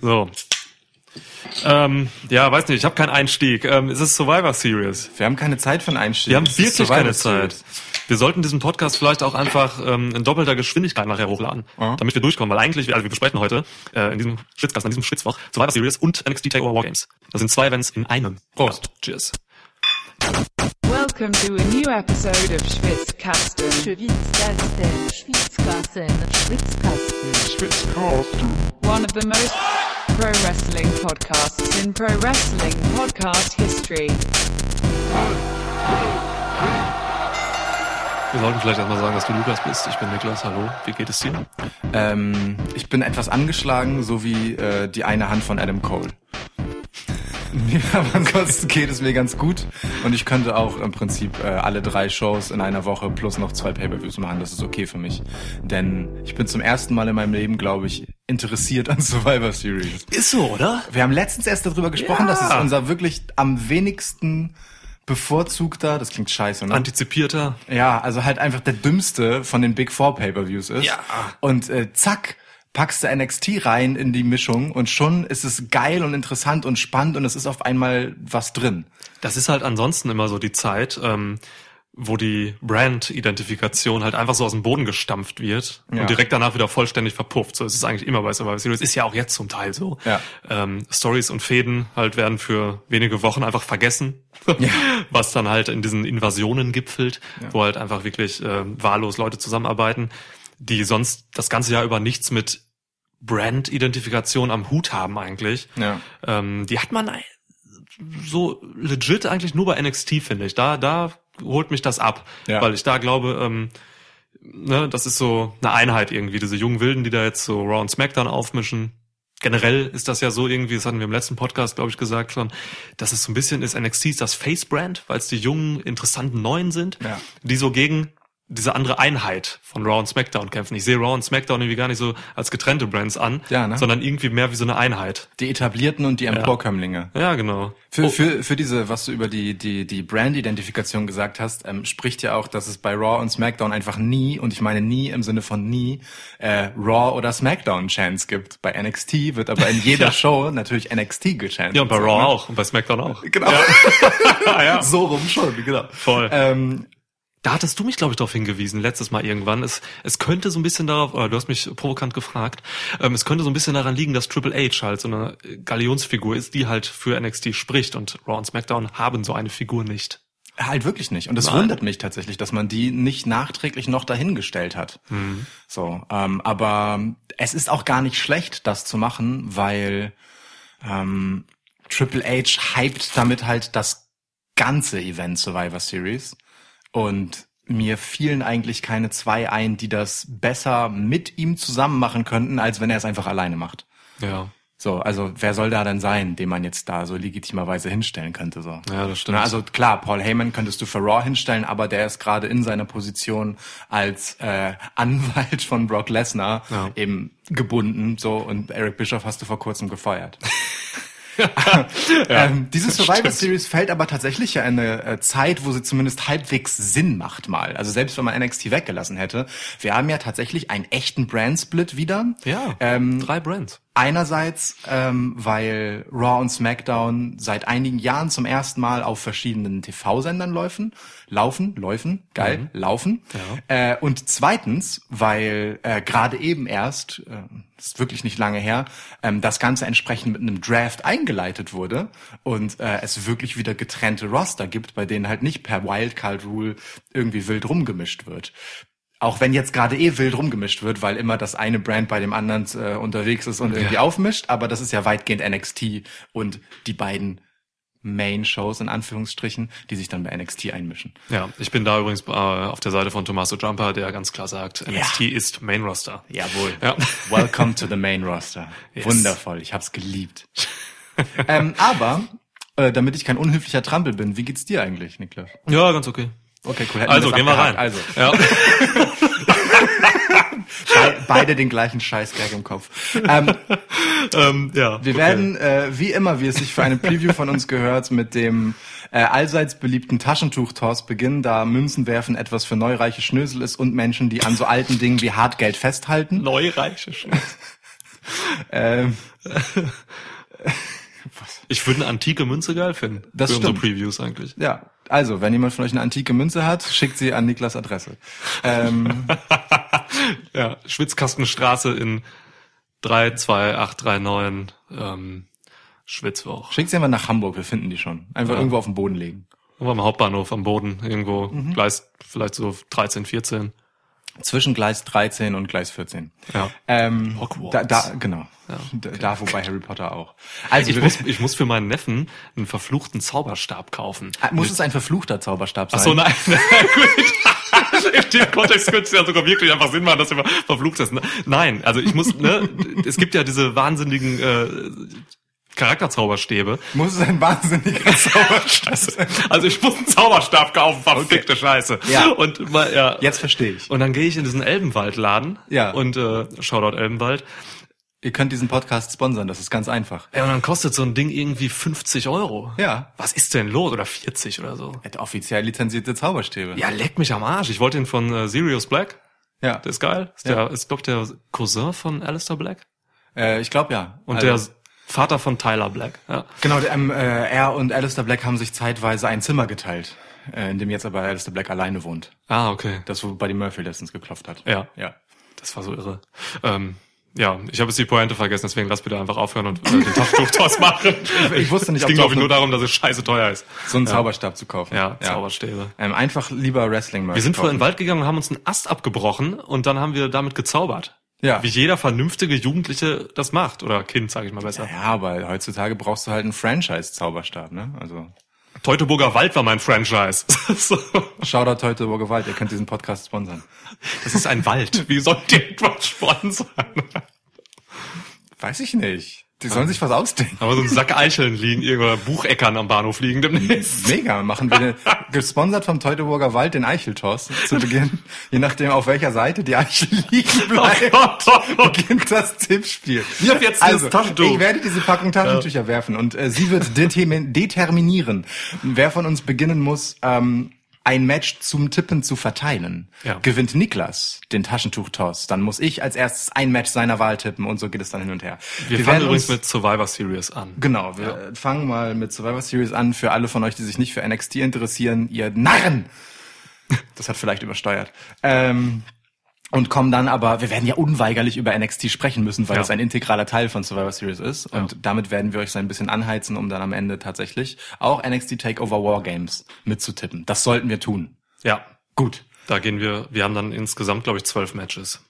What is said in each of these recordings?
So. Ähm, ja, weiß nicht, ich habe keinen Einstieg. Ähm, es ist Survivor Series. Wir haben keine Zeit für einen Einstieg. Wir haben Es ist wirklich keine Survival Zeit. Wir sollten diesen Podcast vielleicht auch einfach ähm, in doppelter Geschwindigkeit nachher hochladen, Ja. damit wir durchkommen. Weil eigentlich, also wir besprechen heute äh, in diesem Schwitzkasten, an diesem Schwitzwoch Survivor Series und NXT Takeover Wargames. Das sind zwei Events in einem. Prost. Cheers. Welcome to a new episode of Schwitzkasten. Schwitzkasten, Schwitzkasten, Schwitzkasten, One of the most pro wrestling podcasts in pro wrestling podcast history. Wir sollten vielleicht erstmal sagen, dass du Lukas bist. Ich bin Niklas. Hallo. Wie geht es dir? Ähm, ich bin etwas angeschlagen, so wie äh, die eine Hand von Adam Cole. Mir- Aber ansonsten geht es mir ganz gut und ich könnte auch im Prinzip äh, alle drei Shows in einer Woche plus noch zwei Pay-per-Views machen. Das ist okay für mich, denn ich bin zum ersten Mal in meinem Leben, glaube ich, interessiert an Survivor Series. Ist so, oder? Wir haben letztens erst darüber gesprochen, Ja. dass es unser wirklich am wenigsten bevorzugter, das klingt scheiße, ne? Antizipierter. Ja, also halt einfach der dümmste von den Big Four Pay-per-Views ist. Ja. Und äh, zack, packst du NXT rein in die Mischung und schon ist es geil und interessant und spannend und es ist auf einmal was drin. Das ist halt ansonsten immer so die Zeit, ähm, wo die Brand-Identifikation halt einfach so aus dem Boden gestampft wird Ja. und direkt danach wieder vollständig verpufft. So ist es eigentlich immer bei Survivor Series. Ist ja auch jetzt zum Teil so. Ja. Ähm, Stories und Fäden halt werden für wenige Wochen einfach vergessen, was dann halt in diesen Invasionen gipfelt, wo halt einfach wirklich äh, wahllos Leute zusammenarbeiten, die sonst das ganze Jahr über nichts mit Brand-Identifikation am Hut haben eigentlich. Ja. Ähm, die hat man ei- so legit eigentlich nur bei NXT, finde ich. Da, da holt mich das ab, Ja. weil ich da glaube, ähm, ne, das ist so eine Einheit irgendwie, diese jungen Wilden, die da jetzt so Raw und SmackDown aufmischen. Generell ist das ja so irgendwie, das hatten wir im letzten Podcast, glaube ich, gesagt schon, dass es so ein bisschen ist, NXT ist das Face-Brand, weil es die jungen, interessanten Neuen sind, Ja. die so gegen diese andere Einheit von Raw und SmackDown kämpfen. Ich sehe Raw und SmackDown irgendwie gar nicht so als getrennte Brands an, Ja, ne? sondern irgendwie mehr wie so eine Einheit. Die Etablierten und die Emporkömmlinge. Ja, genau. Für, für, für diese, was du über die, die, die Brand-Identifikation gesagt hast, ähm, spricht ja auch, dass es bei Raw und SmackDown einfach nie, und ich meine nie im Sinne von nie, äh, Raw oder SmackDown-Chance gibt. Bei NXT wird aber in jeder Ja. Show natürlich NXT gechantet. Ja, und bei So, Raw ne? auch und bei SmackDown auch. Genau. Ah, ja. So rum schon, genau. Voll. Ähm, Da hattest du mich, glaube ich, darauf hingewiesen, letztes Mal irgendwann. Es, es könnte so ein bisschen darauf, oder du hast mich provokant gefragt, ähm, es könnte so ein bisschen daran liegen, dass Triple H halt so eine Galionsfigur ist, die halt für NXT spricht und Raw und SmackDown haben so eine Figur nicht. halt wirklich nicht. Und das Nein. wundert mich tatsächlich, dass man die nicht nachträglich noch dahingestellt hat. So, ähm, aber es ist auch gar nicht schlecht, das zu machen, weil ähm, Triple H hypt damit halt das ganze Event Survivor Series. Und mir fielen eigentlich keine zwei ein, die das besser mit ihm zusammen machen könnten, als wenn er es einfach alleine macht. Ja. So, also wer soll da denn sein, den man jetzt da so legitimerweise hinstellen könnte? So. Ja, das stimmt. Na, Also klar, Paul Heyman könntest du für Raw hinstellen, aber der ist gerade in seiner Position als äh, Anwalt von Brock Lesnar Ja. eben gebunden. So und Eric Bischoff hast du vor kurzem gefeuert. ähm, diese Survivor Series fällt aber tatsächlich ja in eine äh, Zeit, wo sie zumindest halbwegs Sinn macht mal. Also selbst wenn man NXT weggelassen hätte, wir haben ja tatsächlich einen echten Brand Split wieder. Ja. Ähm, Drei Brands. Einerseits, ähm, weil Raw und SmackDown seit einigen Jahren zum ersten Mal auf verschiedenen TV-Sendern laufen, laufen, laufen, geil, laufen. Äh, und zweitens, weil äh, gerade eben erst, äh, ist wirklich nicht lange her, ähm, das Ganze entsprechend mit einem Draft eingeleitet wurde und äh, es wirklich wieder getrennte Roster gibt, bei denen halt nicht per Wildcard-Rule irgendwie wild rumgemischt wird. Auch wenn jetzt gerade eh wild rumgemischt wird, weil immer das eine Brand bei dem anderen äh, unterwegs ist und irgendwie aufmischt, aber das ist ja weitgehend NXT und die beiden Main-Shows in Anführungsstrichen, die sich dann bei NXT einmischen. Ja, ich bin da übrigens äh, auf der Seite von Tommaso Jumper, der ganz klar sagt, NXT ist Main Roster. Jawohl. Ja. Welcome to the Main Roster. Yes. Wundervoll, ich hab's geliebt. ähm, aber, äh, damit ich kein unhöflicher Trampel bin, wie geht's dir eigentlich, Niklas? Ja, ganz okay. Okay, cool. hätten wir Also, das gehen wir abgehakt. rein. Also, Ja. be beide den gleichen Scheißgag im Kopf. Ähm, ähm, ja. Wir okay. werden, äh, wie immer, wie es sich für eine Preview von uns gehört, mit dem äh, allseits beliebten Taschentuch-Toss beginnen, da Münzen werfen etwas für neureiche Schnösel ist und Menschen, die an so alten Dingen wie Hartgeld festhalten. Neureiche Schnitzel. ähm, Ich würde eine antike Münze geil finden. Das für unsere stimmt. Previews eigentlich. ja, also, wenn jemand von euch eine antike Münze hat, schickt sie an Niklas Adresse. Ähm, Ja, Schwitzkastenstraße in 32839 ähm, Schwitzwoch. schickt sie einfach nach Hamburg, wir finden die schon. Einfach irgendwo auf den Boden legen. Irgendwo am Hauptbahnhof am Boden irgendwo Gleis vielleicht so 13, 14. Zwischen Gleis 13 und Gleis 14. Ja. Ähm, Hogwarts. da, da, genau. Da, da, wobei Harry Potter auch. Also, Ich wir- muss, ich muss für meinen Neffen einen verfluchten Zauberstab kaufen. Ah, Muss es ein verfluchter Zauberstab sein? Ach so, nein. Gut. In dem Kontext könnte es ja sogar wirklich einfach Sinn machen, dass wir verflucht ist. ne? Nein, also ich muss, ne, es gibt ja diese wahnsinnigen äh, Charakterzauberstäbe. Muss es ein wahnsinniger Zauberstab sein? Also ich muss einen Zauberstab kaufen, verfickte Scheiße. Ja. Und mal, ja. Jetzt verstehe ich. Und dann gehe ich in diesen Elbenwaldladen Ja. und äh, Shoutout Elbenwald. Ihr könnt diesen Podcast sponsern, das ist ganz einfach. Ey, und dann kostet so ein Ding irgendwie 50 Euro. Ja. Was ist denn los? Oder 40 oder so. Offiziell lizenzierte Zauberstäbe. Ja, leck mich am Arsch. Ich wollte den von äh, Sirius Black. ja. Der ist geil. Ist, Ja. der, ist glaube der Cousin von Alistair Black. Äh, ich glaube ja. Und Also- der Vater von Tyler Black. Ja. Genau, der, ähm, äh, er und Alistair Black haben sich zeitweise ein Zimmer geteilt, äh, in dem jetzt aber Alistair Black alleine wohnt. Ah, okay. Das, wo Buddy Murphy letztens geklopft hat. Ja. Ja. Das war so irre. Ähm, ja, ich habe jetzt die Pointe vergessen, deswegen lass bitte einfach aufhören und äh, den Taschentuch draus machen. Ich wusste nicht, Es ging, ob du glaube auf ich, nur nur darum, dass es scheiße teuer ist. so einen Zauberstab zu kaufen. Ja, Zauberstäbe. Ähm, einfach lieber wrestling Wir sind vorhin in den Wald gegangen und haben uns einen Ast abgebrochen und dann haben wir damit gezaubert. Ja. Wie jeder vernünftige Jugendliche das macht. Oder Kind, sage ich mal besser. Ja, aber heutzutage brauchst du halt einen Franchise-Zauberstab, ne? Also Teutoburger Wald war mein Franchise. so. Shoutout heute über Gewalt, ihr könnt diesen Podcast sponsern. Das ist ein Wald. Wie sollt ihr etwas sponsern? Weiß ich nicht. Die Ah. sollen sich was ausdenken. Aber so ein Sack Eicheln liegen irgendwo, oder Bucheckern am Bahnhof liegen demnächst. Mega, machen wir den- gesponsert vom Teutoburger Wald den Eicheltoss zu Beginn. Je nachdem, auf welcher Seite die Eichel liegen Oh bleibt, Gott, oh Gott. beginnt das Tippspiel. Wirf jetzt dieses also, Taschentuch. Ich werde diese Packung Taschentücher werfen und äh, sie wird determin- determinieren, wer von uns beginnen muss, ähm, ein Match zum Tippen zu verteilen. Ja. Gewinnt Niklas den Taschentuch-Toss, dann muss ich als erstes ein Match seiner Wahl tippen und so geht es dann hin und her. Wir, fangen übrigens uns- mit Survivor Series an. Genau, wir äh, fangen mal mit Survivor Series an. Für alle von euch, die sich nicht für NXT interessieren, ihr Narren! Das hat vielleicht übersteuert. Ähm, und kommen dann aber, wir werden ja unweigerlich über NXT sprechen müssen, weil Ja. das ein integraler Teil von Survivor Series ist. Und damit werden wir euch so ein bisschen anheizen, um dann am Ende tatsächlich auch NXT Takeover War Games mitzutippen. Das sollten wir tun. Ja, Gut. da gehen wir. Wir haben dann insgesamt, glaube ich, zwölf Matches.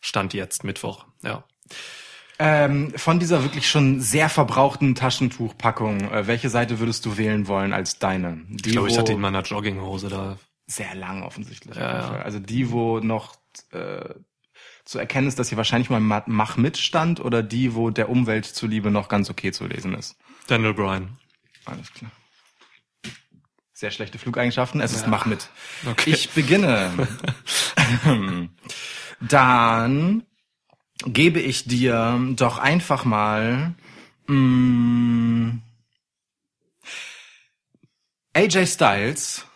Stand jetzt, Mittwoch. Ja. Ähm, von dieser wirklich schon sehr verbrauchten Taschentuchpackung, äh, welche Seite würdest du wählen wollen als deine? Die, Ich glaube, ich wo- hatte in meiner Jogginghose da. sehr lang offensichtlich. Ja, auf jeden ja. Fall. Also die, wo noch äh, zu erkennen ist, dass hier wahrscheinlich mal Ma- Mach mit stand oder die, wo der Umwelt zuliebe noch ganz okay zu lesen ist. Daniel Bryan. Alles klar. Sehr schlechte Flugeigenschaften. Es ist Mach mit. Okay. Ich beginne. Dann gebe ich dir doch einfach mal mm, AJ Styles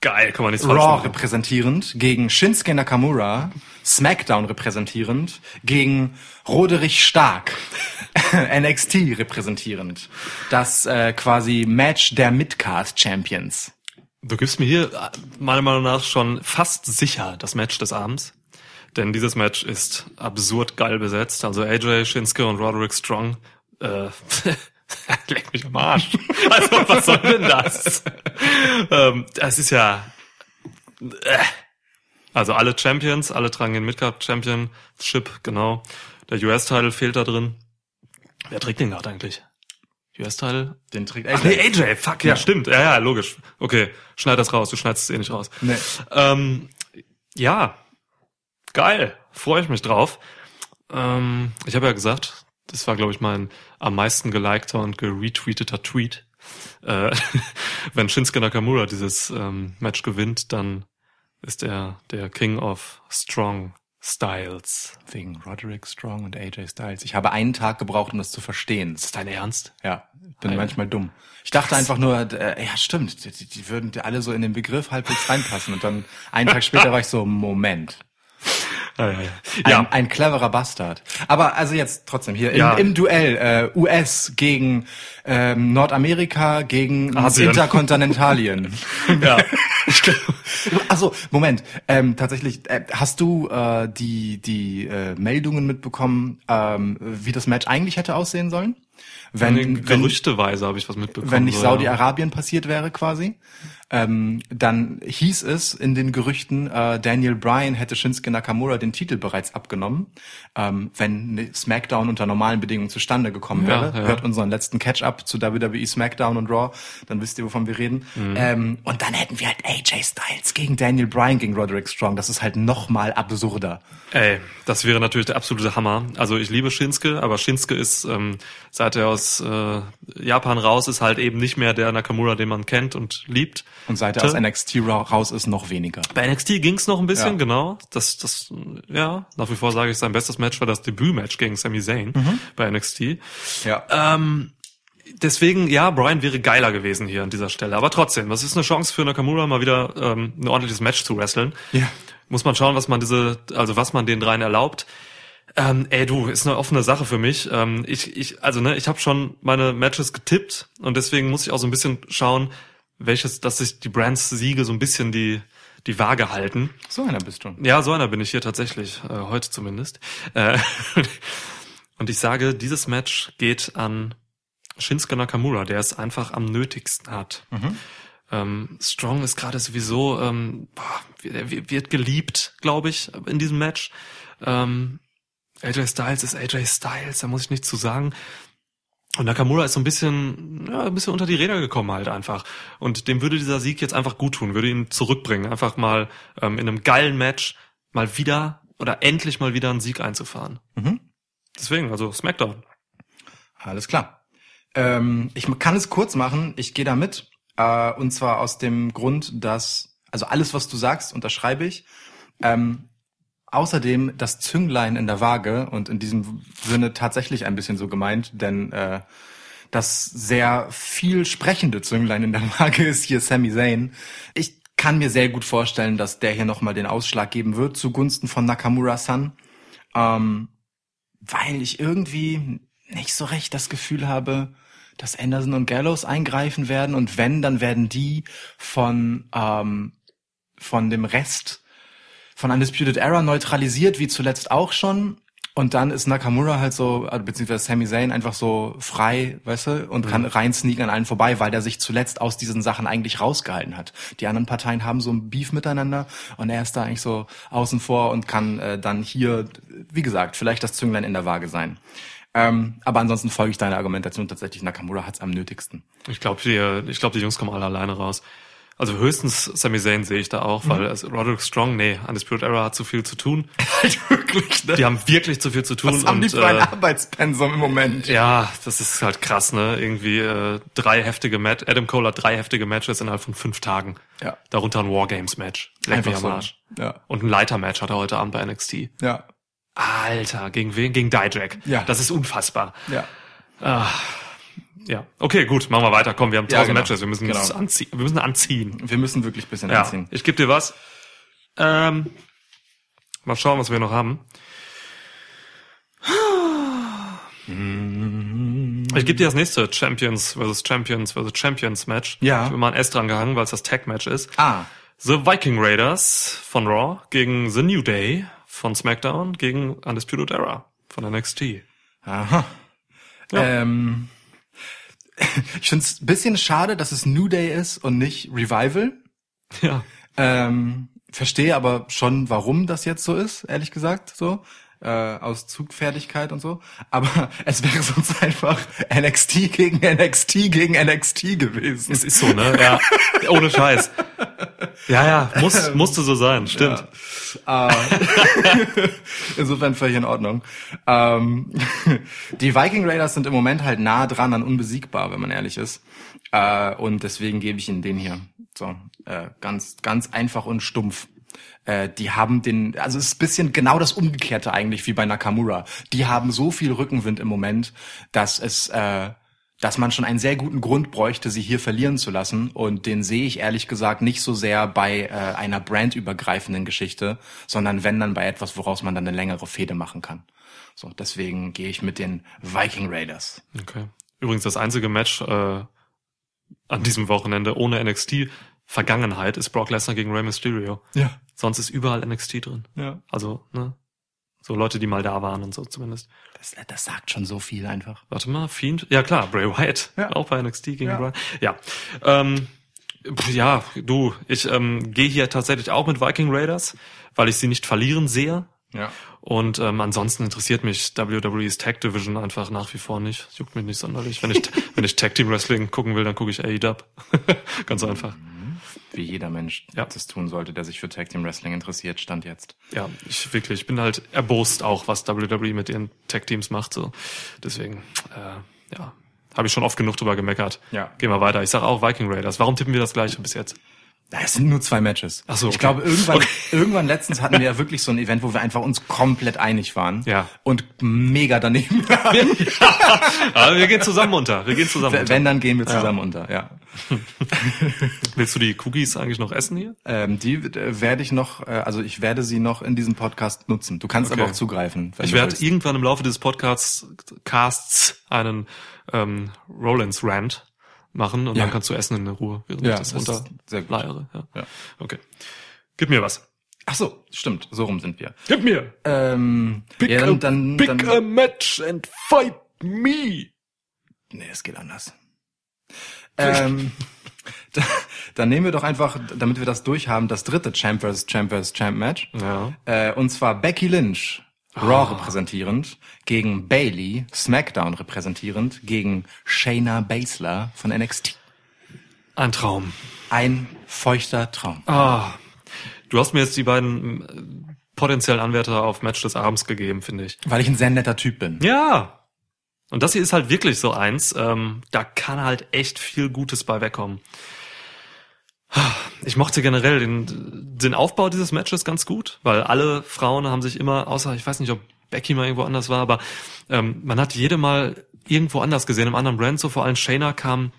Geil, kann man nichts falsch Raw machen. repräsentierend gegen Shinsuke Nakamura, SmackDown repräsentierend gegen Roderich Stark, NXT repräsentierend. Das äh, quasi Match der Midcard Champions. Du gibst mir hier äh, meiner Meinung nach schon fast sicher das Match des Abends. Denn dieses Match ist absurd geil besetzt. Also AJ, Shinsuke und Roderick Strong. Äh, leck mich am Arsch. Also was soll denn das? ähm, das ist ja... Äh. Also alle Champions, alle tragen den Midcard-Championship, genau. Der US-Title fehlt da drin. Wer trägt den gerade eigentlich? US-Title? Den trägt Ach nee, AJ, fuck, ja, stimmt. Ja, ja, logisch. Okay, schneid das raus, du schneidest es eh nicht raus. Nee. Ähm, ja, geil, freue ich mich drauf. Ähm, ich habe ja gesagt, das war, glaube ich, mein am meisten gelikter und geretweeteter Tweet. Äh, wenn Shinsuke Nakamura dieses ähm, Match gewinnt, dann ist er der King of Strong Styles. Wegen Roderick Strong und AJ Styles. Ich habe einen Tag gebraucht, um das zu verstehen. Ist dein Ernst? Ja, bin Alter. manchmal dumm. Ich dachte einfach nur, d- äh, ja stimmt, die, die- die würden alle so in den Begriff halbwegs reinpassen. Und dann einen Tag später war ich so, Moment. Ja, ja, ja. Ein, ja. ein cleverer Bastard. Aber also jetzt trotzdem hier im, Ja. im Duell äh, US gegen ähm, Nordamerika gegen Asien. Interkontinentalien. ja. Also Moment, ähm, tatsächlich äh, hast du äh, die die äh, Meldungen mitbekommen, ähm, wie das Match eigentlich hätte aussehen sollen? Wenn, wenn, Gerüchteweise habe ich was mitbekommen. wenn nicht so, ja. Saudi-Arabien passiert wäre quasi, ähm, dann hieß es in den Gerüchten, äh, Daniel Bryan hätte Shinsuke Nakamura den Titel bereits abgenommen, ähm, wenn ne- SmackDown unter normalen Bedingungen zustande gekommen Ja, wäre. ja. Hört unseren letzten Catch-up zu WWE SmackDown und Raw, dann wisst ihr, wovon wir reden. Mhm. Ähm, und dann hätten wir halt AJ Styles gegen Daniel Bryan gegen Roderick Strong. Das ist halt noch mal absurder. Ey, das wäre natürlich der absolute Hammer. Also ich liebe Shinsuke, aber Shinsuke ist, ähm, seit er aus äh, Japan raus ist, halt eben nicht mehr der Nakamura, den man kennt und liebt. Und seit er Tö. aus NXT ra- raus ist, noch weniger. Bei NXT ging's noch ein bisschen, Ja. genau. Das, das, ja, nach wie vor sage ich, sein bestes Match war das Debütmatch gegen Sami Zayn Mhm. bei NXT. Ja. Ähm, deswegen, ja, Brian wäre geiler gewesen hier an dieser Stelle. Aber trotzdem, das ist eine Chance für Nakamura, mal wieder ähm, ein ordentliches Match zu wresteln. Ja. Muss man schauen, was man diese, also was man den dreien erlaubt. Ähm, ey, du, ist eine offene Sache für mich. Ähm, ich, ich, also ne, ich habe schon meine Matches getippt und deswegen muss ich auch so ein bisschen schauen, welches, dass sich die Brands Siege so ein bisschen die die Waage halten. So einer bist du. Hm. Ja, so einer bin ich hier tatsächlich, äh, heute zumindest. Äh, und ich sage, dieses Match geht an Shinsuke Nakamura, der es einfach am nötigsten hat. Ähm, Strong ist gerade sowieso, ähm, boah, er wi- wird geliebt, glaube ich, in diesem Match. Ähm, AJ Styles ist AJ Styles, da muss ich nichts zu sagen. Und Nakamura ist so ein bisschen, ja, ein bisschen unter die Räder gekommen halt einfach. Und dem würde dieser Sieg jetzt einfach gut tun, würde ihn zurückbringen, einfach mal ähm, in einem geilen Match mal wieder oder endlich mal wieder einen Sieg einzufahren. Mhm. Deswegen, also SmackDown. Alles klar. Ähm, ich kann es kurz machen. Ich gehe da mit. Äh, und zwar aus dem Grund, dass, also alles, was du sagst, unterschreibe ich. Ähm, außerdem das Zünglein in der Waage und in diesem Sinne tatsächlich ein bisschen so gemeint, denn äh, das sehr viel sprechende Zünglein in der Waage ist hier Sami Zayn. Ich kann mir sehr gut vorstellen, dass der hier nochmal den Ausschlag geben wird zugunsten von Nakamura-san. Ähm, weil ich irgendwie nicht so recht das Gefühl habe, dass Anderson und Gallows eingreifen werden und wenn, dann werden die von ähm, von dem Rest von Undisputed Era neutralisiert, wie zuletzt auch schon. Und dann ist Nakamura halt so, äh, beziehungsweise Sami Zayn einfach so frei, weißt du, Mhm. und kann rein sneaken an allen vorbei, weil der sich zuletzt aus diesen Sachen eigentlich rausgehalten hat. Die anderen Parteien haben so ein Beef miteinander und er ist da eigentlich so außen vor und kann äh, dann hier, wie gesagt, vielleicht das Zünglein in der Waage sein. Ähm, aber ansonsten folge ich deiner Argumentation tatsächlich, Nakamura hat's am nötigsten. Ich glaube, die, ich glaube, die Jungs kommen alle alleine raus. Also höchstens Sami Zayn sehe ich da auch, Mhm. weil es Roderick Strong, nee, Undisputed Era hat zu viel zu tun. Wirklich, ne? Die haben wirklich zu viel zu tun. Was haben die und, für ein äh, Arbeitspensum im Moment? Ja, das ist halt krass, ne? Irgendwie äh, drei heftige Match. Adam Cole hat drei heftige Matches innerhalb von fünf Tagen. Ja. Darunter ein Wargames-Match. Leck mich am Arsch. Ja. Und ein Leiter-Match hat er heute Abend bei NXT. Ja. Alter, gegen wen? Gegen Dijak. Ja. Das ist unfassbar. Ja. Ja. Okay, gut, machen wir weiter. Komm, wir haben Ja, tausend genau. Matches. Wir müssen Genau. uns anziehen. Wir müssen anziehen. Wir müssen wirklich ein bisschen Ja. anziehen. Ich gebe dir was. Ähm, mal schauen, was wir noch haben. Ich gebe dir das nächste Champions vs. Champions vs. Champions Match. Ja. Ich bin mal an S dran gehangen, weil es das Tag Match ist. Ah, The Viking Raiders von Raw gegen The New Day von SmackDown gegen Undisputed Era von NXT. aha. Ja. Ähm, ich find's ein bisschen schade, dass es New Day ist und nicht Revival. Ja. Ähm, verstehe aber schon, warum das jetzt so ist, ehrlich gesagt, so. Äh, aus Zugfertigkeit und so. Aber es wäre sonst einfach NXT gegen NXT gegen NXT gewesen. Es ist so, ne? Ja. Ohne Scheiß. Ja, ja, muss, musste so sein, stimmt. Äh, Insofern völlig in Ordnung. Ähm, die Viking Raiders sind im Moment halt nah dran an unbesiegbar, wenn man ehrlich ist. Äh, und deswegen gebe ich ihnen den hier. So, äh, ganz, ganz einfach und stumpf. Äh, die haben den, also es ist ein bisschen genau das Umgekehrte eigentlich wie bei Nakamura. Die haben so viel Rückenwind im Moment, dass es äh, dass man schon einen sehr guten Grund bräuchte, sie hier verlieren zu lassen. Und den sehe ich ehrlich gesagt nicht so sehr bei äh, einer brandübergreifenden Geschichte, sondern wenn dann bei etwas, woraus man dann eine längere Fehde machen kann. So, deswegen gehe ich mit den Viking Raiders. Okay. Übrigens das einzige Match äh, an diesem Wochenende ohne NXT Vergangenheit ist Brock Lesnar gegen Rey Mysterio. Ja. Sonst ist überall NXT drin. Ja. Also, ne? So Leute, die mal da waren und so zumindest. Das, das sagt schon so viel einfach. Warte mal, Fiend. Ja klar, Bray Wyatt. Ja. Auch bei NXT gegen Ja. Brian. Ja. Ähm, pf, ja, du, ich ähm, gehe hier tatsächlich auch mit Viking Raiders, weil ich sie nicht verlieren sehe. Ja. Und ähm, ansonsten interessiert mich WWE's Tag Division einfach nach wie vor nicht. Das juckt mich nicht sonderlich. Wenn ich, wenn ich Tag Team Wrestling gucken will, dann gucke ich AEW. Ganz einfach. Wie jeder Mensch Ja. das tun sollte, der sich für Tag Team Wrestling interessiert, stand jetzt. Ja, ich wirklich, ich bin halt erbost auch, was WWE mit ihren Tech-Teams macht. So. Deswegen, äh, ja, habe ich schon oft genug drüber gemeckert. Ja. Gehen wir weiter. Ich sage auch Viking Raiders. Warum tippen wir das gleiche bis jetzt? Na, Es sind nur zwei Matches. Ach so, okay. Ich glaube, irgendwann, irgendwann letztens hatten wir ja wirklich so ein Event, wo wir einfach uns komplett einig waren. Ja. Und mega daneben. Ah, Aber wir gehen zusammen unter. Wir gehen zusammen unter. Wenn, dann gehen wir zusammen unter, ja. Willst du die Cookies eigentlich noch essen hier? Ähm, die äh, werde ich noch, äh, also ich werde sie noch in diesem Podcast nutzen. Du kannst aber Okay. auch zugreifen. wenn Ich du werde willst. irgendwann im Laufe dieses Podcasts Casts einen ähm, Rollins Rant machen und Ja. dann kannst du essen in Ruhe, während Ja, ich das das ist runter sehr gut. leiere. Ja. Ja. Okay. Gib mir was. Ach so, stimmt. So rum sind wir. Gib mir. Ähm, ja, dann, dann, pick a dann, match and fight me. nee, es geht anders. Ähm, da, dann nehmen wir doch einfach, damit wir das durchhaben, das dritte Champ vs. Champ vs. Champ Match. Ja. Äh, und zwar Becky Lynch, Raw Ah. repräsentierend, gegen Bailey, SmackDown repräsentierend, gegen Shayna Baszler von NXT. Ein Traum. Ein feuchter Traum. Ah. Du hast mir jetzt die beiden äh, potenziellen Anwärter auf Match des Abends gegeben, finde ich. Weil ich ein sehr netter Typ bin. Ja. Und das hier ist halt wirklich so eins. Ähm, da kann halt echt viel Gutes bei wegkommen. Ich mochte generell den, den Aufbau dieses Matches ganz gut, weil alle Frauen haben sich immer, außer ich weiß nicht, ob Becky mal irgendwo anders war, aber ähm, man hat jede mal irgendwo anders gesehen, im anderen Brand. So vor allem Shayna kam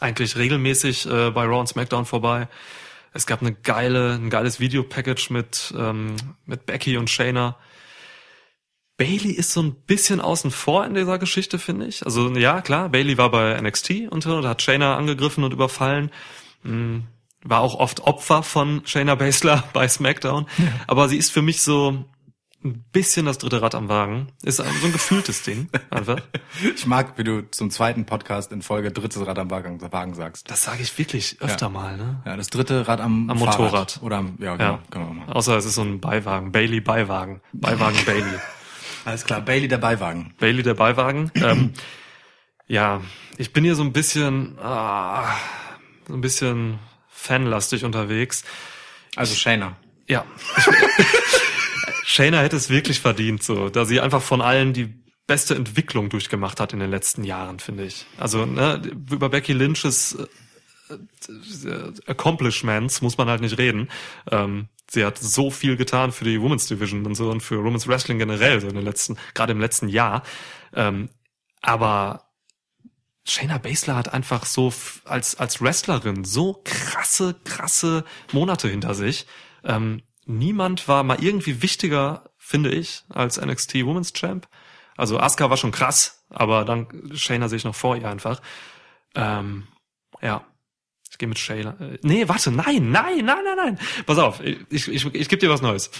eigentlich regelmäßig äh, bei Raw und SmackDown vorbei. Es gab eine geile, ein geiles Videopackage mit ähm, mit Becky und Shayna. Bailey ist so ein bisschen außen vor in dieser Geschichte, finde ich. Also ja, klar, Bailey war bei NXT und, und hat Shayna angegriffen und überfallen. Mm, War auch oft Opfer von Shayna Baszler bei SmackDown. Aber sie ist für mich so ein bisschen das dritte Rad am Wagen. Ist so ein gefühltes Ding einfach. Ich mag, wie du zum zweiten Podcast in Folge drittes Rad am Wagen, Wagen sagst. Das sage ich wirklich öfter Ja. mal. Ne? Ja, das dritte Rad am, Am Fahrrad. Motorrad. Oder am, ja, genau. Ja. Können wir auch machen. Außer es ist so ein Beiwagen. Bailey Beiwagen. Beiwagen Bailey. Alles klar, Bailey der Beiwagen. Bailey der Beiwagen. Ähm, ja, ich bin hier so ein bisschen, ah, so ein bisschen fanlastig unterwegs. Also Shayna. Ja. Ich, Shayna hätte es wirklich verdient, so, da sie einfach von allen die beste Entwicklung durchgemacht hat in den letzten Jahren, finde ich. Also, ne, über Becky Lynches äh, äh, Accomplishments muss man halt nicht reden. Ähm, sie hat so viel getan für die Women's Division und so und für Women's Wrestling generell, so in den letzten, gerade im letzten Jahr. Ähm, aber Shayna Baszler hat einfach so f- als, als Wrestlerin so krasse, krasse Monate hinter sich. Ähm, niemand war mal irgendwie wichtiger, finde ich, als NXT Women's Champ. Also Asuka war schon krass, aber dann Shayna sehe ich noch vor ihr einfach. Ähm, ja. Ich gehe mit Shayna. Äh, nee, warte, nein, nein, nein, nein, nein. Pass auf, ich, ich, ich gebe dir was Neues.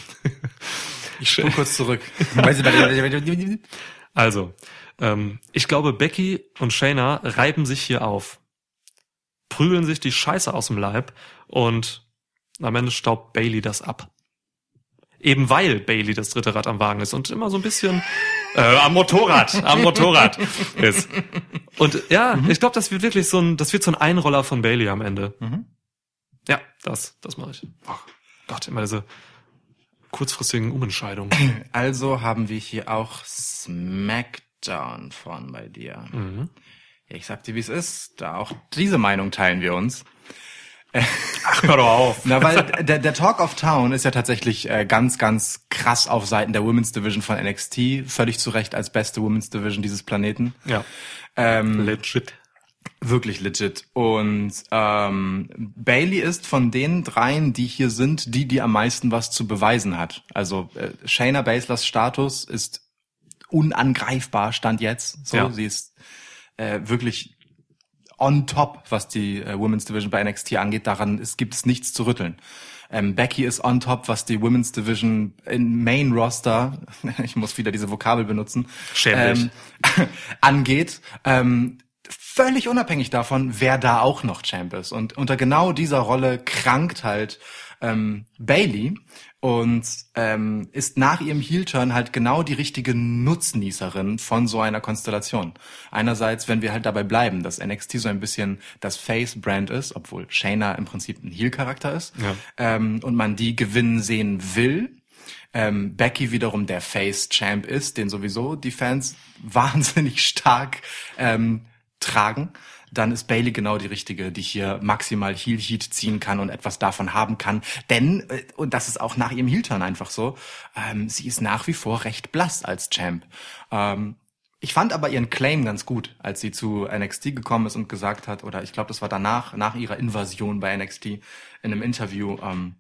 Ich spring kurz zurück. Weißt du, bei der- Also, ähm, ich glaube, Becky und Shayna reiben sich hier auf, prügeln sich die Scheiße aus dem Leib und am Ende staubt Bailey das ab. Eben weil Bailey das dritte Rad am Wagen ist und immer so ein bisschen äh, am Motorrad, am Motorrad ist. Und ja, ich glaube, das wird wirklich so ein, das wird so ein Einroller von Bailey am Ende. Mhm. Ja, das, das mache ich. Oh Gott, immer diese kurzfristigen Umentscheidungen. Also haben wir hier auch Smackdown vorn bei dir. Mhm. Ja, ich sag dir, wie es ist. Da auch diese Meinung teilen wir uns. Ach, hör doch auf. Na, weil der, der Talk of Town ist ja tatsächlich äh, ganz, ganz krass auf Seiten der Women's Division von NXT. Völlig zu Recht als beste Women's Division dieses Planeten. Ja. Ähm, Legit. Wirklich legit. Und ähm, Bailey ist von den dreien, die hier sind, die, die am meisten was zu beweisen hat. Also äh, Shayna Baslers Status ist unangreifbar, stand jetzt. So, Ja. sie ist äh, wirklich on top, was die äh, Women's Division bei NXT angeht. Daran ist, gibt es nichts zu rütteln. Ähm, Becky ist on top, was die Women's Division in Main Roster, ich muss wieder diese Vokabel benutzen, Schämlich. ähm, angeht. Ähm, völlig unabhängig davon, wer da auch noch Champ ist. Und unter genau dieser Rolle krankt halt ähm, Bailey und ähm, ist nach ihrem Heel-Turn halt genau die richtige Nutznießerin von so einer Konstellation. Einerseits, wenn wir halt dabei bleiben, dass NXT so ein bisschen das Face-Brand ist, obwohl Shayna im Prinzip ein Heel-Charakter ist, Ja. ähm, und man die gewinnen sehen will, ähm, Becky wiederum der Face-Champ ist, den sowieso die Fans wahnsinnig stark ähm, tragen, dann ist Bailey genau die richtige, die hier maximal Heel Heat ziehen kann und etwas davon haben kann. Denn, äh, und das ist auch nach ihrem Heel-Turn einfach so, ähm, sie ist nach wie vor recht blass als Champ. Ähm, ich fand aber ihren Claim ganz gut, als sie zu NXT gekommen ist und gesagt hat, oder ich glaube, das war danach, nach ihrer Invasion bei NXT in einem Interview, ähm,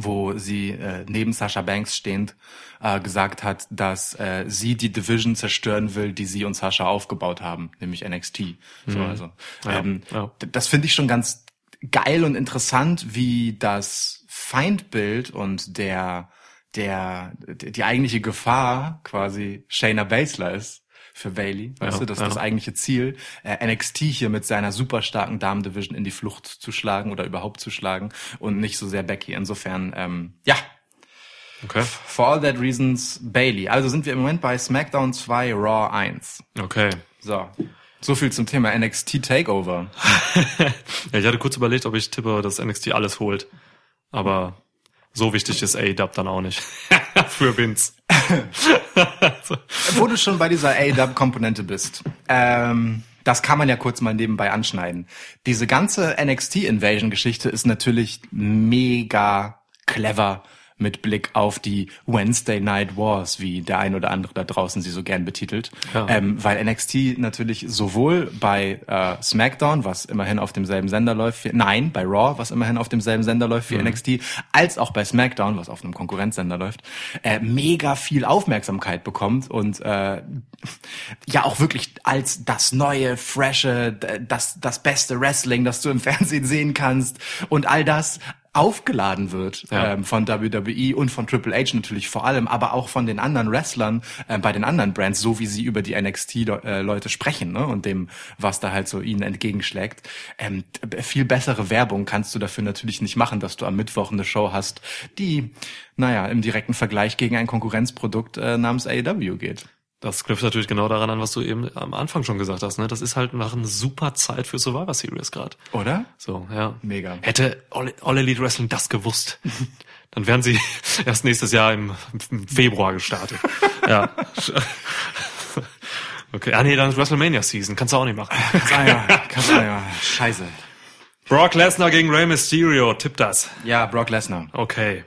wo sie äh, neben Sasha Banks stehend äh, gesagt hat, dass äh, sie die Division zerstören will, die sie und Sasha aufgebaut haben, nämlich NXT. So, also, Mhm. Ja, ähm, ja. d- Das finde ich schon ganz geil und interessant, wie das Feindbild und der der d- die eigentliche Gefahr quasi Shayna Baszler ist für Bailey, weißt Ja, du, dass ja. das eigentliche Ziel, äh, NXT hier mit seiner super starken Damen-Division in die Flucht zu schlagen oder überhaupt zu schlagen und nicht so sehr Becky. Insofern, ähm, ja, Okay. for all that reasons, Bailey. Also sind wir im Moment bei SmackDown 2, Raw 1. Okay. So, so viel zum Thema NXT Takeover. Ja, ich hatte kurz überlegt, ob ich tippe, dass NXT alles holt. Aber so wichtig ist A-Dub dann auch nicht. Für Vince. Wo du schon bei dieser A-Dub-Komponente bist, ähm, das kann man ja kurz mal nebenbei anschneiden. Diese ganze NXT-Invasion-Geschichte ist natürlich mega clever mit Blick auf die Wednesday Night Wars, wie der ein oder andere da draußen sie so gern betitelt. Ja. Ähm, weil NXT natürlich sowohl bei äh, SmackDown, was immerhin auf demselben Sender läuft, wie, nein, bei Raw, was immerhin auf demselben Sender läuft wie NXT, als auch bei SmackDown, was auf einem Konkurrenzsender läuft, äh, mega viel Aufmerksamkeit bekommt und äh, ja auch wirklich als das neue, frische, d- das, das beste Wrestling, das du im Fernsehen sehen kannst und all das aufgeladen wird Ja. ähm, von WWE und von Triple H natürlich vor allem, aber auch von den anderen Wrestlern äh, bei den anderen Brands, so wie sie über die NXT-Leute sprechen ne? und dem, was da halt so ihnen entgegenschlägt. Ähm, t- viel bessere Werbung kannst du dafür natürlich nicht machen, dass du am Mittwoch eine Show hast, die, naja, im direkten Vergleich gegen ein Konkurrenzprodukt äh, namens AEW geht. Das knüpft natürlich genau daran an, was du eben am Anfang schon gesagt hast. Ne? Das ist halt nach einer super Zeit für Survivor Series gerade. Oder? So, ja. Mega. Hätte All, All Elite Wrestling das gewusst, dann wären sie erst nächstes Jahr im, im Februar gestartet. ja. Okay, ah nee, dann ist WrestleMania Season, kannst du auch nicht machen. Ah ja, kannst du ja. Scheiße. Brock Lesnar gegen Rey Mysterio, tipp das. Ja, Brock Lesnar. Okay.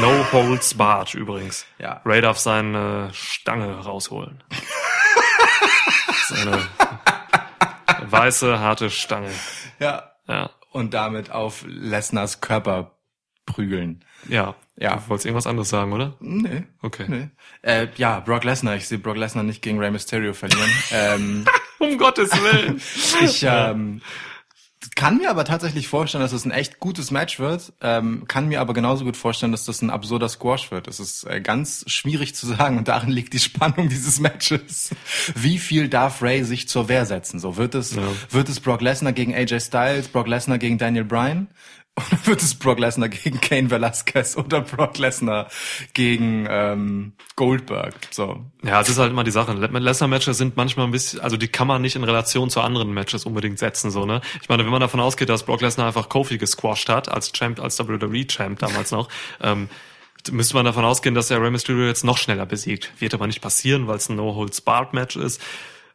No holds barred übrigens. Ja. Ray darf seine Stange rausholen. seine weiße, harte Stange. Ja. Ja. Und damit auf Lesnars Körper prügeln. Ja. Ja. Du wolltest irgendwas anderes sagen, oder? Nee. Okay. Nee. Äh, ja, Brock Lesnar. Ich sehe Brock Lesnar nicht gegen Rey Mysterio verlieren. ähm, Um Gottes Willen. ich ähm, kann mir aber tatsächlich vorstellen, dass es ein echt gutes Match wird. Ähm, kann mir aber genauso gut vorstellen, dass das ein absurder Squash wird. Es ist äh, ganz schwierig zu sagen und darin liegt die Spannung dieses Matches. Wie viel darf Ray sich zur Wehr setzen? So wird es wird es Brock Lesnar gegen AJ Styles, Brock Lesnar gegen Daniel Bryan? Oder wird es Brock Lesnar gegen Kane Velasquez oder Brock Lesnar gegen ähm, Goldberg? So, Ja, es ist halt immer die Sache. Le- Lesnar-Matches sind manchmal ein bisschen, also die kann man nicht in Relation zu anderen Matches unbedingt setzen, so, ne? Ich meine, wenn man davon ausgeht, dass Brock Lesnar einfach Kofi gesquasht hat, als Champ, als WWE-Champ damals noch, ähm, müsste man davon ausgehen, dass er Rey Mysterio jetzt noch schneller besiegt. Wird aber nicht passieren, weil es ein No-Holds-Barred-Match ist.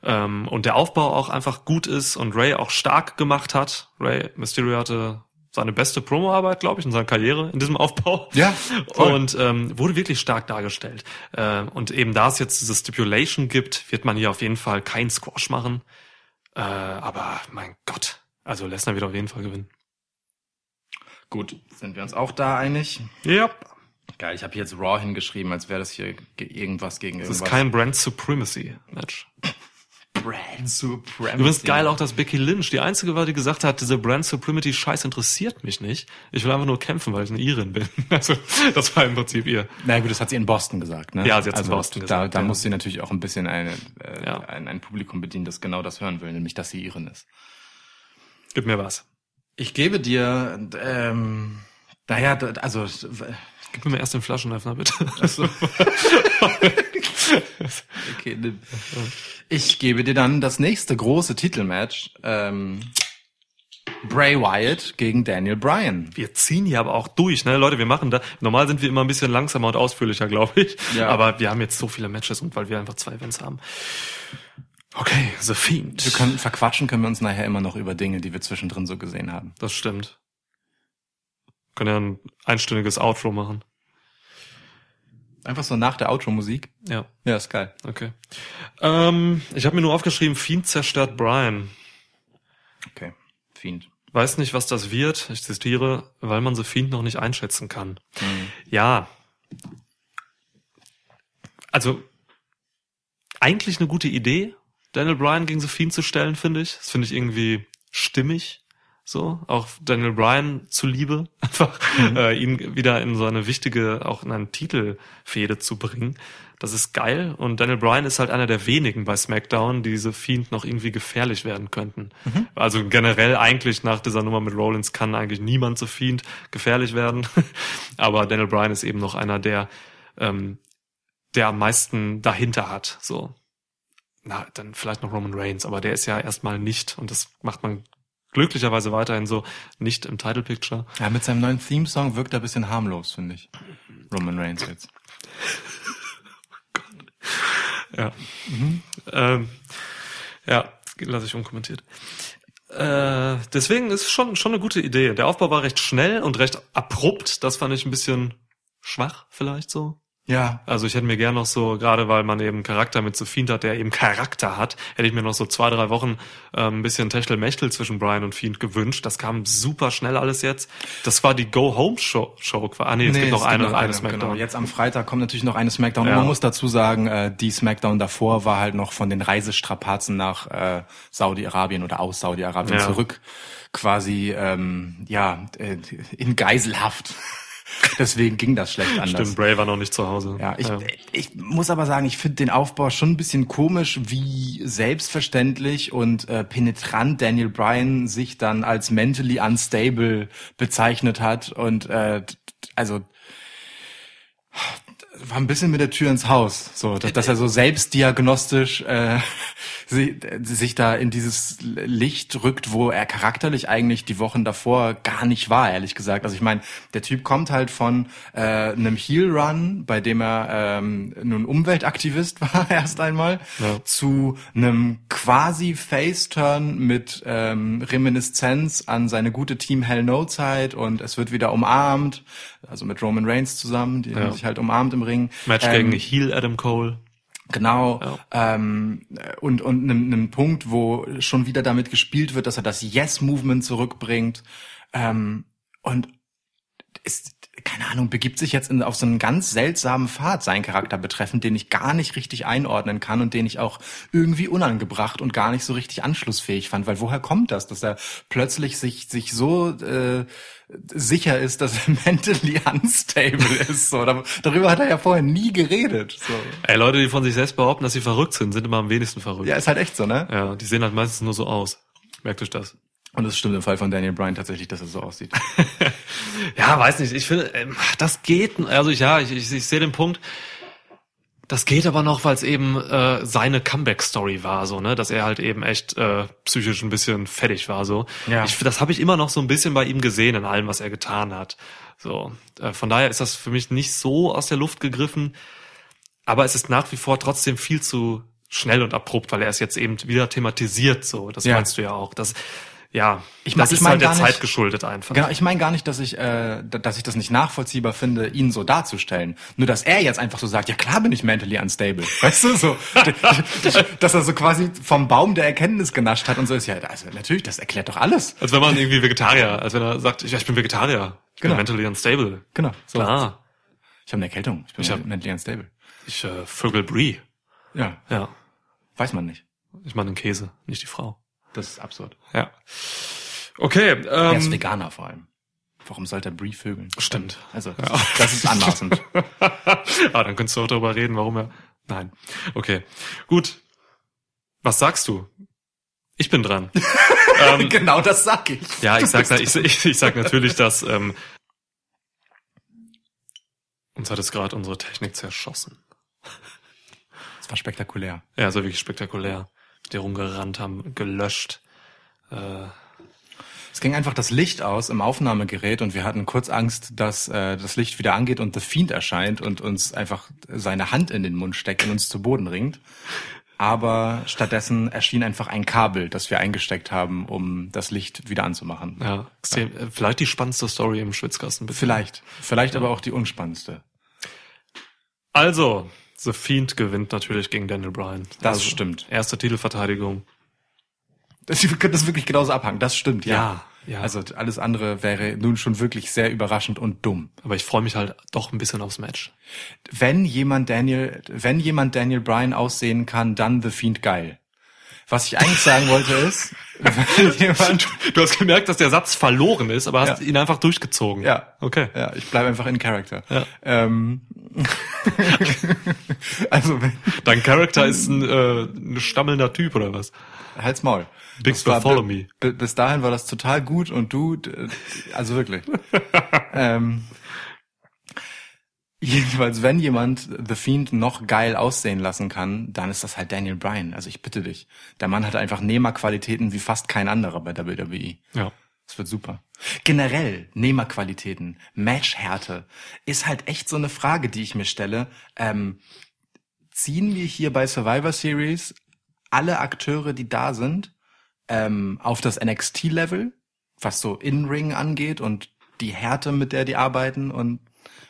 Ähm, und der Aufbau auch einfach gut ist und Ray auch stark gemacht hat. Ray Mysterio hatte seine beste Promoarbeit, glaube ich, in seiner Karriere in diesem Aufbau. Ja, voll. Und ähm, wurde wirklich stark dargestellt. Äh, und eben da es jetzt diese Stipulation gibt, wird man hier auf jeden Fall keinen Squash machen. Äh, aber mein Gott, also Lesnar wird auf jeden Fall gewinnen. Gut, sind wir uns auch da einig? Ja. Geil, ich habe jetzt Raw hingeschrieben, als wäre das hier ge- irgendwas gegen Es irgendwas. ist kein Brand Supremacy Match. Brand Supremacy. Übrigens geil auch, dass Becky Lynch die einzige war, die gesagt hat, diese Brand Supremacy Scheiß interessiert mich nicht. Ich will einfach nur kämpfen, weil ich eine Irin bin. Also, das war im Prinzip ihr. Na gut, das hat sie in Boston gesagt, ne? Ja, sie hat's in Boston da, gesagt, Da ja. muss sie natürlich auch ein bisschen eine, äh, Ja. ein, ein Publikum bedienen, das genau das hören will, nämlich dass sie ihren ist. Gib mir was. Ich gebe dir, ähm, naja, d- also w- Gib mir erst den Flaschenöffner, bitte. okay, ne. ich gebe dir dann das nächste große Titelmatch, ähm, Bray Wyatt gegen Daniel Bryan. Wir ziehen hier aber auch durch, ne? Leute, wir machen da. Normal sind wir immer ein bisschen langsamer und ausführlicher, glaube ich. Ja. Aber wir haben jetzt so viele Matches und weil wir einfach zwei Events haben. Okay, The Fiend. Wir können verquatschen, können wir uns nachher immer noch über Dinge, die wir zwischendrin so gesehen haben. das stimmt. Können ja ein einstündiges Outro machen. Einfach so nach der Outro-Musik. Ja, Ja, ist geil. okay. Ähm, ich habe mir nur aufgeschrieben, Fiend zerstört Brian. Okay, Fiend. Weiß nicht, was das wird, ich zitiere, weil man The Fiend noch nicht einschätzen kann. Mhm. Ja. Also, eigentlich eine gute Idee, Daniel Bryan gegen The Fiend zu stellen, finde ich. Das finde ich irgendwie stimmig. So, auch Daniel Bryan zuliebe, einfach äh, ihn wieder in so eine wichtige, auch in eine Titelfehde zu bringen. Das ist geil. Und Daniel Bryan ist halt einer der wenigen bei SmackDown, die The Fiend noch irgendwie gefährlich werden könnten. Also generell eigentlich nach dieser Nummer mit Rollins kann eigentlich niemand The Fiend gefährlich werden. Aber Daniel Bryan ist eben noch einer, der, ähm, der am meisten dahinter hat. So, na, dann vielleicht noch Roman Reigns, aber der ist ja erstmal nicht, und das macht man glücklicherweise weiterhin so, nicht im Title Picture. Ja, mit seinem neuen Theme-Song wirkt er ein bisschen harmlos, finde ich. Roman Reigns jetzt. Ja. Ähm, ja, lasse ich unkommentiert. Äh, deswegen ist schon, schon eine gute Idee. Der Aufbau war recht schnell und recht abrupt. Das fand ich ein bisschen schwach, vielleicht so. Ja, Also ich hätte mir gern noch so, gerade weil man eben Charakter mit Sophie hat, der eben Charakter hat, hätte ich mir noch so zwei, drei Wochen ähm, ein bisschen Techtelmechtel zwischen Brian und Fiend gewünscht. Das kam super schnell alles jetzt. Das war die Go-Home-Show. Show. Ah nee, es gibt noch eine, eine Smackdown. Genau. Jetzt am Freitag kommt natürlich noch eine Smackdown. Ja. Und man muss dazu sagen, äh, die Smackdown davor war halt noch von den Reisestrapazen nach äh, Saudi-Arabien oder aus Saudi-Arabien Ja. zurück quasi ähm, ja äh, in Geiselhaft. Deswegen ging das schlecht anders. Stimmt, Bray war noch nicht zu Hause. Ja, ich, äh, ich muss aber sagen, ich finde den Aufbau schon ein bisschen komisch, wie selbstverständlich und äh, penetrant Daniel Bryan sich dann als mentally unstable bezeichnet hat und äh, d- also war ein bisschen mit der Tür ins Haus, so dass, dass er so selbstdiagnostisch äh, sie, äh, sich da in dieses Licht rückt, wo er charakterlich eigentlich die Wochen davor gar nicht war, ehrlich gesagt. Also ich meine, der Typ kommt halt von äh, einem Heel Run, bei dem er ähm, nun Umweltaktivist war erst einmal, Ja. zu einem quasi Face Turn mit ähm, Reminiszenz an seine gute Team Hell No Zeit und es wird wieder umarmt, also mit Roman Reigns zusammen, die haben sich halt umarmt im Ring. Match Ähm, gegen Heel Adam Cole. Genau. Ähm, und und einem, einem Punkt, wo schon wieder damit gespielt wird, dass er das Yes-Movement zurückbringt. Ähm, und ist, keine Ahnung, begibt sich jetzt in, auf so einen ganz seltsamen Pfad sein Charakter betreffend, den ich gar nicht richtig einordnen kann und den ich auch irgendwie unangebracht und gar nicht so richtig anschlussfähig fand. Weil woher kommt das, dass er plötzlich sich, sich so äh, sicher ist, dass er mentally unstable ist? So, da- darüber hat er ja vorher nie geredet. So. Ey, Leute, die von sich selbst behaupten, dass sie verrückt sind, sind immer am wenigsten verrückt. Ja, ist halt echt so, ne? Ja, die sehen halt meistens nur so aus. Merkt euch das. Und es stimmt im Fall von Daniel Bryan tatsächlich, dass er so aussieht. Ja, weiß nicht. Ich finde, ähm, das geht. Also ich, ja, ich, ich, ich sehe den Punkt. Das geht aber noch, weil es eben äh, seine Comeback-Story war, so ne, dass er halt eben echt äh, psychisch ein bisschen fertig war, so. Ja. Ich, das habe ich immer noch so ein bisschen bei ihm gesehen in allem, was er getan hat. So, äh, von daher ist das für mich nicht so aus der Luft gegriffen, aber es ist nach wie vor trotzdem viel zu schnell und abrupt, weil er es jetzt eben wieder thematisiert, so. Das Ja. meinst du ja auch. Das, ja, Ich mein- das ich ist mein halt der gar nicht- Zeit geschuldet einfach. Genau, ich meine gar nicht, dass ich, äh, d- dass ich das nicht nachvollziehbar finde, ihn so darzustellen. Nur, dass er jetzt einfach so sagt, ja klar bin ich mentally unstable. Weißt du, so. dass er so quasi vom Baum der Erkenntnis genascht hat und so ist, ja, also natürlich, das erklärt doch alles. Als wenn man irgendwie Vegetarier, als wenn er sagt, ich, ich bin Vegetarier, ich Genau. bin mentally unstable. Genau. So, Klar, Ich habe eine Erkältung, ich bin Ich hab- mentally unstable. ich äh, vögel Brie. Ja, Ja, weiß man nicht. ich meine den Käse, nicht die Frau. Das ist absurd. Ja. Okay, er ist ähm, Veganer vor allem. Warum sollte er Brie vögeln? stimmt. Also, das, ist, das ist anmaßend. ah, dann könntest du auch darüber reden, warum er. Nein. Okay. Gut. Was sagst du? Ich bin dran. ähm, genau das sag ich. ja, ich sag, ich, ich, ich sag natürlich, dass ähm, uns hat es gerade unsere Technik zerschossen. Das war spektakulär. Ja, also wirklich spektakulär. Die rumgerannt haben, gelöscht. Äh, Es ging einfach das Licht aus im Aufnahmegerät und wir hatten kurz Angst, dass äh, das Licht wieder angeht und The Fiend erscheint und uns einfach seine Hand in den Mund steckt und uns zu Boden ringt. Aber stattdessen erschien einfach ein Kabel, das wir eingesteckt haben, um das Licht wieder anzumachen. ja, extrem. Äh, Vielleicht die spannendste Story im Schwitzkasten. bisher. Vielleicht. Vielleicht aber auch die unspannendste. Also, The Fiend gewinnt natürlich gegen Daniel Bryan. Das also, stimmt. Erste Titelverteidigung. Das, wir können das wirklich genauso abhangen. Das stimmt, ja. Ja, ja. Also alles andere wäre nun schon wirklich sehr überraschend und dumm. Aber ich freue mich halt doch ein bisschen aufs Match. wenn jemand Daniel, wenn jemand Daniel Bryan aussehen kann, dann The Fiend geil. Was ich eigentlich sagen wollte ist, wenn jemand, Du hast gemerkt, dass der Satz verloren ist, aber hast Ja. ihn einfach durchgezogen. ja, Okay. ja, ich bleibe einfach in Character. Ja. Ähm, also wenn- Dein Charakter ist ein, äh, ein stammelnder Typ oder was? halt's Maul. Big Das war- Bartholomew. bi- Bis dahin war das total gut und du, d- also wirklich. ähm, jedenfalls, wenn jemand The Fiend noch geil aussehen lassen kann, dann ist das halt Daniel Bryan. Also ich bitte dich. Der Mann hat einfach Nehmerqualitäten wie fast kein anderer bei E. WWE. Ja. Das wird super. Generell Nehmerqualitäten, Matchhärte ist halt echt so eine Frage, die ich mir stelle. Ähm, ziehen wir hier bei Survivor Series alle Akteure, die da sind, ähm, auf das NXT-Level, was so In-Ring angeht und die Härte, mit der die arbeiten und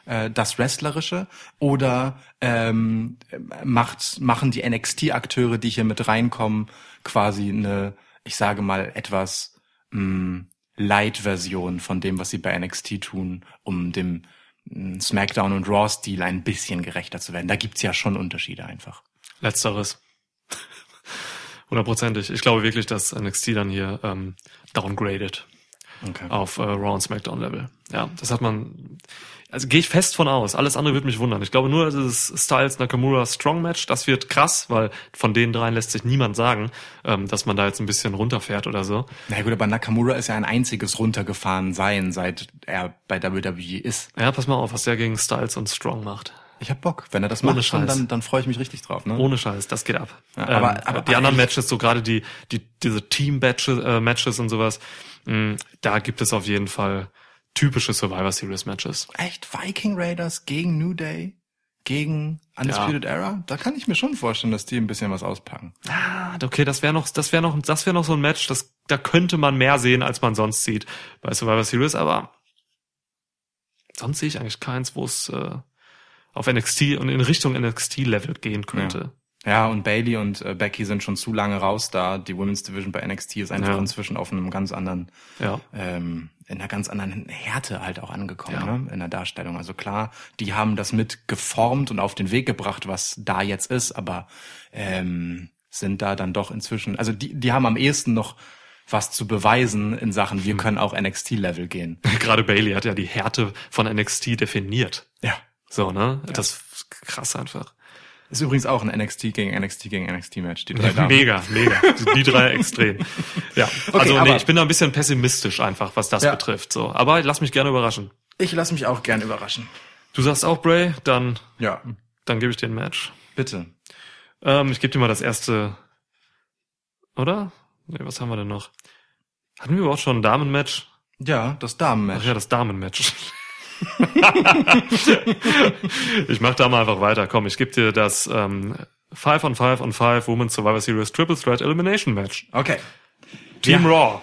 äh, das Wrestlerische? Oder ähm, macht, machen die NXT-Akteure, die hier mit reinkommen, quasi eine, ich sage mal, etwas mh, Light-Version von dem, was sie bei NXT tun, um dem mh, SmackDown und Raw-Stil ein bisschen gerechter zu werden. Da gibt's ja schon Unterschiede einfach. Letzteres. Hundertprozentig. Ich glaube wirklich, dass NXT dann hier ähm, downgradet Okay. auf äh, Raw und SmackDown Level. Ja, das hat man. Also gehe ich fest von aus. Alles andere wird mich wundern. Ich glaube nur, dieses Styles Nakamura Strong Match, das wird krass, weil von den dreien lässt sich niemand sagen, ähm, dass man da jetzt ein bisschen runterfährt oder so. Na gut, aber Nakamura ist ja ein einziges runtergefahren sein, seit er bei WWE ist. Ja, pass mal auf, was der gegen Styles und Strong macht. Ich hab Bock. Wenn er das Ohne macht, schon, Scheiß. dann, dann freue ich mich richtig drauf. Ne? Ohne Scheiß, das geht ab. Ja, aber, ähm, aber- aber- die anderen Matches, so gerade die, die diese Team-Matches äh, Matches und sowas, mh, da gibt es auf jeden Fall typische Survivor Series Matches. Echt? Viking Raiders gegen New Day? Gegen Undisputed Era? Da kann ich mir schon vorstellen, dass die ein bisschen was auspacken. Ah, Okay, das wäre noch, das wäre noch, das wäre noch so ein Match, das da könnte man mehr sehen, als man sonst sieht bei Survivor Series, aber sonst sehe ich eigentlich keins, wo es äh, auf NXT und in Richtung NXT Level gehen könnte. Ja, und Bailey und äh, Becky sind schon zu lange raus da. Die Women's Division bei NXT ist einfach Ja. inzwischen auf einem ganz anderen, Ja. ähm, in einer ganz anderen Härte halt auch angekommen, Ja. ne? in der Darstellung. Also klar, die haben das mit geformt und auf den Weg gebracht, was da jetzt ist, aber ähm, sind da dann doch inzwischen, also die, die haben am ehesten noch was zu beweisen in Sachen, Hm. wir können auch NXT-Level gehen. Gerade Bailey hat ja die Härte von NXT definiert. Ja. So, ne? Das ist krass einfach. Ist übrigens auch ein NXT gegen NXT gegen NXT-Match, die drei Damen. Mega, mega. Die drei extrem. Ja. also nee, aber- ich bin da ein bisschen pessimistisch einfach, was das Ja. betrifft. So. Aber lass mich gerne überraschen. Ich lasse mich auch gern überraschen. Du sagst auch, Bray, dann, Ja, dann gebe ich dir ein Match. bitte. Ähm, ich gebe dir mal das erste. Oder? Nee, was haben wir denn noch? Hatten wir überhaupt schon ein Damenmatch? Ja, das Ach Damenmatch. ja, das Damenmatch. ich mach da mal einfach weiter. Komm, ich gebe dir das ähm, Five on Five on Five Women's Survivor Series Triple Threat Elimination Match. Okay. Team Ja. Raw.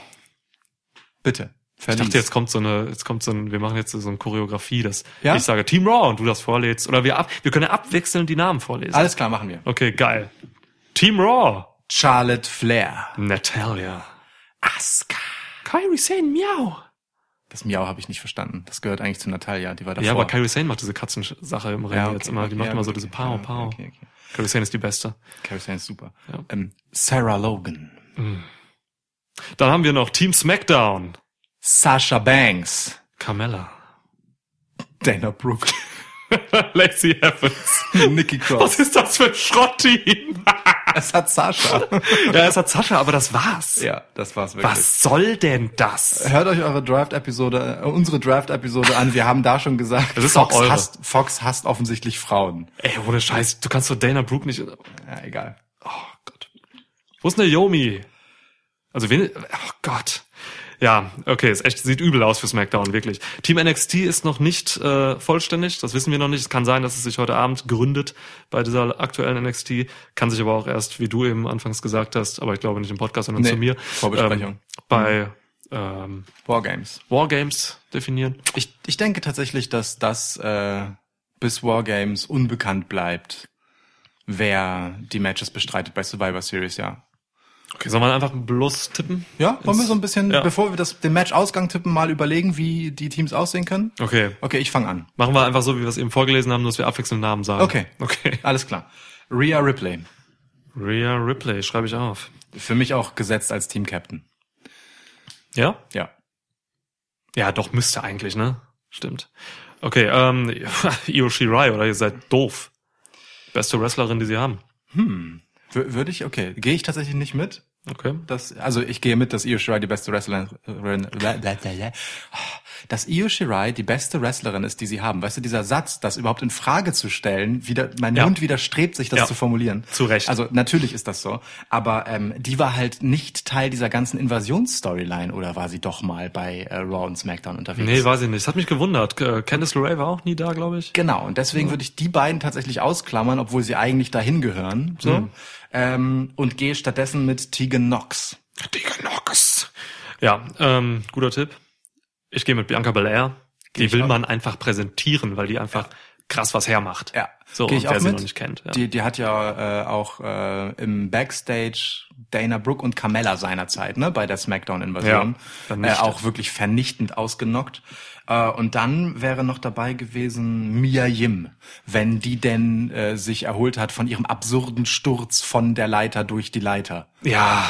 Bitte. Ich Verlies. dachte, jetzt kommt so eine, jetzt kommt so ein, wir machen jetzt so eine Choreografie, dass Ja? ich sage Team Raw und du das vorlädst. Oder wir ab, wir können ja abwechselnd die Namen vorlesen. Alles klar, machen wir. Okay, geil. Team Raw. Charlotte Flair. Natalia. Asuka. Kairi Sane, miau. Das Miau habe ich nicht verstanden. Das gehört eigentlich zu Natalia, die war davor. Ja, aber Kairi Sane macht diese Katzensache im Ring jetzt immer. Die macht immer so diese Pow, Pow. Okay, okay. Kairi Sane ist die Beste. Carrie Sane ist super. Ja. Ähm, Sarah Logan. Dann haben wir noch Team SmackDown. Sasha Banks. Carmella. Dana Brooke. Lacey Evans. Nikki Cross. Was ist das für ein Schrottteam? Es hat Sasha. ja, es hat Sascha, aber das war's. ja, das war's wirklich. Was soll denn das? Hört euch eure Draft-Episode, äh, unsere Draft-Episode an. Wir haben da schon gesagt, Das ist Fox, auch eure. hasst, Fox hasst offensichtlich Frauen. Ey, ohne Scheiß, du kannst doch Dana Brooke nicht. Oh Ja, egal. Gott. Wo ist Naomi? Also wen. Oh Gott. Ja, okay, es echt sieht übel aus für SmackDown, wirklich. Team NXT ist noch nicht äh, vollständig, das wissen wir noch nicht. Es kann sein, dass es sich heute Abend gründet bei dieser aktuellen NXT, kann sich aber auch erst, wie du eben anfangs gesagt hast, aber ich glaube nicht im Podcast, sondern Nee, zu mir. Vorbesprechung. Ähm, bei ähm, Wargames. Wargames definieren. Ich, ich denke tatsächlich, dass das äh, bis Wargames unbekannt bleibt, wer die Matches bestreitet bei Survivor Series, ja. Okay, soll man einfach bloß tippen? Ja, wollen wir so ein bisschen, Ja. bevor wir das, den Match-Ausgang tippen, mal überlegen, wie die Teams aussehen können? Okay, Okay, ich fange an. Machen wir einfach so, wie wir es eben vorgelesen haben, dass wir abwechselnd Namen sagen. Okay. Okay. Alles klar. Rhea Ripley. Rhea Ripley, schreibe ich auf. Für mich auch gesetzt als Team-Captain. Ja? Ja. Ja, doch, müsste eigentlich, ne? Stimmt. Okay, ähm, Io Shirai, oder ihr seid doof. Beste Wrestlerin, die sie haben. Wür- Würde ich, okay. Gehe ich tatsächlich nicht mit. Okay. dass, also ich gehe mit, dass Io Shirai die beste Wrestlerin, dass Io Shirai die beste Wrestlerin ist, die sie haben. Weißt du, dieser Satz, das überhaupt in Frage zu stellen, wieder, mein Ja. Mund widerstrebt sich, das Ja. zu formulieren. Zu Recht. Also natürlich ist das so. Aber ähm, die war halt nicht Teil dieser ganzen Invasionsstoryline oder war sie doch mal bei äh, Raw und SmackDown unterwegs? Nee, weiß ich nicht. Hat mich gewundert. Äh, Candice LeRae war auch nie da, glaube ich. Genau, und deswegen würde ich die beiden tatsächlich ausklammern, obwohl sie eigentlich dahin gehören. So. Ähm, und gehe stattdessen mit Tegan Knox. Digga, Nox. Ja, ähm, guter Tipp. Ich gehe mit Bianca Belair. Die will man einfach präsentieren, weil die einfach krass was hermacht. Ja, So, Geh und ich wer auch sie mit. noch nicht kennt. Ja. Die, die hat ja äh, auch äh, im Backstage Dana Brooke und Carmella seinerzeit, ne, bei der Smackdown-Invasion, Ja, äh, vernichtet. auch wirklich vernichtend ausgenockt. Äh, und dann wäre noch dabei gewesen Mia Yim, wenn die denn äh, sich erholt hat von ihrem absurden Sturz von der Leiter durch die Leiter. ja.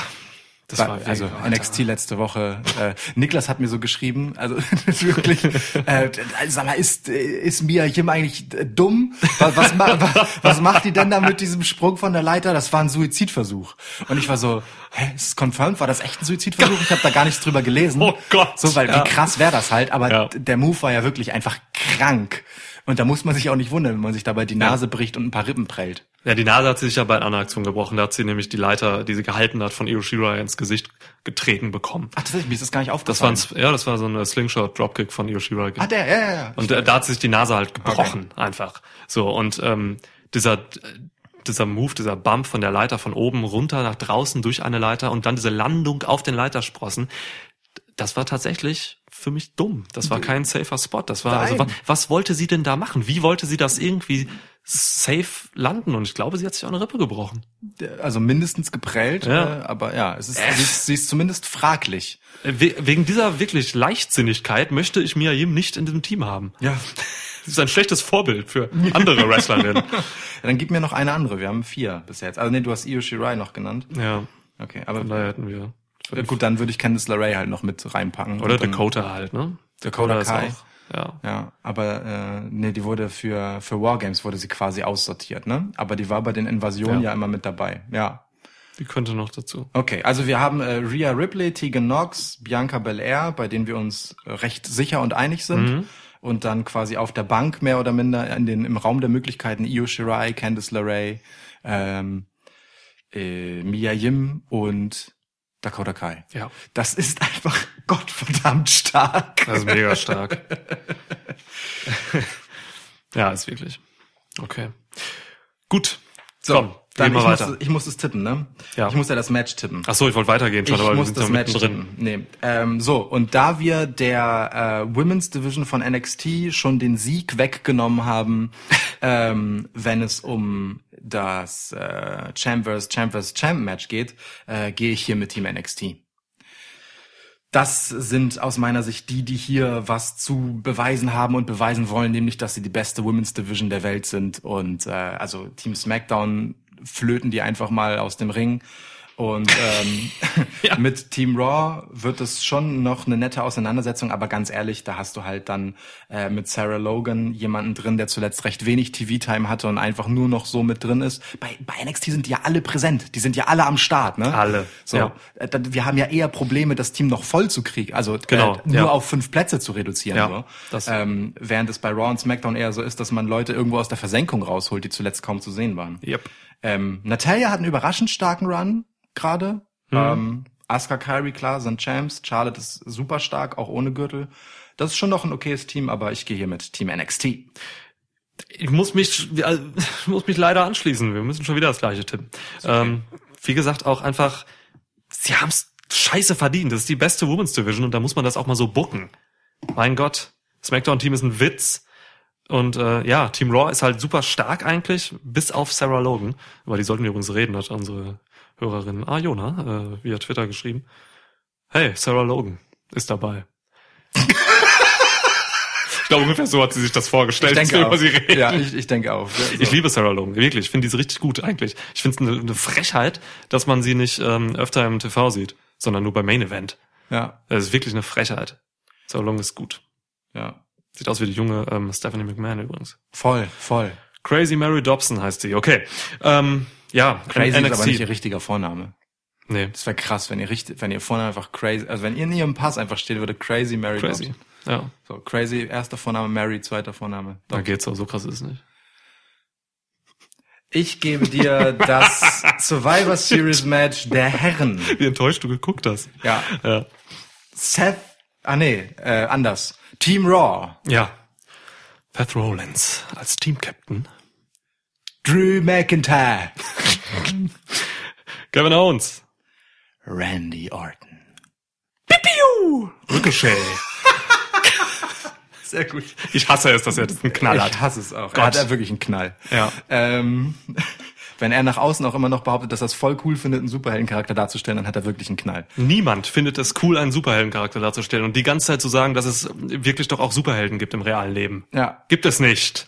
Das War, also NXT letzte Woche. Äh, Niklas hat mir so geschrieben, also das ist wirklich, äh, sag mal, ist, äh, ist Mia Jim eigentlich äh, dumm? Was, was, ma- wa- was macht die denn da mit diesem Sprung von der Leiter? Das war ein Suizidversuch. Und ich war so, hä, ist es confirmed? War das echt ein Suizidversuch? Ich habe da gar nichts drüber gelesen. Oh Gott, So, weil ja. wie krass wäre das halt, aber Ja. d- der Move war ja wirklich einfach krank. Und da muss man sich auch nicht wundern, wenn man sich dabei die Nase bricht und ein paar Rippen prellt. Ja, die Nase hat sie sich ja bei einer Aktion gebrochen. Da hat sie nämlich die Leiter, die sie gehalten hat, von Io Shirai ins Gesicht getreten bekommen. Ach, tatsächlich, mir ist das gar nicht Das aufgefallen. war ein, ja, das war so ein äh, Slingshot-Dropkick von Io Shirai. Ah, der, ja, ja, ja. Und äh, da hat sie sich die Nase halt gebrochen, einfach. So, und ähm, dieser, dieser Move, dieser Bump von der Leiter von oben runter nach draußen durch eine Leiter und dann diese Landung auf den Leitersprossen, das war tatsächlich für mich dumm. Das war kein safer Spot. Das war, also, was, Nein. was wollte sie denn da machen? Wie wollte sie das irgendwie safe landen? Und ich glaube, sie hat sich auch eine Rippe gebrochen. also mindestens geprellt, Ja. äh, aber ja, es ist, sie, ist, sie ist zumindest fraglich. Äh, we- Wegen dieser wirklich Leichtsinnigkeit möchte ich Mia Yim nicht in diesem Team haben. Ja. Sie ist ein schlechtes Vorbild für andere Wrestlerinnen. Dann gib mir noch eine andere. Wir haben vier bis jetzt. Also nee, du hast Io Shirai noch genannt. ja, Okay, aber äh, von daher hätten wir. gut, dann würde ich Candice LeRae halt noch mit reinpacken. Oder Und dann, Dakota halt, ne? Dakota Kai. auch. Ja. Ja, aber äh, nee, die wurde für für Wargames wurde sie quasi aussortiert, ne? Aber die war bei den Invasionen Ja. ja immer mit dabei. Ja. Die könnte noch dazu. Okay, also wir haben äh, Rhea Ripley, Tegan Knox, Bianca Belair, bei denen wir uns äh, recht sicher und einig sind. Mhm. Und dann quasi auf der Bank mehr oder minder in den, im Raum der Möglichkeiten Io Shirai, Candice LeRae, ähm, äh, Mia Yim und Dakota Kai. Ja. Das ist einfach gottverdammt stark. Das ist mega stark. ja, ist wirklich. Okay. Gut. So. Komm, Dann Geh mal ich, muss, weiter. es- ich muss es tippen, ne? Ja. Ich muss ja das Match tippen. Ach so, ich wollte weitergehen schon, aber ich wir muss sind das noch Match mittendrin. tippen. Nee. Ähm, so, und da wir der äh, Women's Division von NXT schon den Sieg weggenommen haben, ähm, wenn es um das äh, Champ vs. Champ vs. Champ Match geht, äh, gehe ich hier mit Team NXT. Das sind aus meiner Sicht die, die hier was zu beweisen haben und beweisen wollen, nämlich, dass sie die beste Women's Division der Welt sind. Und äh, also Team SmackDown flöten die einfach mal aus dem Ring. Und ähm, Ja. mit Team Raw wird es schon noch eine nette Auseinandersetzung, aber ganz ehrlich, da hast du halt dann äh, mit Sarah Logan jemanden drin, der zuletzt recht wenig TV-Time hatte und einfach nur noch so mit drin ist. Bei, bei NXT sind die ja alle präsent, die sind ja alle am Start, ne? Alle, So, ja. äh, dann- wir haben ja eher Probleme, das Team noch voll zu kriegen, also Genau, äh, nur ja. auf fünf Plätze zu reduzieren. Ja, so. das- ähm, während es bei Raw und SmackDown eher so ist, dass man Leute irgendwo aus der Versenkung rausholt, die zuletzt kaum zu sehen waren. Yep. Ähm, Natalia hat einen überraschend starken Run gerade. Mhm. Ähm, Asuka Kyrie, klar, sind Champs. Charlotte ist super stark, auch ohne Gürtel. Das ist schon noch ein okayes Team, aber ich gehe hier mit Team NXT. Ich muss mich, äh, ich muss mich leider anschließen. Wir müssen schon wieder das gleiche tippen. Ähm, wie gesagt, auch einfach, sie haben's scheiße verdient. Das ist die beste Women's Division und da muss man das auch mal so bucken. Mein Gott, SmackDown-Team ist ein Witz. Und äh, ja, Team Raw ist halt super stark eigentlich, bis auf Sarah Logan. Über die sollten wir übrigens reden, hat unsere Hörerin Arjona äh, via Twitter geschrieben. Hey, Sarah Logan ist dabei. ich glaube, ungefähr so hat sie sich das vorgestellt, dass wir über sie reden. Ja, ich, ich denke auch. Ja, so. Ich liebe Sarah Logan, wirklich. Ich finde die ist richtig gut eigentlich. Ich finde es eine, eine Frechheit, dass man sie nicht ähm, öfter im TV sieht, sondern nur beim Main Event. ja, Das ist wirklich eine Frechheit. Sarah Logan ist gut. ja. Sieht aus wie die junge ähm, Stephanie McMahon übrigens. Voll, voll. Crazy Mary Dobson heißt sie, okay. Ähm, ja, Crazy ist aber NXT. nicht ihr richtiger Vorname. nee, Das wäre krass, wenn ihr richtig, wenn ihr vorne einfach crazy, also wenn ihr in ihrem Pass einfach steht würde, crazy Mary crazy. Dobson. Ja, So, crazy, erster Vorname, Mary, zweiter Vorname. da geht's auch. So krass ist es nicht. Ich gebe dir das Survivor Series Match der Herren. Wie enttäuscht du geguckt hast. Ja. Ja. Seth, ah nee, äh, anders. Team Raw. ja. Beth Rollins als Team-Captain. Drew McIntyre. Kevin Owens. Randy Orton. Ricochet. Sehr gut. Ich hasse es, dass er das einen Knall hat. Ich hasse es auch. Gott. Er hat ja wirklich einen Knall. Ja. Ähm, wenn er nach außen auch immer noch behauptet, dass er es voll cool findet, einen Superheldencharakter darzustellen, dann hat er wirklich einen Knall. Niemand findet es cool, einen Superheldencharakter darzustellen und die ganze Zeit zu sagen, dass es wirklich doch auch Superhelden gibt im realen Leben. Ja. Gibt es nicht.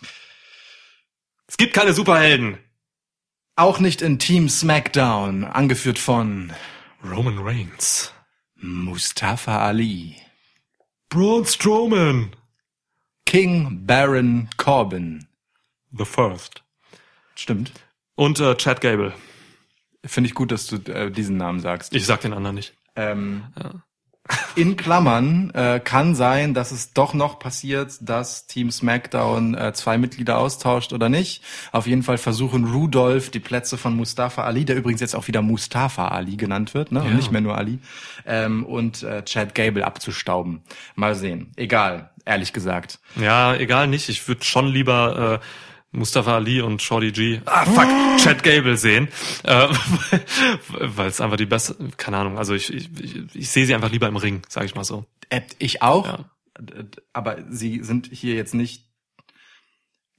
Es gibt keine Superhelden. Auch nicht in Team SmackDown, angeführt von Roman Reigns. Mustafa Ali. Braun Strowman. King Baron Corbin. The First. Stimmt. Und äh, Chad Gable. Finde ich gut, dass du äh, diesen Namen sagst. Ich sag den anderen nicht. Ähm, Ja. In Klammern äh, kann sein, dass es doch noch passiert, dass Team SmackDown äh, zwei Mitglieder austauscht oder nicht. Auf jeden Fall versuchen Rudolf die Plätze von Mustafa Ali, der übrigens jetzt auch wieder Mustafa Ali genannt wird, ne? Ja. und nicht mehr nur Ali, ähm, und äh, Chad Gable abzustauben. Mal sehen. Egal, ehrlich gesagt. Ja, egal nicht. Ich würde schon lieber äh, Mustafa Ali und Shorty G. Ah, fuck, Chad Gable sehen. Äh, Weil es einfach die beste. Keine Ahnung. Also ich, ich, ich, ich sehe sie einfach lieber im Ring, sag ich mal so. Äh, ich auch, Ja. d- d- aber sie sind hier jetzt nicht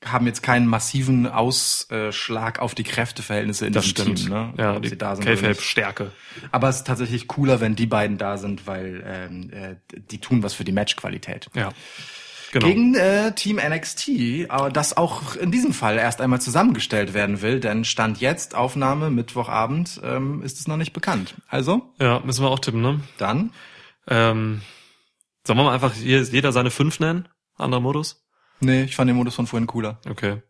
haben jetzt keinen massiven Ausschlag auf die Kräfteverhältnisse in Das diesem stimmt. Team, ne? Ja, Ob die sie da sind oder nicht. K-Fape-Stärke. Aber es ist tatsächlich cooler, wenn die beiden da sind, weil ähm, äh, die tun was für die Matchqualität. Ja. Genau. Gegen äh, Team NXT, äh, das auch in diesem Fall erst einmal zusammengestellt werden will, denn Stand jetzt, Aufnahme, Mittwochabend, ähm, ist es noch nicht bekannt. Also, ja, müssen wir auch tippen, ne? dann Ähm, sollen wir mal einfach hier jeder seine fünf nennen? Anderer Modus? Nee, ich fand den Modus von vorhin cooler. Okay.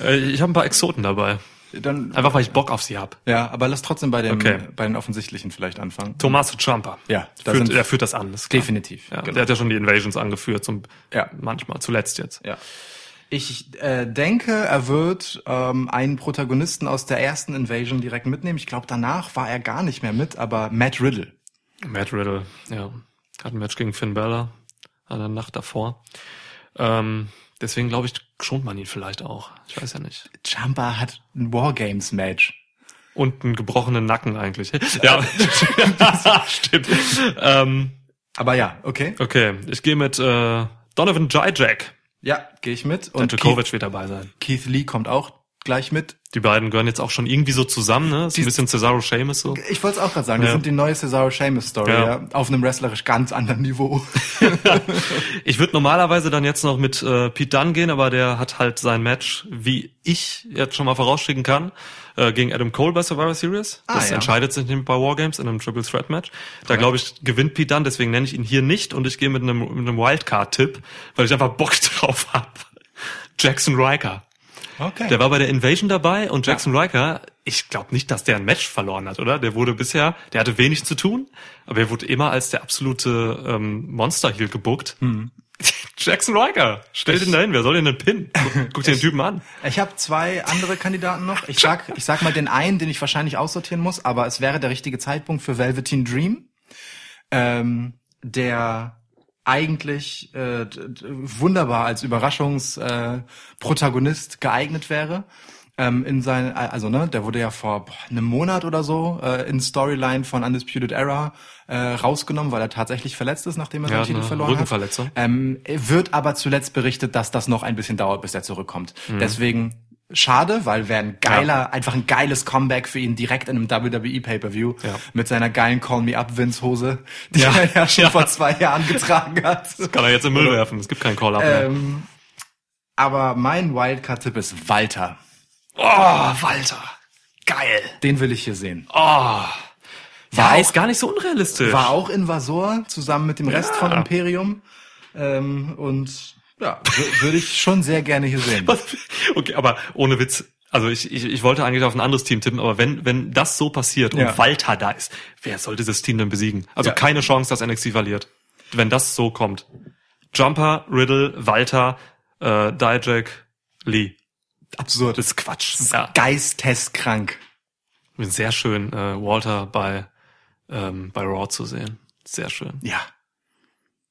Äh, ich habe ein paar Exoten dabei. Dann Einfach weil ich Bock auf sie hab. ja, aber lass trotzdem bei dem Okay. bei den offensichtlichen vielleicht anfangen. Tommaso Ciampa. Ja, da führt, sind- er führt das an. Ist klar. Definitiv. Ja, genau. Der hat ja schon die Invasions angeführt, zum, Ja. manchmal, zuletzt jetzt. Ja. Ich äh, denke, er wird ähm, einen Protagonisten aus der ersten Invasion direkt mitnehmen. Ich glaube, danach war er gar nicht mehr mit, aber Matt Riddle. Matt Riddle, ja. Hat ein Match gegen Finn Balor an der Nacht davor. Ähm, Deswegen glaube ich, schont man ihn vielleicht auch. Ich weiß ja nicht. Champa hat ein Wargames-Match. Und einen gebrochenen Nacken eigentlich. ja, ja stimmt. ähm, Aber ja, okay. okay, ich gehe mit äh, Donovan Jack. Ja, gehe ich mit. Und Und Keith, Djokovic wird dabei sein. Keith Lee kommt auch gleich mit. Die beiden gehören jetzt auch schon irgendwie so zusammen, ne? Ist ein Die- bisschen Cesaro Sheamus so. Ich wollte es auch gerade sagen, Ja. das sind die neue Cesaro Sheamus Story, Ja. ja. Auf einem wrestlerisch ganz anderen Niveau. Ich würde normalerweise dann jetzt noch mit äh, Pete Dunn gehen, aber der hat halt sein Match, wie ich jetzt schon mal vorausschicken kann, äh, gegen Adam Cole bei Survivor Series. Ah, Das ja. entscheidet sich nämlich bei Wargames in einem Triple Threat Match. Da glaube ich, gewinnt Pete Dunn, deswegen nenne ich ihn hier nicht und ich gehe mit einem, mit einem Wildcard-Tipp, weil ich einfach Bock drauf habe. Jackson Riker. Okay. Der war bei der Invasion dabei und Jackson Riker, ich glaube nicht, dass der ein Match verloren hat, oder? Der wurde bisher, der hatte wenig zu tun, aber er wurde immer als der absolute ähm, Monster-Heel gebuckt. Hm. Jackson Riker, stell den da hin, wer soll den denn pinnen? Guck, guck dir den Typen an. Ich habe zwei andere Kandidaten noch. Ich sag, ich sag mal den einen, den ich wahrscheinlich aussortieren muss, aber es wäre der richtige Zeitpunkt für Velveteen Dream, ähm, der eigentlich äh, d- d- wunderbar als Überraschungsprotagonist äh, Protagonist geeignet wäre. Ähm, in sein, also ne, der wurde ja vor boah, einem Monat oder so äh, in Storyline von Undisputed Era äh, rausgenommen, weil er tatsächlich verletzt ist, nachdem er Ja, seinen Titel eine verloren hat. Rückenverletzung. Ähm, wird aber zuletzt berichtet, dass das noch ein bisschen dauert, bis er zurückkommt. Mhm. Deswegen schade, weil wäre ein geiler, einfach ein geiles Comeback für ihn direkt in einem WWE Pay-Per-View Ja. mit seiner geilen Call Me Up Vince Hose, die Ja. er ja schon Ja. vor zwei Jahren getragen hat. Kann er jetzt im Müll werfen, es gibt keinen Call-Up mehr. Ähm, aber mein Wildcard-Tipp ist Walter. Oh, Walter, geil. Den will ich hier sehen. Oh, War war auch- ist gar nicht so unrealistisch. War auch Invasor zusammen mit dem Rest von Imperium ähm, und ja, w- würde ich schon sehr gerne hier sehen. Was? Okay, aber ohne Witz. Also ich, ich, ich wollte eigentlich auf ein anderes Team tippen, aber wenn, wenn das so passiert und Ja. Walter da ist, wer soll dieses Team denn besiegen? Also Ja. keine Chance, dass NXT verliert. Wenn das so kommt. Jumper, Riddle, Walter, äh, Dijak, Lee. Absurd. Das ist Quatsch. Ja. geisteskrank. Sehr schön, äh, Walter bei, ähm, bei Raw zu sehen. Sehr schön. Ja.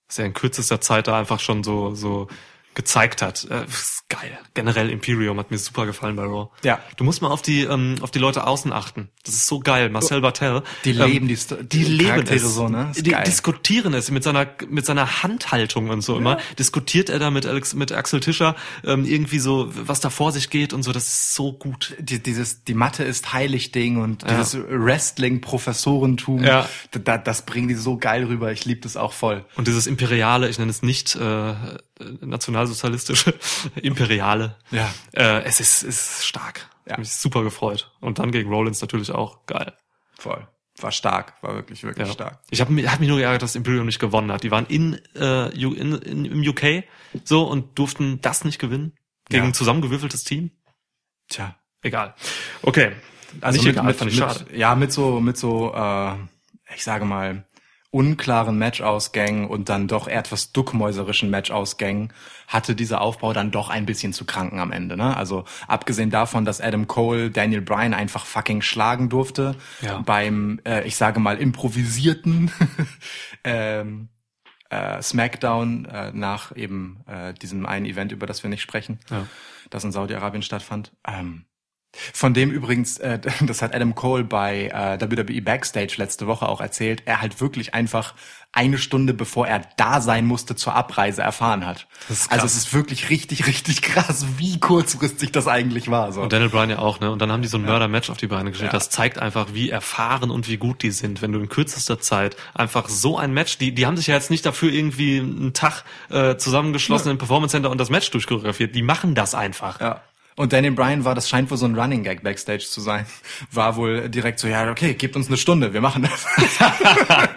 Dass er in kürzester Zeit da einfach schon so, so gezeigt hat. Äh, ist geil. Generell Imperium hat mir super gefallen bei Raw. Ja. Du musst mal auf die ähm, auf die Leute außen achten. Das ist so geil. Marcel Bartel. Oh. Die ähm, leben die Sto- die die leben Charaktere es. so, ne? Ist Die geil. diskutieren es mit seiner mit seiner Handhaltung und so immer. Diskutiert er da mit Alex mit Axel Tischer ähm, irgendwie so was da vor sich geht und so. Das ist so gut. Die, dieses, die Mathe ist heilig Ding und dieses Wrestling-Professorentum, Ja. da- da, das bringen die so geil rüber. Ich lieb das auch voll. Und dieses imperiale, ich nenne es nicht äh, äh, nationalsozialistische, imperiale. Ja. Äh, es ist es ist stark. Ja. Hab mich super gefreut. Und dann gegen Rollins natürlich auch geil. Voll. War stark. War wirklich, wirklich Ja. stark. Ich habe mich, hab mich nur geärgert, dass Imperium nicht gewonnen hat. Die waren in, äh, U- in, in im UK so und durften das nicht gewinnen gegen Ja. ein zusammengewürfeltes Team. Tja. Egal. Okay. Also nicht egal, fand ich schade. ja, mit so, mit so, äh, ich sage mal, unklaren Matchausgängen und dann doch eher etwas duckmäuserischen Matchausgängen hatte dieser Aufbau dann doch ein bisschen zu kranken am Ende. Ne? Also abgesehen davon, dass Adam Cole Daniel Bryan einfach fucking schlagen durfte Ja. beim, äh, ich sage mal, improvisierten ähm, äh, Smackdown äh, nach eben äh, diesem einen Event, über das wir nicht sprechen, Ja. das in Saudi-Arabien stattfand. Ähm, von dem übrigens, äh, das hat Adam Cole bei äh, WWE Backstage letzte Woche auch erzählt, er halt wirklich einfach eine Stunde bevor er da sein musste zur Abreise erfahren hat. Das ist krass. also es ist wirklich richtig, richtig krass, wie kurzfristig das eigentlich war. So. Und Daniel Bryan ja auch, ne? Und dann haben die so ein Mörder-Match auf die Beine gestellt. Das zeigt einfach, wie erfahren und wie gut die sind, wenn du in kürzester Zeit einfach so ein Match, die, die haben sich ja jetzt nicht dafür irgendwie einen Tag äh, zusammengeschlossen im Performance Center und das Match durchchoreografiert. Die machen das einfach. Ja. Und Daniel Bryan war, das scheint wohl so ein Running Gag Backstage zu sein, war wohl direkt so, ja, okay, gebt uns eine Stunde, wir machen das. Ja.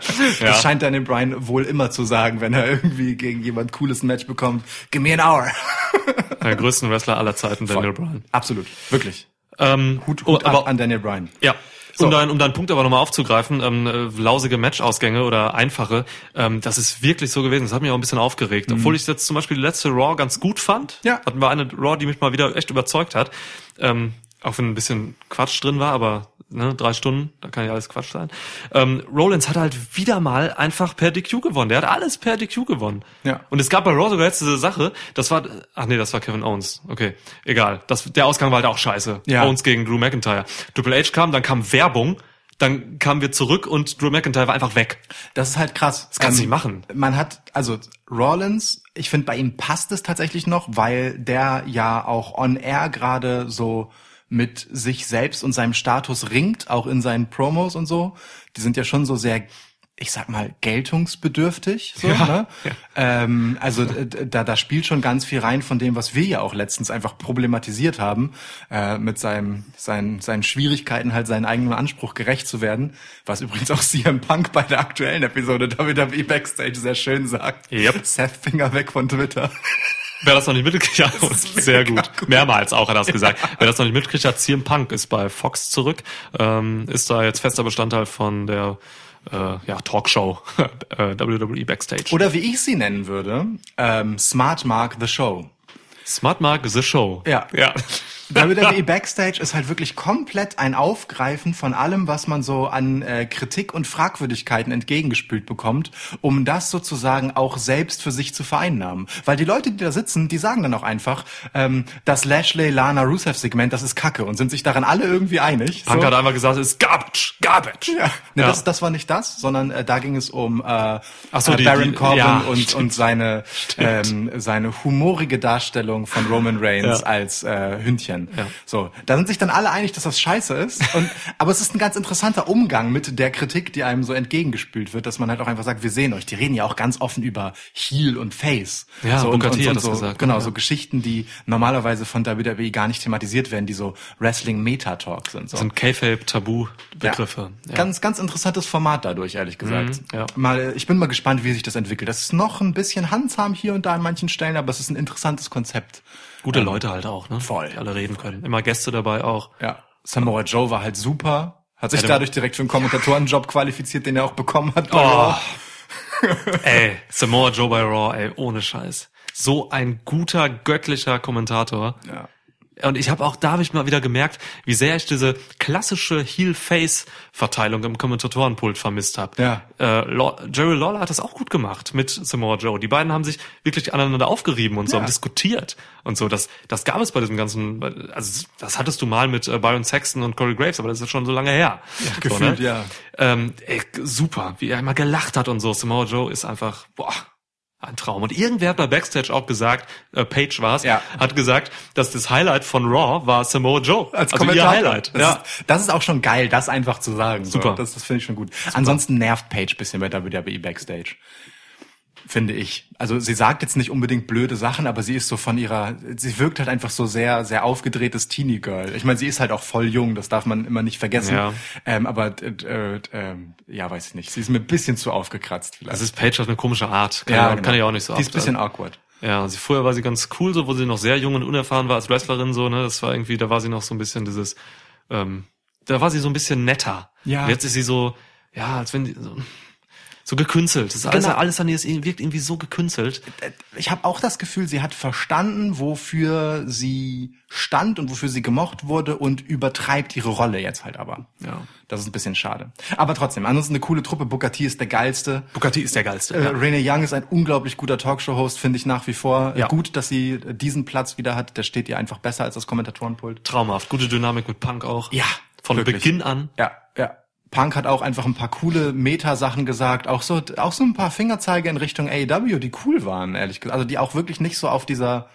Das scheint Daniel Bryan wohl immer zu sagen, wenn er irgendwie gegen jemand cooles ein Match bekommt, give me an hour. Der größten Wrestler aller Zeiten, Daniel Bryan. Absolut, wirklich. Ähm, Hut, oh, Hut ab an Daniel Bryan. Ja. So. Um, dein, um deinen Punkt aber nochmal aufzugreifen, ähm, äh, lausige Matchausgänge oder einfache, ähm, das ist wirklich so gewesen. Das hat mich auch ein bisschen aufgeregt. Obwohl ich jetzt zum Beispiel die letzte Raw ganz gut fand. Mhm. Ja. Hatten wir eine Raw, die mich mal wieder echt überzeugt hat. Ähm, auch wenn ein bisschen Quatsch drin war, aber ne, drei Stunden, da kann ja alles Quatsch sein. Ähm, Rollins hat halt wieder mal einfach per DQ gewonnen. Der hat alles per DQ gewonnen. Ja. Und es gab bei Raw sogar jetzt diese Sache, das war, ach nee, das war Kevin Owens. Okay, egal. Das, der Ausgang war halt auch scheiße. Ja. Owens gegen Drew McIntyre. Triple H kam, dann kam Werbung, dann kamen wir zurück und Drew McIntyre war einfach weg. Das ist halt krass. Das kannst du nicht machen. Man hat, also Rollins, ich finde, bei ihm passt es tatsächlich noch, weil der ja auch on air gerade so mit sich selbst und seinem Status ringt, auch in seinen Promos und so. Die sind ja schon so sehr, ich sag mal, geltungsbedürftig. So, ne? Ähm, also d- d- da, da spielt schon ganz viel rein von dem, was wir ja auch letztens einfach problematisiert haben, äh, mit seinem, seinen, seinen Schwierigkeiten halt seinen eigenen Anspruch gerecht zu werden. Was übrigens auch CM Punk bei der aktuellen Episode WWE Backstage sehr schön sagt. Yep. Seth Finger weg von Twitter. Wer das noch nicht mitgekriegt hat, sehr gut. Mehrmals auch hat er das gesagt. Wer das noch nicht mitgekriegt hat, CM Punk ist bei Fox zurück, ähm, ist da jetzt fester Bestandteil von der äh, ja, Talkshow äh, WWE Backstage. Oder wie ich sie nennen würde, ähm, Smart Mark the Show. Smart Mark The Show. Ja. ja. WWE Backstage ist halt wirklich komplett ein Aufgreifen von allem, was man so an äh, Kritik und Fragwürdigkeiten entgegengespült bekommt, um das sozusagen auch selbst für sich zu vereinnahmen. Weil die Leute, die da sitzen, die sagen dann auch einfach, ähm, das Lashley-Lana-Rusev-Segment, das ist Kacke und sind sich darin alle irgendwie einig. Punk So. hat einfach gesagt, es ist Garbage, Garbage. Ja. Ne, Ja. Das, das war nicht das, sondern äh, da ging es um äh, so, äh, die- Baron die- Corbin ja, und, und seine, ähm, seine humorige Darstellung von Roman Reigns Ja. als äh, Hündchen. So, da sind sich dann alle einig, dass das scheiße ist. Und, aber es ist ein ganz interessanter Umgang mit der Kritik, die einem so entgegengespült wird, dass man halt auch einfach sagt, wir sehen euch, die reden ja auch ganz offen über Heel und Face. Ja, so, Booker T hat das so, gesagt, Genau, ja. so Geschichten, die normalerweise von WWE gar nicht thematisiert werden, die so Wrestling-Meta-Talk sind. So. Das sind K-Fape-Tabu-Begriffe. Ja. Ganz, ganz interessantes Format dadurch, ehrlich gesagt. Mhm, ja. Mal, äh, ich bin mal gespannt, wie sich das entwickelt. Das ist noch ein bisschen handsam hier und da an manchen Stellen, aber es ist ein interessantes Konzept. Gute Leute halt auch, ne? voll. Die alle reden können. Immer Gäste dabei auch. Ja. Samoa Joe war halt super, hat sich Hätte man- dadurch direkt für einen Kommentatorenjob qualifiziert, den er auch bekommen hat. bei Oh. Raw. ey, Samoa Joe bei Raw, ey, ohne Scheiß. So ein guter, göttlicher Kommentator. Ja. Und ich habe auch da hab ich mal wieder gemerkt, wie sehr ich diese klassische Heel-Face-Verteilung im Kommentatorenpult vermisst habe. Ja. Äh, Law- Jerry Lawler hat das auch gut gemacht mit Samoa Joe. Die beiden haben sich wirklich aneinander aufgerieben und so Ja. haben diskutiert und so. Das, das gab es bei diesem ganzen, also das hattest du mal mit äh, Byron Saxton und Corey Graves, aber das ist schon so ne? lange her. Ja, gefühlt, ja. Ähm, ey, super, wie er immer gelacht hat und so. Samoa Joe ist einfach, boah, ein Traum. Und irgendwer hat bei Backstage auch gesagt, äh, Page war's, Ja. hat gesagt, dass das Highlight von Raw war Samoa Joe. Als also ihr Kommentator. Highlight. Das, Ja. ist, das ist auch schon geil, das einfach zu sagen. Super. So, das das finde ich schon gut. Ansonsten nervt Paige ein bisschen bei WWE Backstage. Finde ich. Also sie sagt jetzt nicht unbedingt blöde Sachen, aber sie ist so von ihrer, sie wirkt halt einfach so sehr, sehr aufgedrehtes Teenie-Girl. Ich meine, sie ist halt auch voll jung, das darf man immer nicht vergessen. Ja. Ähm, aber, äh, äh, ähm, ja, weiß ich nicht. Sie ist mir ein bisschen zu aufgekratzt vielleicht. Das ist Page auf eine komische Art. Kann, ja, genau. kann ich auch nicht so Die ist ein ab. bisschen awkward. Ja, sie, vorher war sie ganz cool, so wo sie noch sehr jung und unerfahren war als Wrestlerin, so, ne? Das war irgendwie, da war sie noch so ein bisschen dieses, ähm, da war sie so ein bisschen netter. Ja. Und Jetzt ist sie so, ja, als wenn die, so, so gekünstelt. Das ist alles, Genau. alles an ihr ist, irgendwie- wirkt irgendwie so gekünstelt. ich habe auch das Gefühl, sie hat verstanden, wofür sie stand und wofür sie gemocht wurde und übertreibt ihre Rolle jetzt halt aber. Ja. Das ist ein bisschen schade. Aber trotzdem, ansonsten eine coole Truppe. Booker T ist der geilste. Bukati ist der geilste. Äh, ja. Renee Young ist ein unglaublich guter Talkshow-Host, finde ich nach wie vor. Ja. Gut, dass sie äh, diesen Platz wieder hat. Der steht ihr einfach besser als das Kommentatorenpult. Traumhaft. Gute Dynamik mit Punk auch. Ja, Von wirklich. Beginn an. Ja, ja. Punk hat auch einfach ein paar coole Meta-Sachen gesagt, auch so, auch so ein paar Fingerzeige in Richtung AEW, die cool waren, ehrlich gesagt. Also die auch wirklich nicht so auf dieser,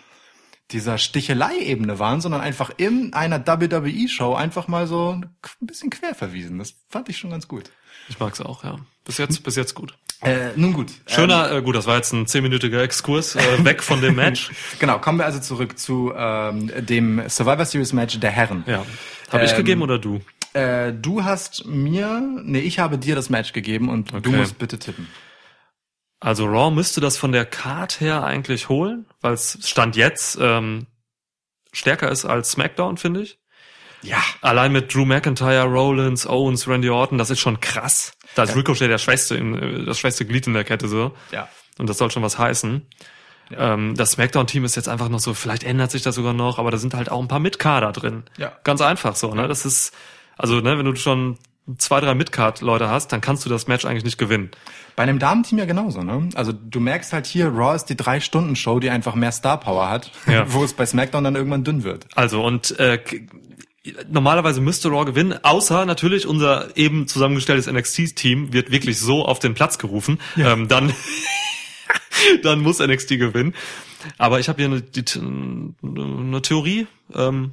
dieser Stichelei-Ebene waren, sondern einfach in einer WWE-Show einfach mal so ein bisschen quer verwiesen. Das fand ich schon ganz gut. Ich mag's auch, ja. Bis jetzt, bis jetzt gut. Äh, nun gut. Schöner, äh, gut, das war jetzt ein zehnminütiger Exkurs, äh, weg von dem Match. Genau, kommen wir also zurück zu ähm, dem Survivor Series Match der Herren. Ja. Habe ich Ähm, gegeben oder du? Äh, du hast mir, nee, ich habe dir das Match gegeben und du Okay. musst bitte tippen. Also Raw müsste das von der Card her eigentlich holen, weil es Stand jetzt ähm, stärker ist als SmackDown, finde ich. Ja. Allein mit Drew McIntyre, Rollins, Owens, Randy Orton, das ist schon krass. Da ist Ja. Ricochet der schwächste, in, äh, das schwächste Glied in der Kette so. Ja. Und das soll schon was heißen. Ähm, das Smackdown-Team ist jetzt einfach noch so, vielleicht ändert sich das sogar noch, aber da sind halt auch ein paar Mitkader drin. Ja. Ganz einfach so, ne? Das ist, Also, ne, wenn du schon zwei, drei Midcard-Leute hast, dann kannst du das Match eigentlich nicht gewinnen. Bei einem Damenteam ja genauso, ne? Also du merkst halt hier, Raw ist die Drei-Stunden-Show, die einfach mehr Star-Power hat, Ja. wo es bei SmackDown dann irgendwann dünn wird. Also, und äh, k- normalerweise müsste Raw gewinnen, außer natürlich unser eben zusammengestelltes NXT-Team wird wirklich so auf den Platz gerufen. Ähm, dann, dann muss NXT gewinnen. Aber ich habe hier eine, die, eine Theorie, ähm,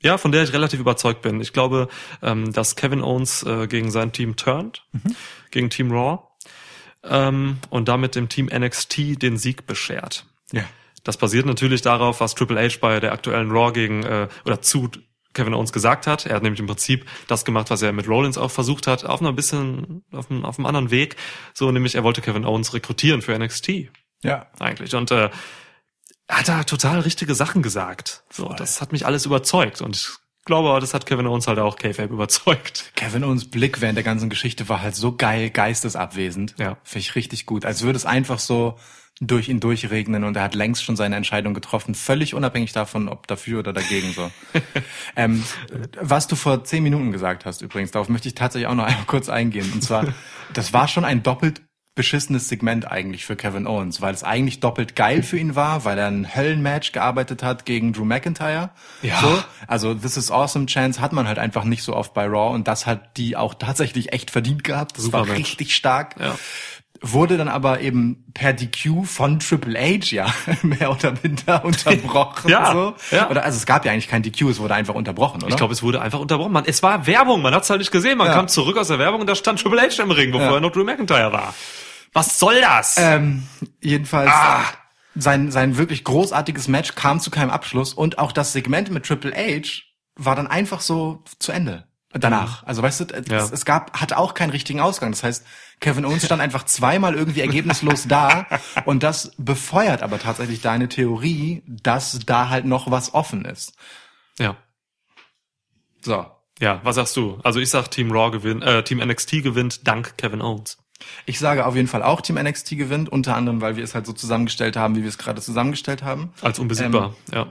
ja, von der ich relativ überzeugt bin. Ich glaube, ähm, dass Kevin Owens äh, gegen sein Team turnt, gegen Team Raw, ähm, und damit dem Team NXT den Sieg beschert. Ja. Das basiert natürlich darauf, was Triple H bei der aktuellen Raw gegen äh, oder zu Kevin Owens gesagt hat. Er hat nämlich im Prinzip das gemacht, was er mit Rollins auch versucht hat, auf einer bisschen auf einem, auf einem anderen Weg. So nämlich er wollte Kevin Owens rekrutieren für NXT Ja. eigentlich und äh, hat da total richtige Sachen gesagt. So, das hat mich alles überzeugt und ich glaube, das hat Kevin Owens halt auch KFAB überzeugt. Kevin Owens Blick während der ganzen Geschichte war halt so geil geistesabwesend. Ja. Finde ich richtig gut. Als würde es einfach so durch ihn durchregnen und er hat längst schon seine Entscheidung getroffen, völlig unabhängig davon, ob dafür oder dagegen so. ähm, was du vor zehn Minuten gesagt hast übrigens, darauf möchte ich tatsächlich auch noch einmal kurz eingehen. Und zwar, das war schon ein doppelt beschissenes Segment eigentlich für Kevin Owens, weil es eigentlich doppelt geil für ihn war, weil er ein Höllenmatch gearbeitet hat gegen Drew McIntyre. Ja. So, also This is Awesome Chance hat man halt einfach nicht so oft bei Raw und das hat die auch tatsächlich echt verdient gehabt. Das Super war Match. richtig stark. Ja. Wurde dann aber eben per DQ von Triple H ja mehr oder minder unterbrochen. Ja, so. ja. Oder also es gab ja eigentlich kein DQ, es wurde einfach unterbrochen, oder? Ich glaube, es wurde einfach unterbrochen. Man, es war Werbung, man hat es halt nicht gesehen. Man Ja. kam zurück aus der Werbung und da stand Triple H im Ring, bevor er noch Drew McIntyre war. Was soll das? Ähm, jedenfalls. Ah! Sein, sein wirklich großartiges Match kam zu keinem Abschluss und auch das Segment mit Triple H war dann einfach so zu Ende. Danach. Also weißt du, es, Mhm. Ja. es gab, hatte auch keinen richtigen Ausgang. Das heißt, Kevin Owens stand einfach zweimal irgendwie ergebnislos da und das befeuert aber tatsächlich deine Theorie, dass da halt noch was offen ist. ja. So. Ja, was sagst du? Also ich sag Team Raw gewinnt, äh, Team NXT gewinnt dank Kevin Owens. Ich sage auf jeden Fall auch Team NXT gewinnt, unter anderem, weil wir es halt so zusammengestellt haben, wie wir es gerade zusammengestellt haben. Als unbesiegbar, Ähm.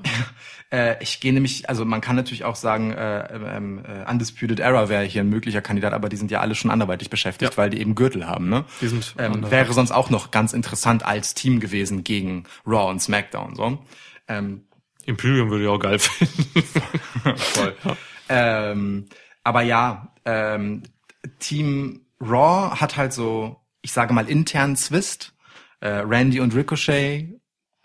ja. Äh, ich gehe nämlich, also man kann natürlich auch sagen, äh, ähm, äh, Undisputed Era wäre hier ein möglicher Kandidat, aber die sind ja alle schon anderweitig beschäftigt, weil die eben Gürtel haben. Ne? Die sind ähm, andere. wäre sonst auch noch ganz interessant als Team gewesen gegen Raw und SmackDown. So. Ähm, Imperium würde ich auch geil finden. voll. ähm, aber ja, ähm, Team Raw hat halt so, ich sage mal, internen Zwist. Äh, Randy und Ricochet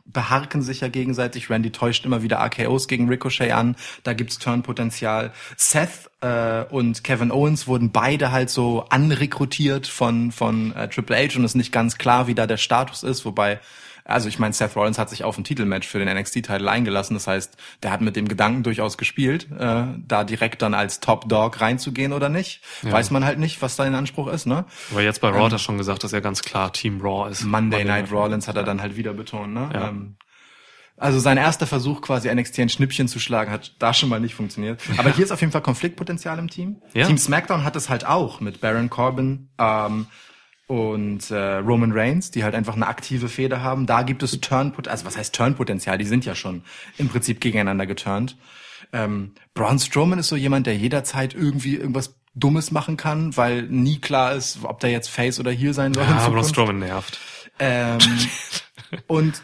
beharken sich ja gegenseitig. Randy täuscht immer wieder RKOs gegen Ricochet an. Da gibt's Turnpotenzial. Seth äh, und Kevin Owens wurden beide halt so anrekrutiert von von äh, Triple H und ist nicht ganz klar, wie da der Status ist. Wobei, also ich meine, Seth Rollins hat sich auf ein Titelmatch für den NXT-Titel eingelassen. Das heißt, der hat mit dem Gedanken durchaus gespielt, äh, da direkt dann als Top Dog reinzugehen oder nicht. Weiß man halt nicht, was da in Anspruch ist. Ne? Aber jetzt bei Raw hat er schon gesagt, dass er ganz klar Team Raw ist. Monday Night Rollins hat er dann halt wieder betont, ne? Ja. Ähm, also sein erster Versuch quasi NXT ein Schnippchen zu schlagen hat da schon mal nicht funktioniert. Aber hier ist auf jeden Fall Konfliktpotenzial im Team. Ja. Team SmackDown hat es halt auch mit Baron Corbin ähm, und äh, Roman Reigns, die halt einfach eine aktive Fehde haben. Da gibt es Turnpotenzial, also was heißt Turnpotenzial? Die sind ja schon im Prinzip gegeneinander geturnt. Ähm, Braun Strowman ist so jemand, der jederzeit irgendwie irgendwas Dummes machen kann, weil nie klar ist, ob der jetzt Face oder Heel sein soll. in Ja, Braun Zukunft. Ah, Strowman nervt. Ähm, und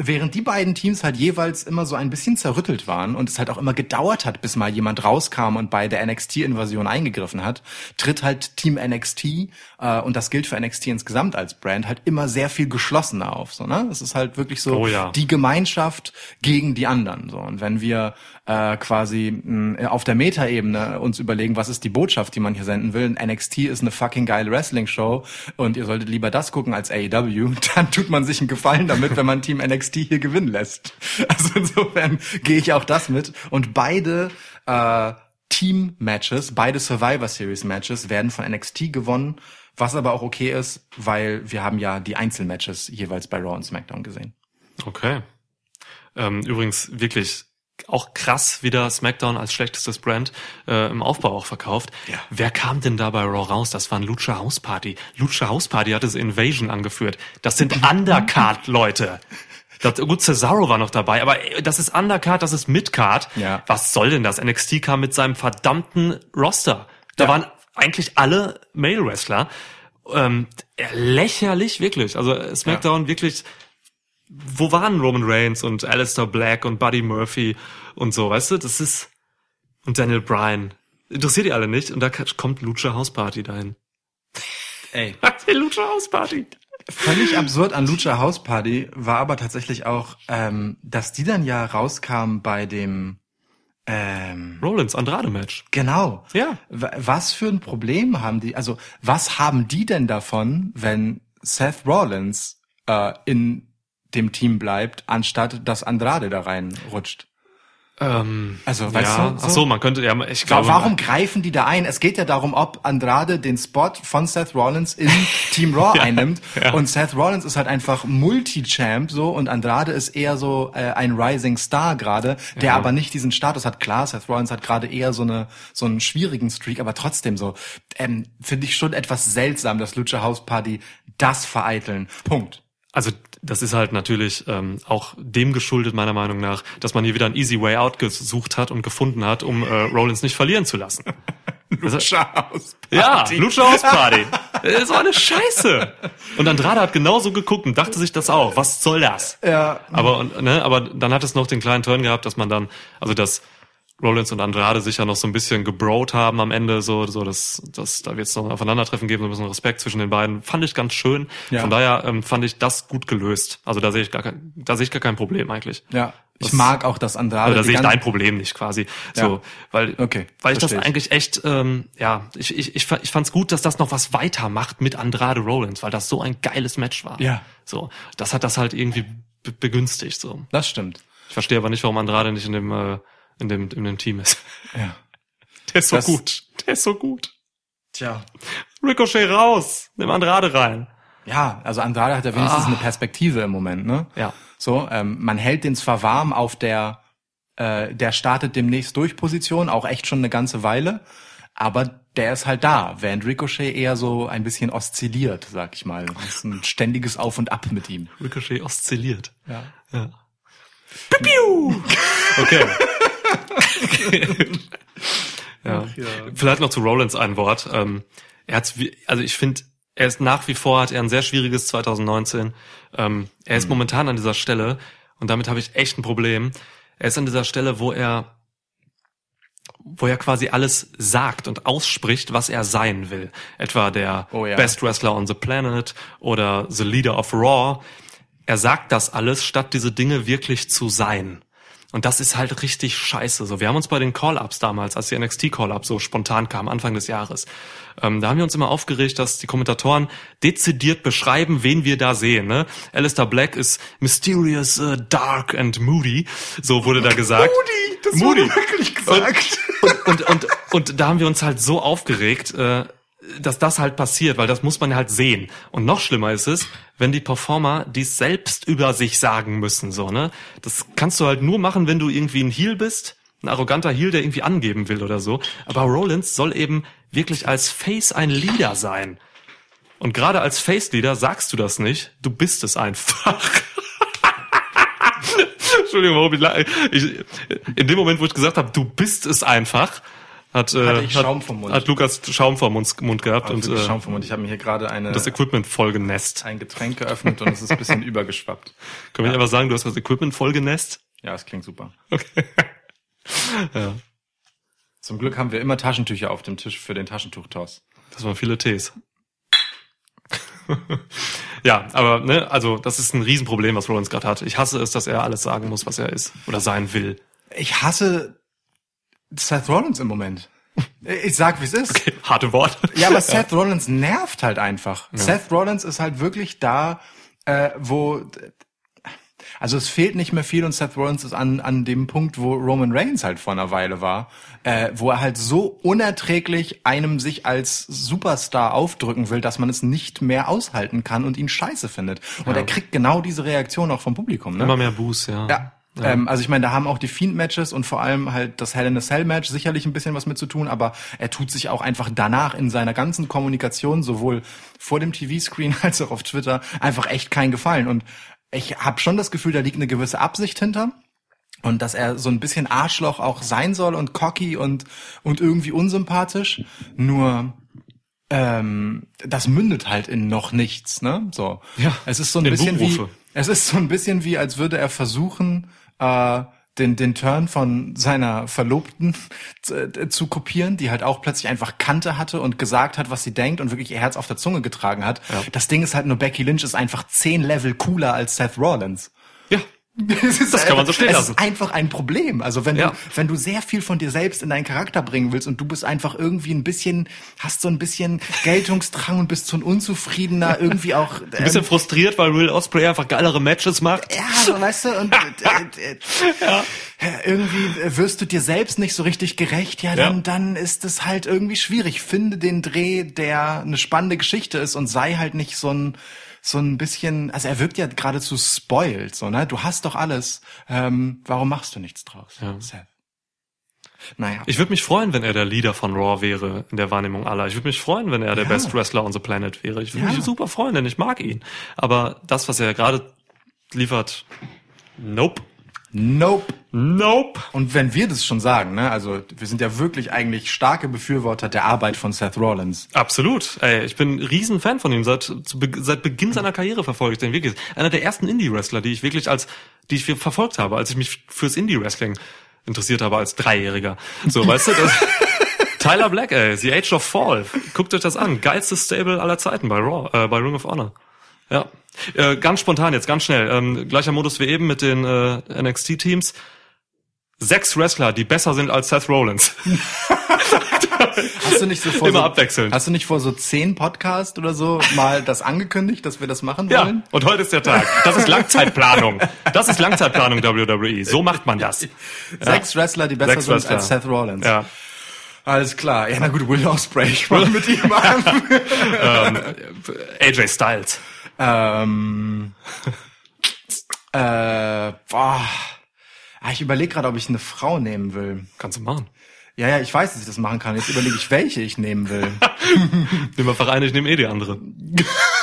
während die beiden Teams halt jeweils immer so ein bisschen zerrüttelt waren und es halt auch immer gedauert hat, bis mal jemand rauskam und bei der NXT-Invasion eingegriffen hat, tritt halt Team NXT, äh, und das gilt für NXT insgesamt als Brand, halt immer sehr viel geschlossener auf. So, ne? Es ist halt wirklich so Oh ja. die Gemeinschaft gegen die anderen. So. Und wenn wir äh, quasi mh, auf der Metaebene uns überlegen, was ist die Botschaft, die man hier senden will, NXT ist eine fucking geile Wrestling-Show und ihr solltet lieber das gucken als AEW, dann tut man sich einen Gefallen damit, wenn man Team NXT hier gewinnen lässt. Also insofern gehe ich auch das mit. Und beide äh, Team-Matches, beide Survivor Series-Matches werden von NXT gewonnen. Was aber auch okay ist, weil wir haben ja die Einzelmatches jeweils bei Raw und SmackDown gesehen. Okay. Ähm, übrigens wirklich auch krass wieder SmackDown als schlechtestes Brand äh, im Aufbau auch verkauft. Ja. Wer kam denn da bei Raw raus? Das war ein Lucha House Party. Lucha House Party hat das Invasion angeführt. Das sind Undercard-Leute. Das, gut, Cesaro war noch dabei, aber äh, das ist Undercard, das ist Midcard. Ja. Was soll denn das? NXT kam mit seinem verdammten Roster. Da Ja. waren eigentlich alle Male Wrestler. Ähm, äh, lächerlich, wirklich. Also äh, SmackDown wirklich. Wo waren Roman Reigns und Alistair Black und Buddy Murphy und so, weißt du? Das ist. Und Daniel Bryan. Interessiert die alle nicht. Und da k- kommt Lucha House Party dahin. Ey. Die Lucha House Party. Völlig absurd an Lucha House Party war aber tatsächlich auch, ähm, dass die dann ja rauskam bei dem, ähm, Rollins Andrade Match. genau. Ja. W- Was für ein Problem haben die, also was haben die denn davon, wenn Seth Rollins äh, in dem Team bleibt, anstatt dass Andrade da reinrutscht? Ähm, Also, weißt ja, du? ach so, man könnte, ja, ich Wa- glaube. Warum greifen die da ein? Es geht ja darum, ob Andrade den Spot von Seth Rollins in Team Raw einnimmt. Und Seth Rollins ist halt einfach Multi-Champ so und Andrade ist eher so äh, ein Rising Star gerade, der aber nicht diesen Status hat. Klar, Seth Rollins hat gerade eher so eine so einen schwierigen Streak, aber trotzdem so ähm, finde ich schon etwas seltsam, dass Lucha House Party das vereiteln. Punkt. Also das ist halt natürlich ähm, auch dem geschuldet, meiner Meinung nach, dass man hier wieder ein Easy Way Out gesucht hat und gefunden hat, um äh, Rollins nicht verlieren zu lassen. Lucha House Also Ja, Lucha House Party. Das war Äh, eine Scheiße. Und Andrade hat genauso geguckt und dachte sich das auch. Was soll das? Ja. Aber, und, ne, aber dann hat es noch den kleinen Turn gehabt, dass man dann, also dass Rollins und Andrade sich ja noch so ein bisschen gebrot haben am Ende, so, so dass, dass da wird es noch ein Aufeinandertreffen geben, so ein bisschen Respekt zwischen den beiden. Fand ich ganz schön. Ja. Von daher ähm, fand ich das gut gelöst. Also da sehe ich gar kein, da sehe ich gar kein Problem eigentlich. Ja, ich Das- mag auch, dass Andrade Also da die sehe ich ganze- dein Problem nicht quasi. So, Ja. weil, Okay, weil ich das verstehe ich. eigentlich echt, ähm, ja, ich, ich, ich, fa- ich fand es gut, dass das noch was weitermacht mit Andrade Rollins, weil das so ein geiles Match war. Ja. So, das hat das halt irgendwie be- begünstigt. So, Das stimmt. ich verstehe aber nicht, warum Andrade nicht in dem äh, in dem in dem Team ist. Ja. Der ist so Das- gut, der ist so gut. Tja, Ricochet raus, nimm Andrade rein. Ja, also Andrade hat ja wenigstens Ah. eine Perspektive im Moment, ne? Ja. So, ähm, man hält den zwar warm auf der, äh, der startet demnächst durch Position, auch echt schon eine ganze Weile, aber der ist halt da, während Ricochet eher so ein bisschen oszilliert, sag ich mal. Das ist ein ständiges Auf und Ab mit ihm. Ricochet oszilliert. Ja. ja. Piu, piu. Okay. ja. Vielleicht noch zu Rollins ein Wort. Ähm, er hat's, wie- also ich finde, er ist nach wie vor hat er ein sehr schwieriges 2019. Ähm, er ist momentan an dieser Stelle und damit habe ich echt ein Problem. Er ist an dieser Stelle, wo er wo er quasi alles sagt und ausspricht, was er sein will. Etwa der Oh ja. Best Wrestler on the Planet oder The Leader of Raw. Er sagt das alles, statt diese Dinge wirklich zu sein. Und das ist halt richtig scheiße. So, wir haben uns bei den Call-Ups damals, als die NXT-Call-Up so spontan kam, Anfang des Jahres, ähm, da haben wir uns immer aufgeregt, dass die Kommentatoren dezidiert beschreiben, wen wir da sehen. Ne? Alistair Black ist mysterious, äh, dark and moody, so wurde da gesagt. Moody, das wurde wirklich gesagt. Und, und, und, und, und da haben wir uns halt so aufgeregt, äh, dass das halt passiert, weil das muss man halt sehen. Und noch schlimmer ist es, wenn die Performer dies selbst über sich sagen müssen, so, ne? Das kannst du halt nur machen, wenn du irgendwie ein Heel bist, ein arroganter Heel, der irgendwie angeben will oder so. Aber Rollins soll eben wirklich als Face ein Leader sein. Und gerade als Face-Leader sagst du das nicht, du bist es einfach. Entschuldigung, warum ich, la- ich in dem Moment, wo ich gesagt habe, du bist es einfach, hat, Hatte äh, ich hat, Schaum vom Mund. hat Lukas Schaum vom Mund, Mund gehabt und Und, äh, Schaum vom Mund. Ich habe mir hier gerade eine, das Equipment vollgenässt. ein Getränk geöffnet und es ist ein bisschen übergeschwappt. Können wir nicht einfach sagen, du hast das Equipment vollgenässt? Ja, es klingt super. Okay. Zum Glück haben wir immer Taschentücher auf dem Tisch für den Taschentuchtoss. Das waren viele Tees. ja, aber ne, also das ist ein Riesenproblem, was Rollins gerade hat. Ich hasse es, dass er alles sagen muss, was er ist oder sein will. Ich hasse Seth Rollins im Moment. Ich sag, wie es ist. Harte Worte. Ja, aber Seth Rollins nervt halt einfach. Seth Rollins ist halt wirklich da, äh, wo also es fehlt nicht mehr viel und Seth Rollins ist an, an dem Punkt, wo Roman Reigns halt vor einer Weile war, äh, wo er halt so unerträglich einem sich als Superstar aufdrücken will, dass man es nicht mehr aushalten kann und ihn scheiße findet. Und er kriegt genau diese Reaktion auch vom Publikum. Ne? Immer mehr Buß, ja. Ja. Ähm, also ich meine, da haben auch die Fiend-Matches und vor allem halt das Hell in a Cell-Match sicherlich ein bisschen was mit zu tun, aber er tut sich auch einfach danach in seiner ganzen Kommunikation, sowohl vor dem TV-Screen als auch auf Twitter, einfach echt keinen Gefallen. Und ich habe schon das Gefühl, da liegt eine gewisse Absicht hinter. Und dass er so ein bisschen Arschloch auch sein soll und cocky und, und irgendwie unsympathisch. Nur ähm, das mündet halt in noch nichts, ne? So. Ja, Es ist so ein in bisschen Buhrufe. wie, es ist so ein bisschen wie, als würde er versuchen, äh, den, den Turn von seiner Verlobten zu, zu kopieren, die halt auch plötzlich einfach Kante hatte und gesagt hat, was sie denkt und wirklich ihr Herz auf der Zunge getragen hat. Das Ding ist halt nur, Becky Lynch ist einfach zehn Level cooler als Seth Rollins. Ja. Es ist Das kann man so stehen es lassen. ist einfach ein Problem. Also wenn Ja. du wenn du sehr viel von dir selbst in deinen Charakter bringen willst und du bist einfach irgendwie ein bisschen hast so ein bisschen Geltungsdrang und bist so ein unzufriedener irgendwie auch Ein bisschen frustriert, weil Will Osprey einfach geilere Matches macht. ja, so, weißt du, und äh, äh, äh, irgendwie äh, wirst du dir selbst nicht so richtig gerecht, ja, dann, Ja. dann ist es halt irgendwie schwierig. Finde den Dreh, der eine spannende Geschichte ist und sei halt nicht so ein so ein bisschen, also er wirkt ja geradezu spoiled, so, ne? Du hast doch alles. Ähm, warum machst du nichts draus? Ja. Seth? Naja. Ich würde mich freuen, wenn er der Leader von Raw wäre, in der Wahrnehmung aller. Ich würde mich freuen, wenn er der Ja. Best Wrestler on the Planet wäre. Ich würde Ja. mich super freuen, denn ich mag ihn. Aber das, was er gerade liefert, nope. Nope. Nope. Und wenn wir das schon sagen, ne, also wir sind ja wirklich eigentlich starke Befürworter der Arbeit von Seth Rollins. Absolut. Ey, ich bin ein riesen Fan von ihm. Seit, zu, Be- seit Beginn seiner Karriere verfolge ich den wirklich. Einer der ersten Indie-Wrestler, die ich wirklich als, die ich verfolgt habe, als ich mich fürs Indie-Wrestling interessiert habe als Dreijähriger. So, weißt du, das, Tyler Black, ey, The Age of Fall. Guckt euch das an. Geilstes Stable aller Zeiten bei Raw, äh, bei Ring of Honor. Ja. Äh, ganz spontan jetzt, ganz schnell. Ähm, gleicher Modus wie eben mit den äh, NXT-Teams. Sechs Wrestler, die besser sind als Seth Rollins. Hast du nicht so vor Immer so, abwechselnd. Hast du nicht vor so zehn Podcast oder so mal das angekündigt, dass wir das machen Ja, wollen? und heute ist der Tag. Das ist Langzeitplanung. Das ist Langzeitplanung WWE. So macht man das. Sechs Wrestler, die besser Sechs sind Wrestler. als Seth Rollins. Ja. Alles klar. Ja, na gut, Will Ospreay, ich mach mit ihm an. AJ Styles. ähm, äh, boah. Ah, Ich überlege gerade, ob ich eine Frau nehmen will. Kannst du machen. Ja, ja, ich weiß, dass ich das machen kann. Jetzt überlege ich, welche ich nehmen will. Nimm einfach eine, ich nehme eh die andere.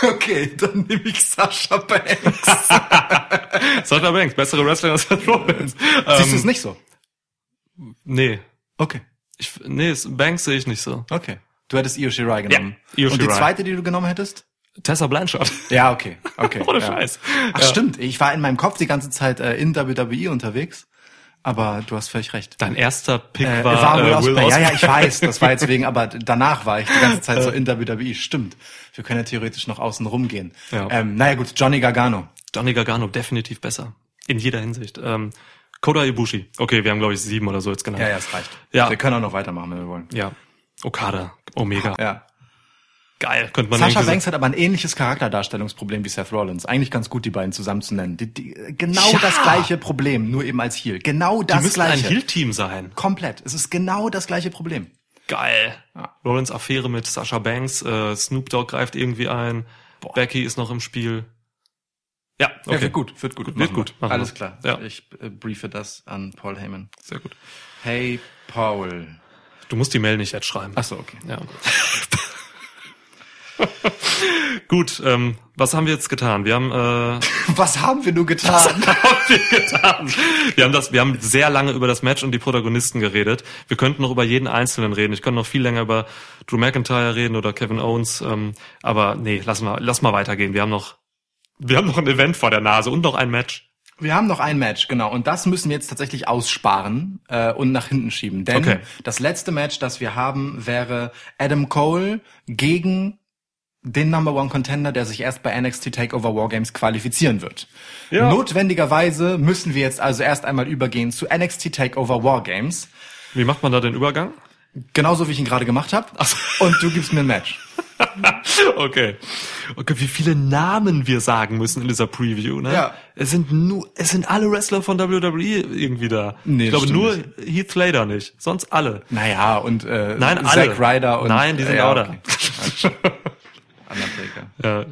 okay, dann nehme ich Sascha Banks. Sasha Banks, bessere Wrestlerin als Seth Rollins. Ähm, Siehst du es nicht so? Nee. Okay, Ich, nee, es- Banks sehe ich nicht so. okay. Du hättest Io Shirai genommen. Io Und die Shirai. zweite, die du genommen hättest? Tessa Blanchard. Ja, okay, okay. Ohne ja. Scheiß. Ach stimmt, ich war in meinem Kopf die ganze Zeit äh, in WWE unterwegs, aber du hast völlig recht. Dein erster Pick Äh, war, war Will äh, Will Ospreay. Ospreay. Ja, ja, ich weiß, das war jetzt wegen, aber danach war ich die ganze Zeit so in WWE. Stimmt, wir können ja theoretisch noch außen rumgehen. Ja. Ähm, naja gut, Johnny Gargano. Johnny Gargano, definitiv besser. In jeder Hinsicht. Ähm, Koda Ibushi. Okay, wir haben, glaube ich, sieben oder so jetzt genannt. Ja, ja, es reicht. Ja. Wir können auch noch weitermachen, wenn wir wollen. ja. Okada, Omega. Ja. Geil, könnte man Ah, Sascha irgendwie so- Banks hat aber ein ähnliches Charakterdarstellungsproblem wie Seth Rollins. Eigentlich ganz gut, die beiden zusammen zu nennen. Die, die, genau Ja. das gleiche Problem, nur eben als Heel. Genau das Die müssen ein gleiche. Heel-Team sein. Komplett. Es ist genau das gleiche Problem. Geil. Rollins Affäre mit Sasha Banks, äh, Snoop Dogg greift irgendwie ein, Becky ist noch im Spiel. Ja, okay. Ja, wird gut, wird gut. Wird machen gut, wir. machen Alles wir. klar. Ja. Ich äh, briefe das an Paul Heyman. Sehr gut. Hey, Paul. Du musst die Mail nicht jetzt schreiben. Achso, okay. Ja. gut, ähm, was haben wir jetzt getan? Wir haben, äh, Was haben wir nur getan? wir haben das, wir haben sehr lange über das Match und die Protagonisten geredet. Wir könnten noch über jeden Einzelnen reden. Ich könnte noch viel länger über Drew McIntyre reden oder Kevin Owens. Ähm, aber nee, lass mal, lass mal weitergehen. Wir haben noch, wir haben noch ein Event vor der Nase und noch ein Match. wir haben noch ein Match, genau. Und das müssen wir jetzt tatsächlich aussparen äh, und nach hinten schieben. Denn Okay. das letzte Match, das wir haben, wäre Adam Cole gegen den Number One Contender, der sich erst bei NXT Takeover Wargames qualifizieren wird. Ja. Notwendigerweise müssen wir jetzt also erst einmal übergehen zu NXT Takeover Wargames. Wie macht man da den Übergang? Genauso wie ich ihn gerade gemacht habe. Und du gibst mir ein Match. Okay. Okay, wie viele Namen wir sagen müssen in dieser Preview, ne? Ja. Es sind nur, es sind alle Wrestler von WWE irgendwie da. Nee, ich glaube das nur stimmt Heath Slater nicht, sonst alle. Naja, und äh, Nein, alle. Zack Ryder und Nein, die sind äh, auch da. Undertaker. Ja. äh,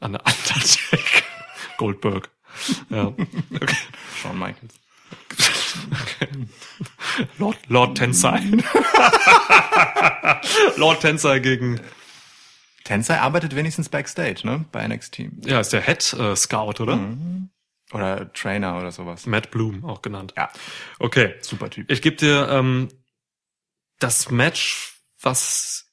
An der Undertaker. Goldberg. Ja. Okay. Shawn Michaels. Lord, Lord Tensai. Lord Tensai gegen Tensei arbeitet wenigstens Backstage, ne? Bei NXT. Ja, ist der Head äh, Scout, oder? Oder Trainer oder sowas. Matt Bloom auch genannt. Ja, Okay. super Typ. Ich gebe dir ähm, das Match, was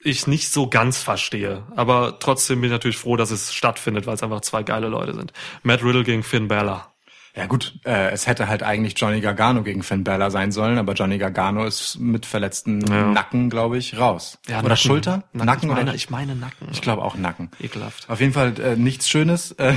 ich nicht so ganz verstehe, aber trotzdem bin ich natürlich froh, dass es stattfindet, weil es einfach zwei geile Leute sind. Matt Riddle gegen Finn Balor. Ja gut, äh, es hätte halt eigentlich Johnny Gargano gegen Finn Balor sein sollen, aber Johnny Gargano ist mit verletzten Ja. Nacken, glaube ich, raus. Ja, oder Nacken. Schulter? Nacken, ich meine, oder? ich meine Nacken. Ich glaube auch Nacken. Ekelhaft. Auf jeden Fall äh, nichts Schönes. Äh,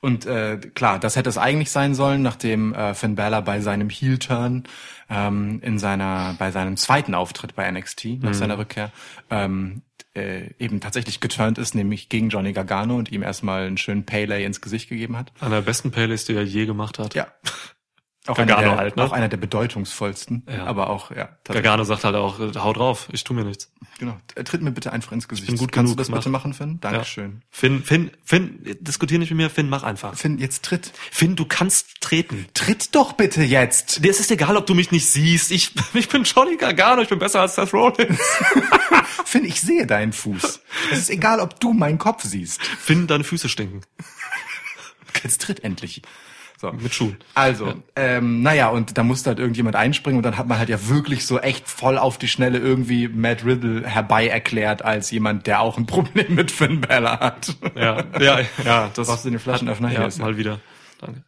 und äh, klar, das hätte es eigentlich sein sollen, nachdem äh, Finn Balor bei seinem Heel-Turn ähm, in seiner, bei seinem zweiten Auftritt bei NXT Mhm. nach seiner Rückkehr ähm, äh, eben tatsächlich geturnt ist, nämlich gegen Johnny Gargano und ihm erstmal einen schönen Paylay ins Gesicht gegeben hat. Einer der besten Playlists, die er je gemacht hat. Ja. Auch einer, Gargano der, halt, ne? auch einer der bedeutungsvollsten, Ja. aber auch, ja, tatsächlich, Gargano sagt halt auch, äh, hau drauf, ich tu mir nichts. genau. Tritt mir bitte einfach ins Gesicht. bin gut Kannst genug, du das mach. bitte machen, Finn? Dankeschön. Finn, Finn, Finn, diskutier nicht mit mir, Finn, mach einfach. Finn, jetzt tritt. Finn, du kannst treten. Tritt doch bitte jetzt! Dir ist es egal, ob du mich nicht siehst. Ich, ich bin Johnny Gargano, ich bin besser als Seth Rollins. Finn, ich sehe deinen Fuß. Es ist egal, ob du meinen Kopf siehst. Finn, deine Füße stinken. Jetzt tritt endlich. So. Mit Schuhen. Also, ähm, naja, und da musste halt irgendjemand einspringen und dann hat man halt ja wirklich so echt voll auf die Schnelle irgendwie Matt Riddle herbei erklärt als jemand, der auch ein Problem mit Finn Balor hat. Ja, ja, ja. Das Brauchst du den Flaschenöffner? Hier ja, ist er. mal wieder. Danke.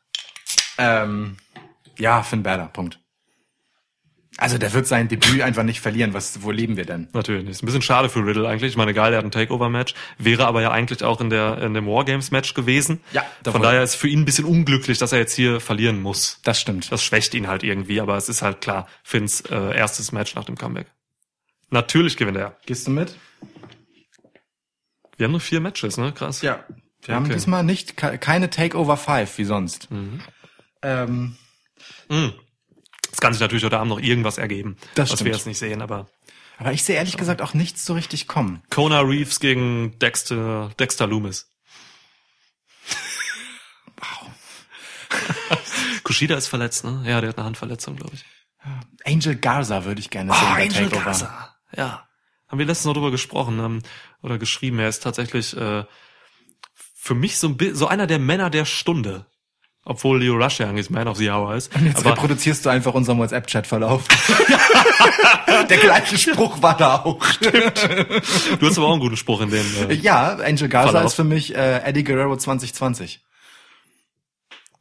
Ähm, ja, Finn Balor, Punkt. Also der wird sein Debüt einfach nicht verlieren. Was, wo leben wir denn? Natürlich. Ist ein bisschen schade für Riddle eigentlich. Ich meine, geil, er hat ein Takeover-Match. Wäre aber ja eigentlich auch in der, in dem Wargames-Match gewesen. Ja, da Von wurde- daher ist für ihn ein bisschen unglücklich, dass er jetzt hier verlieren muss. Das stimmt. Das schwächt ihn halt irgendwie, aber es ist halt klar, Finns äh, erstes Match nach dem Comeback. Natürlich gewinnt er. Gehst du mit? Wir haben nur vier Matches, ne? Krass. Ja. Wir haben Okay. diesmal nicht ke- keine Takeover 5 wie sonst. Ähm, Mhm. Das kann sich natürlich heute Abend noch irgendwas ergeben, Das was wir stimmt. jetzt nicht sehen, aber aber ich sehe ehrlich gesagt auch nichts so richtig kommen. Kona Reeves gegen Dexter, Dexter Loomis. wow. Kushida ist verletzt, ne? Ja, der hat eine Handverletzung, glaube ich. Also Angel Garza würde ich gerne sehen. bei Takeover. Ja. Haben wir letztens noch drüber gesprochen ähm, oder geschrieben. Er ist tatsächlich äh, für mich so, ein bi- so einer der Männer der Stunde. Obwohl Leo Rush ja eigentlich Man of the Hour ist. Jetzt reproduzierst du einfach unseren WhatsApp-Chat-Verlauf. Der gleiche Spruch war da auch. du hast aber auch einen guten Spruch in dem. Äh, Ja, Angel Garza Verlauf. ist für mich äh, Eddie Guerrero 2020.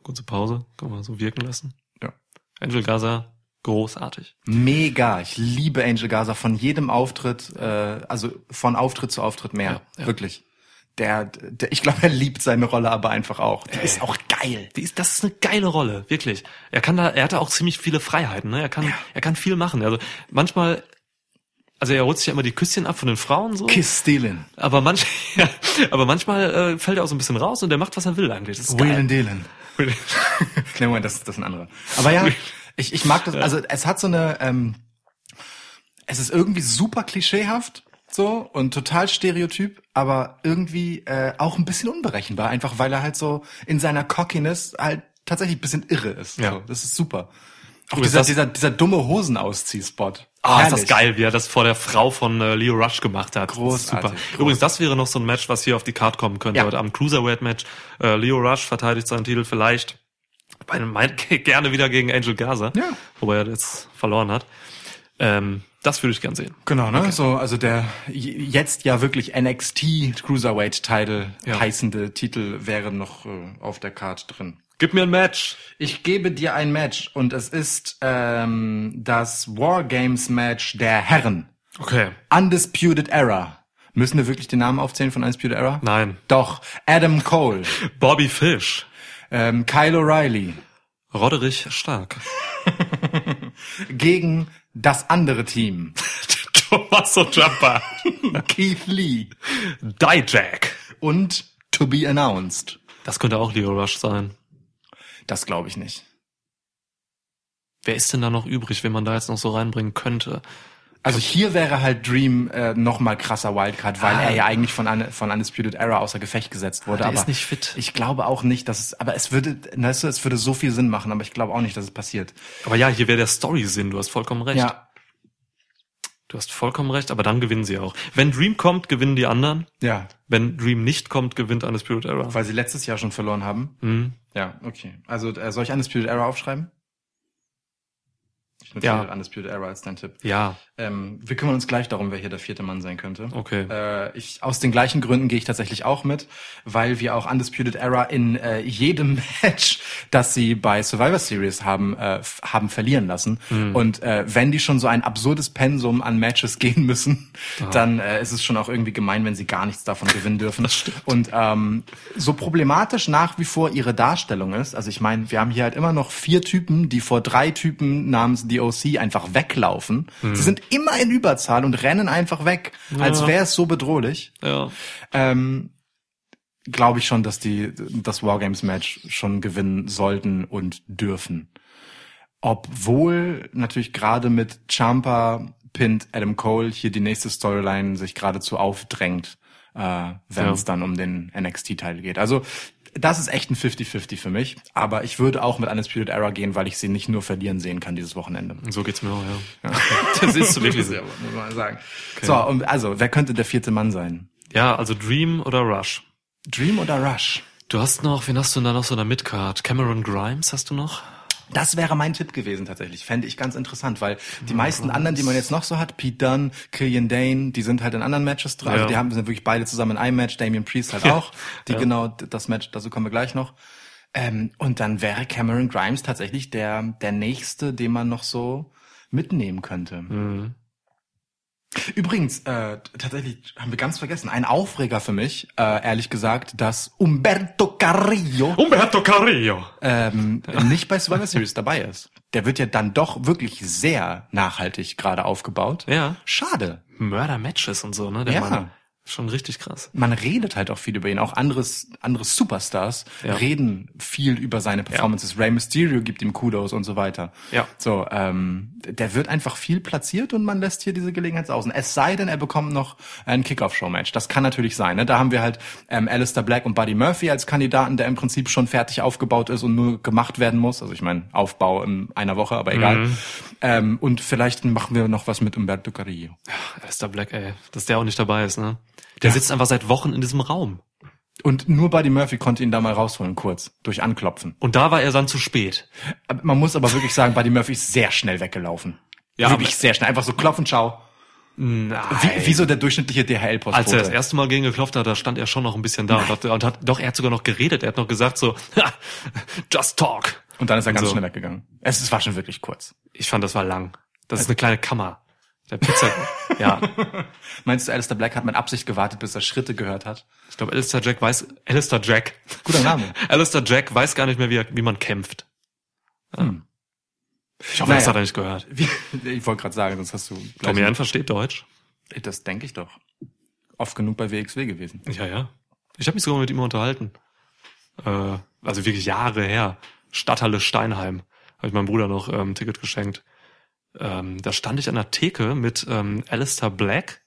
kurze Pause. Können wir so wirken lassen. Ja. Angel Gaza, großartig. Mega. Ich liebe Angel Gaza von jedem Auftritt, äh, also von Auftritt zu Auftritt mehr. Ja, ja. Wirklich. Der, der, ich glaube, er liebt seine Rolle aber einfach auch. Die ist auch geil. Die ist, das ist eine geile Rolle, wirklich. Er kann da, er hatte auch ziemlich viele Freiheiten, ne? Er kann, er kann viel machen. Also manchmal, also er holt sich ja immer die Küsschen ab von den Frauen so. Kiss Dylan. Aber manch, ja, aber manchmal äh, fällt er auch so ein bisschen raus und der macht, was er will eigentlich. Das ist Waylon geil. Dylan. Nein, Moment, das, das ist ein anderer. Aber ja, ich, ich mag das. Äh. Also es hat so eine, ähm, es ist irgendwie super klischeehaft so und total stereotyp, aber irgendwie äh, auch ein bisschen unberechenbar, einfach weil er halt so in seiner Cockiness halt tatsächlich ein bisschen irre ist. Ja. So, das ist super. Auch Du, ist dieser, das- dieser, dieser dumme Hosenausziehspot. Ah, ist das Herrlich. geil, wie er das vor der Frau von äh, Leo Rush gemacht hat. Das ist Großartig, großartig. Übrigens, das wäre noch so ein Match, was hier auf die Card kommen könnte. Ja. Heute Abend Cruiserweight-Match. Äh, Leo Rush verteidigt seinen Titel vielleicht bei einem, mein, gerne wieder gegen Angel Gaza, Ja. wobei er jetzt verloren hat. Ähm, das würde ich gern sehen. Genau, ne? So, also der j- jetzt ja wirklich NXT Cruiserweight Title Ja. heißende Titel wäre noch äh, auf der Card drin. Gib mir ein Match. Ich gebe dir ein Match und es ist ähm, das Wargames-Match der Herren. Okay. Undisputed Era. Müssen wir wirklich den Namen aufzählen von Undisputed Era? Nein. Doch. Adam Cole, Bobby Fish. ähm, Kyle O'Reilly Roderich Stark. gegen das andere Team. Tommaso Jumper. Keith Lee Dijak. und To Be Announced. Das könnte auch Leo Rush sein. Das glaube ich nicht. Wer ist denn da noch übrig, wenn man da jetzt noch so reinbringen könnte? Also hier wäre halt Dream äh, noch mal krasser Wildcard, weil Ah. er ja eigentlich von, Un von Undisputed Era außer Gefecht gesetzt wurde. der aber ist nicht fit. Ich glaube auch nicht, dass es, aber es würde, weißt du, es würde so viel Sinn machen, aber ich glaube auch nicht, dass es passiert. Aber ja, hier wäre der Story-Sinn, du hast vollkommen recht. Ja. Du hast vollkommen recht, aber dann gewinnen sie auch. Wenn Dream kommt, gewinnen die anderen. Ja, Wenn Dream nicht kommt, gewinnt Undisputed Era. weil sie letztes Jahr schon verloren haben. Hm. Ja, okay. Also äh, soll ich Undisputed Era aufschreiben? Ich nutze Ja. ja. Undisputed Era als dein Tipp. Ja, Ähm, wir kümmern uns gleich darum, wer hier der vierte Mann sein könnte. okay. Äh, ich, aus den gleichen Gründen gehe ich tatsächlich auch mit, weil wir auch Undisputed Era in äh, jedem Match, das sie bei Survivor Series haben, äh, f- haben verlieren lassen. Und äh, wenn die schon so ein absurdes Pensum an Matches gehen müssen, dann äh, ist es schon auch irgendwie gemein, wenn sie gar nichts davon gewinnen dürfen. Und ähm, so problematisch nach wie vor ihre Darstellung ist, also ich meine, wir haben hier halt immer noch vier Typen, die vor drei Typen namens DOC einfach weglaufen. Sie sind immer in Überzahl und rennen einfach weg, als Ja. wäre es so bedrohlich. ja. Ähm, Glaube ich schon, dass die das Wargames-Match schon gewinnen sollten und dürfen. Obwohl natürlich gerade mit Champa pinnt Adam Cole hier die nächste Storyline sich geradezu aufdrängt, äh, wenn Ja. es dann um den NXT-Teil geht. Also das ist echt ein 50-50 für mich. Aber ich würde auch mit Undisputed Era gehen, weil ich sie nicht nur verlieren sehen kann dieses Wochenende. So geht's mir auch, ja. Das ist so wirklich so. Ja, muss man sagen. So, und also, wer könnte der vierte Mann sein? Ja, also Dream oder Rush. Dream oder Rush? Du hast noch, wen hast du denn da noch so in der Midcard? Cameron Grimes hast du noch? Das wäre mein Tipp gewesen tatsächlich. Fände ich ganz interessant, weil die meisten anderen, die man jetzt noch so hat, Pete Dunn, Killian Dane, die sind halt in anderen Matches drin. Ja. Also die haben sind wirklich beide zusammen in einem Match, Damian Priest halt auch. Die genau d- das Match, dazu kommen wir gleich noch. Ähm, und dann wäre Cameron Grimes tatsächlich der, der nächste, den man noch so mitnehmen könnte. Übrigens, äh, t- tatsächlich haben wir ganz vergessen, ein Aufreger für mich, äh, ehrlich gesagt, dass Umberto Carrillo Umberto Carrillo. ähm, nicht bei Survivor Series dabei ist. Der wird ja dann doch wirklich sehr nachhaltig gerade aufgebaut. Ja. Schade. Mörder-Matches und so, ne? Der Ja. Mann. Schon richtig krass. Man redet halt auch viel über ihn. Auch anderes, andere Superstars Ja. reden viel über seine Performances. Rey Mysterio gibt ihm Kudos und so weiter. Ja. So, ähm, der wird einfach viel platziert und man lässt hier diese Gelegenheit außen. Es sei denn, er bekommt noch ein Kickoff-Show-Match. Das kann natürlich sein. Ne? Da haben wir halt ähm, Alistair Black und Buddy Murphy als Kandidaten, der im Prinzip schon fertig aufgebaut ist und nur gemacht werden muss. Also ich meine, Aufbau in einer Woche, aber egal. Mhm. Ähm, und vielleicht machen wir noch was mit Umberto Carrillo. Alistair Black, ey. Dass der auch nicht dabei ist, ne? Der sitzt einfach seit Wochen in diesem Raum. Und nur Buddy Murphy konnte ihn da mal rausholen, kurz, durch Anklopfen. Und da war er dann zu spät. Aber Man muss aber wirklich sagen, Buddy Murphy ist sehr schnell weggelaufen. Ja, Ja, wirklich aber- sehr schnell. Einfach so klopfen, ciao. Wie, wie so der durchschnittliche DHL-Postbote. Als er das erste Mal gegen geklopft hat, da stand er schon noch ein bisschen da und hat, und hat doch, er hat sogar noch geredet. Er hat noch gesagt so, "Ha, just talk. Und dann ist er ganz So. schnell weggegangen. Es, es war schon wirklich kurz. Ich fand, das war lang. Das ist eine kleine Kammer. Der Pizza, ja. Meinst du, Alistair Black hat mit Absicht gewartet, bis er Schritte gehört hat? Ich glaube, Alistair Jack weiß, Alistair Jack. Guter Name. Alistair Jack weiß gar nicht mehr, wie, er, wie man kämpft. Hm. Ja. Ich hoffe, das Naja. hat er nicht gehört. Wie, ich wollte gerade sagen, sonst hast du gleich... Tommy Jan versteht Deutsch. Das denke ich doch. Oft genug bei WXW gewesen. Ja, ja. Ich habe mich sogar mit ihm unterhalten. Äh, also wirklich Jahre her. Stadthalle Steinheim. Habe ich meinem Bruder noch ähm, ein Ticket geschenkt. Ähm, da stand ich an der Theke mit ähm, Alistair Black.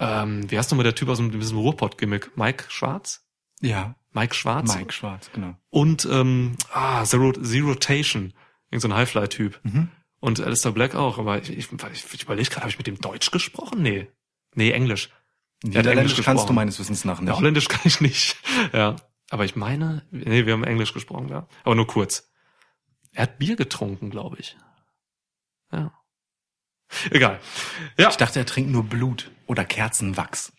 Ähm, wie heißt nochmal der Typ aus dem, diesem Ruhrpott-Gimmick? Mike Schwarz? Ja, Mike Schwarz? Mike Schwarz, genau. und ähm, ah, Zero, Zero Rotation, irgend so ein Highfly-Typ. Mhm. Und Alistair Black auch, aber ich, ich, ich überlege gerade, habe ich mit dem Deutsch gesprochen? Nee. Nee, Englisch. Er hat Englisch Niederländisch kannst du gesprochen. meines Wissens nach Ja, nicht. Holländisch kann ich nicht. Ja. Aber ich meine, nee, wir haben Englisch gesprochen, ja. Aber nur kurz. Er hat Bier getrunken, glaube ich. Ja. Egal. Ja. Ich dachte, er trinkt nur Blut oder Kerzenwachs.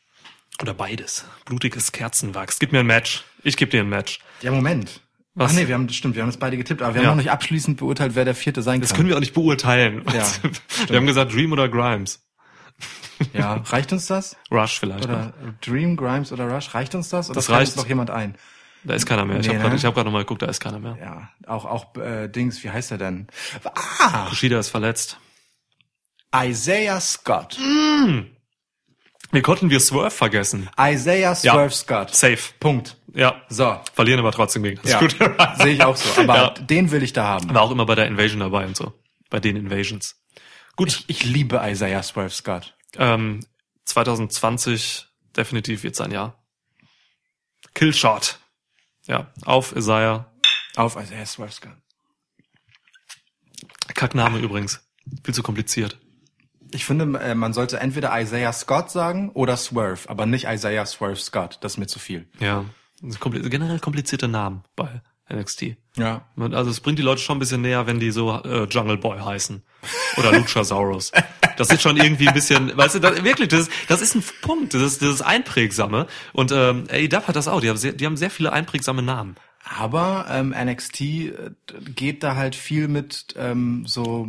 Oder beides. Blutiges Kerzenwachs. Gib mir ein Match. Ich gebe dir ein Match. Ja, Moment. Was? Ach nee, wir haben, stimmt, wir haben das beide getippt, aber wir Ja. haben noch nicht abschließend beurteilt, wer der vierte sein Das können kann. wir auch nicht beurteilen. Ja, wir haben gesagt Dream oder Grimes. ja, reicht uns das? Rush vielleicht. ne? noch. Oder Dream, Grimes oder Rush, reicht uns das? Oder Das fällt reicht. uns noch jemand ein? Da ist keiner mehr. Ich Nee, hab habe ne? hab gerade nochmal geguckt, da ist keiner mehr. Ja, auch, auch äh, Dings, wie heißt er denn? Ah, Kushida ist verletzt. Isaiah Scott. Wir konnten wir Swerve vergessen. Isaiah Ja. Swerve Scott. Safe. Punkt. Ja. So. Verlieren aber trotzdem gegen. Das Ja, ist gut. sehe ich auch so. Aber Ja. Genau. den will ich da haben. War auch immer bei der Invasion dabei und so. Bei den Invasions. Gut. Ich, ich liebe Isaiah Swerve Scott. ähm, 2020 definitiv wird sein Jahr. Killshot. Ja. Auf Isaiah. Auf Isaiah Swerve Scott. Kackname übrigens. Viel zu kompliziert. Ich finde, äh, man sollte entweder Isaiah Scott sagen oder Swerve, aber nicht Isaiah Swerve Scott. Das ist mir zu viel. Ja. Das ist kompli- Generell komplizierte Namen bei NXT. Ja. Man- Also es bringt die Leute schon ein bisschen näher, wenn die so äh, Jungle Boy heißen. Oder Luchasaurus. Das ist schon irgendwie ein bisschen, weißt du, das, wirklich, das, das ist ein Punkt, das ist, das ist einprägsame. Und ähm, AEW hat das auch, die haben, sehr, die haben sehr viele einprägsame Namen. Aber ähm, NXT äh, geht da halt viel mit ähm, so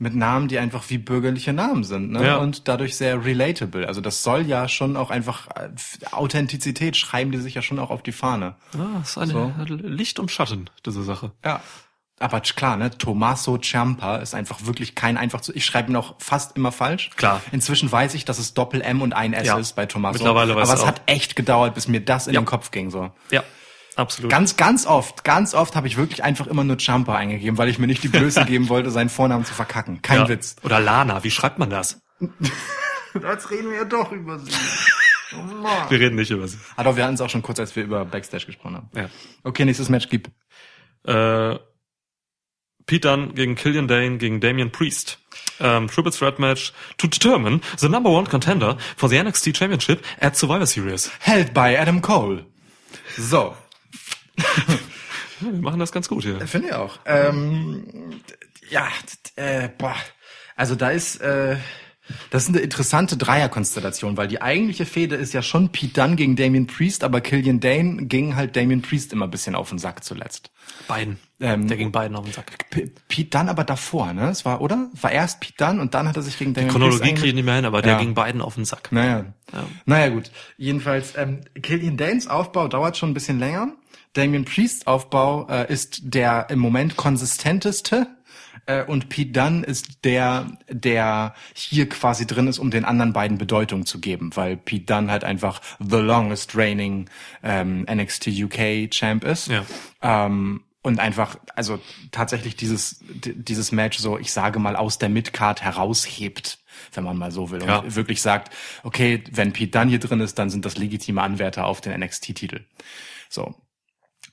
mit Namen, die einfach wie bürgerliche Namen sind, ne? Ja. Und dadurch sehr relatable. Also das soll ja schon auch einfach äh, F- Authentizität schreiben die sich ja schon auch auf die Fahne. Ah, das ist eine So. Licht und Schatten, diese Sache. Ja. Aber tsch- klar, ne? Tommaso Ciampa ist einfach wirklich kein einfach zu. Ich schreibe ihn auch fast immer falsch. Klar. Inzwischen weiß ich, dass es Doppel M und ein S Ja. ist bei Tommaso. Mittlerweile weiß Aber ich es auch. hat echt gedauert, bis mir das in Ja. den Kopf ging so. Ja, absolut. Ganz, ganz oft, ganz oft habe ich wirklich einfach immer nur Jumper eingegeben, weil ich mir nicht die Blöße geben wollte, seinen Vornamen zu verkacken. Kein ja. Witz. Oder Lana, wie schreibt man das? Jetzt reden wir doch über sie. Wir reden nicht über sie. Ah, doch, wir hatten es auch schon kurz, als wir über Backstage gesprochen haben. Ja. Okay, nächstes Match gibt. Äh, Pete Dunne gegen Killian Dane gegen Damian Priest. Ähm, Triple Threat Match to determine the number one contender for the NXT Championship at Survivor Series. Held by Adam Cole. So, Ja, wir machen das ganz gut hier. finde ich auch. Ähm, ja, äh, boah. Also da ist, äh, das ist eine interessante Dreierkonstellation, weil die eigentliche Fehde ist ja schon Pete Dunne gegen Damien Priest, aber Killian Dane ging halt Damien Priest immer ein bisschen auf den Sack zuletzt. Beiden. Ähm, Der ging beiden auf den Sack. P- Pete Dunn aber davor, ne? Es war, oder? War erst Pete Dunn und dann hat er sich gegen Damien Chronologie einge- kriege ich nicht mehr hin, aber der Ja. ging beiden auf den Sack. Naja. Ja. Naja, gut. Jedenfalls, ähm, Killian Danes Aufbau dauert schon ein bisschen länger. Damien Priests Aufbau äh, ist der im Moment konsistenteste. äh, Und Pete Dunn ist der, der hier quasi drin ist, um den anderen beiden Bedeutung zu geben, weil Pete Dunn halt einfach the longest reigning ähm, NXT UK Champ ist. Ja. Ähm, und einfach, also tatsächlich dieses, di- dieses Match so, ich sage mal, aus der Midcard heraushebt, wenn man mal so will. Ja. Und wirklich sagt, okay, wenn Pete Dunne hier drin ist, dann sind das legitime Anwärter auf den NXT-Titel. So.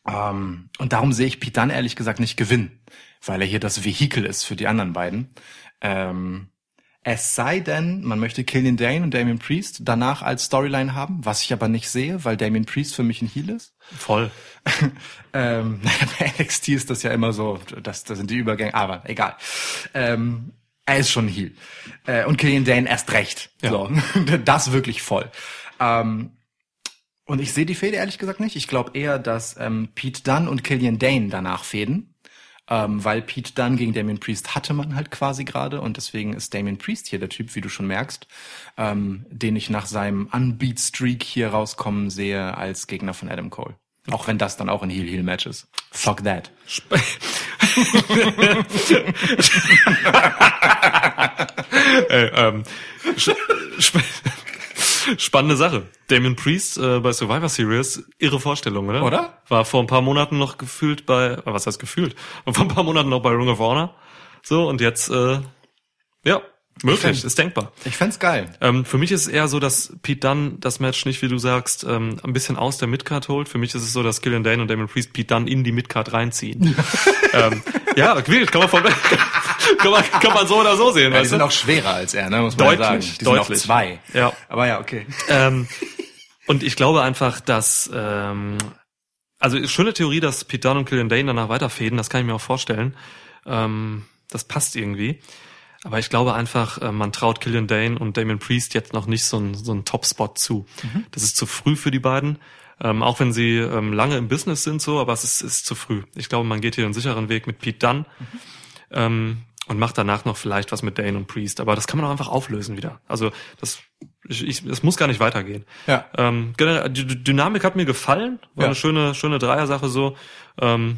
Ähm, und darum sehe ich Pete Dunne ehrlich gesagt nicht gewinnen, weil er hier das Vehikel ist für die anderen beiden. Ähm, es sei denn, man möchte Killian Dane und Damien Priest danach als Storyline haben, was ich aber nicht sehe, weil Damien Priest für mich ein Heel ist. Voll. Ähm, naja, bei NXT ist das ja immer so, das, das sind die Übergänge, aber egal. Ähm, er ist schon ein Heel. Äh, und Killian Dane erst recht. Ja. So, das wirklich voll. Ähm, und ich sehe die Fehde ehrlich gesagt nicht. Ich glaube eher, dass ähm, Pete Dunn und Killian Dane danach fäden. Ähm, weil Pete Dunn gegen Damien Priest hatte man halt quasi gerade und deswegen ist Damien Priest hier der Typ, wie du schon merkst, ähm, den ich nach seinem Unbeat-Streak hier rauskommen sehe als Gegner von Adam Cole. Auch wenn das dann auch ein Heel-Heel-Match ist. Fuck that. Äh, ähm, sch- sp spannende Sache. Damon Priest äh, bei Survivor Series, irre Vorstellung, oder? Oder? War vor ein paar Monaten noch gefühlt bei, äh, was heißt gefühlt? War Vor ein paar Monaten noch bei Ring of Honor. So, und jetzt, äh, ja, möglich, fänd- ist denkbar. Ich fänd's geil. Ähm, für mich ist es eher so, dass Pete Dunn das Match nicht, wie du sagst, ähm, ein bisschen aus der Midcard holt. Für mich ist es so, dass Killian Dane und Damon Priest Pete Dunn in die Midcard reinziehen. ähm, ja, wirklich, kann man, von, kann man, kann man so oder so sehen. Ja, die weißt du? sind auch schwerer als er, ne? muss man Deutlich, ja sagen. Die deutlich. sind auch zwei. Ja. Aber ja, okay. Ähm, und ich glaube einfach, dass ähm, also ist schöne Theorie, dass Pete Dunne und Killian Dane danach weiterfäden, das kann ich mir auch vorstellen. Ähm, das passt irgendwie. Aber ich glaube einfach, äh, man traut Killian Dane und Damien Priest jetzt noch nicht so einen so einen Top-Spot zu. Das ist zu früh für die beiden. Ähm, auch wenn sie ähm, lange im Business sind, so, aber es ist, ist zu früh. Ich glaube, man geht hier einen sicheren Weg mit Pete Dunn ähm, und macht danach noch vielleicht was mit Dane und Priest. Aber das kann man auch einfach auflösen wieder. Also das, ich, ich, das muss gar nicht weitergehen. Ja. Ähm, generell, die D- Dynamik hat mir gefallen. War Ja. eine schöne, schöne Dreier-Sache so. Ähm,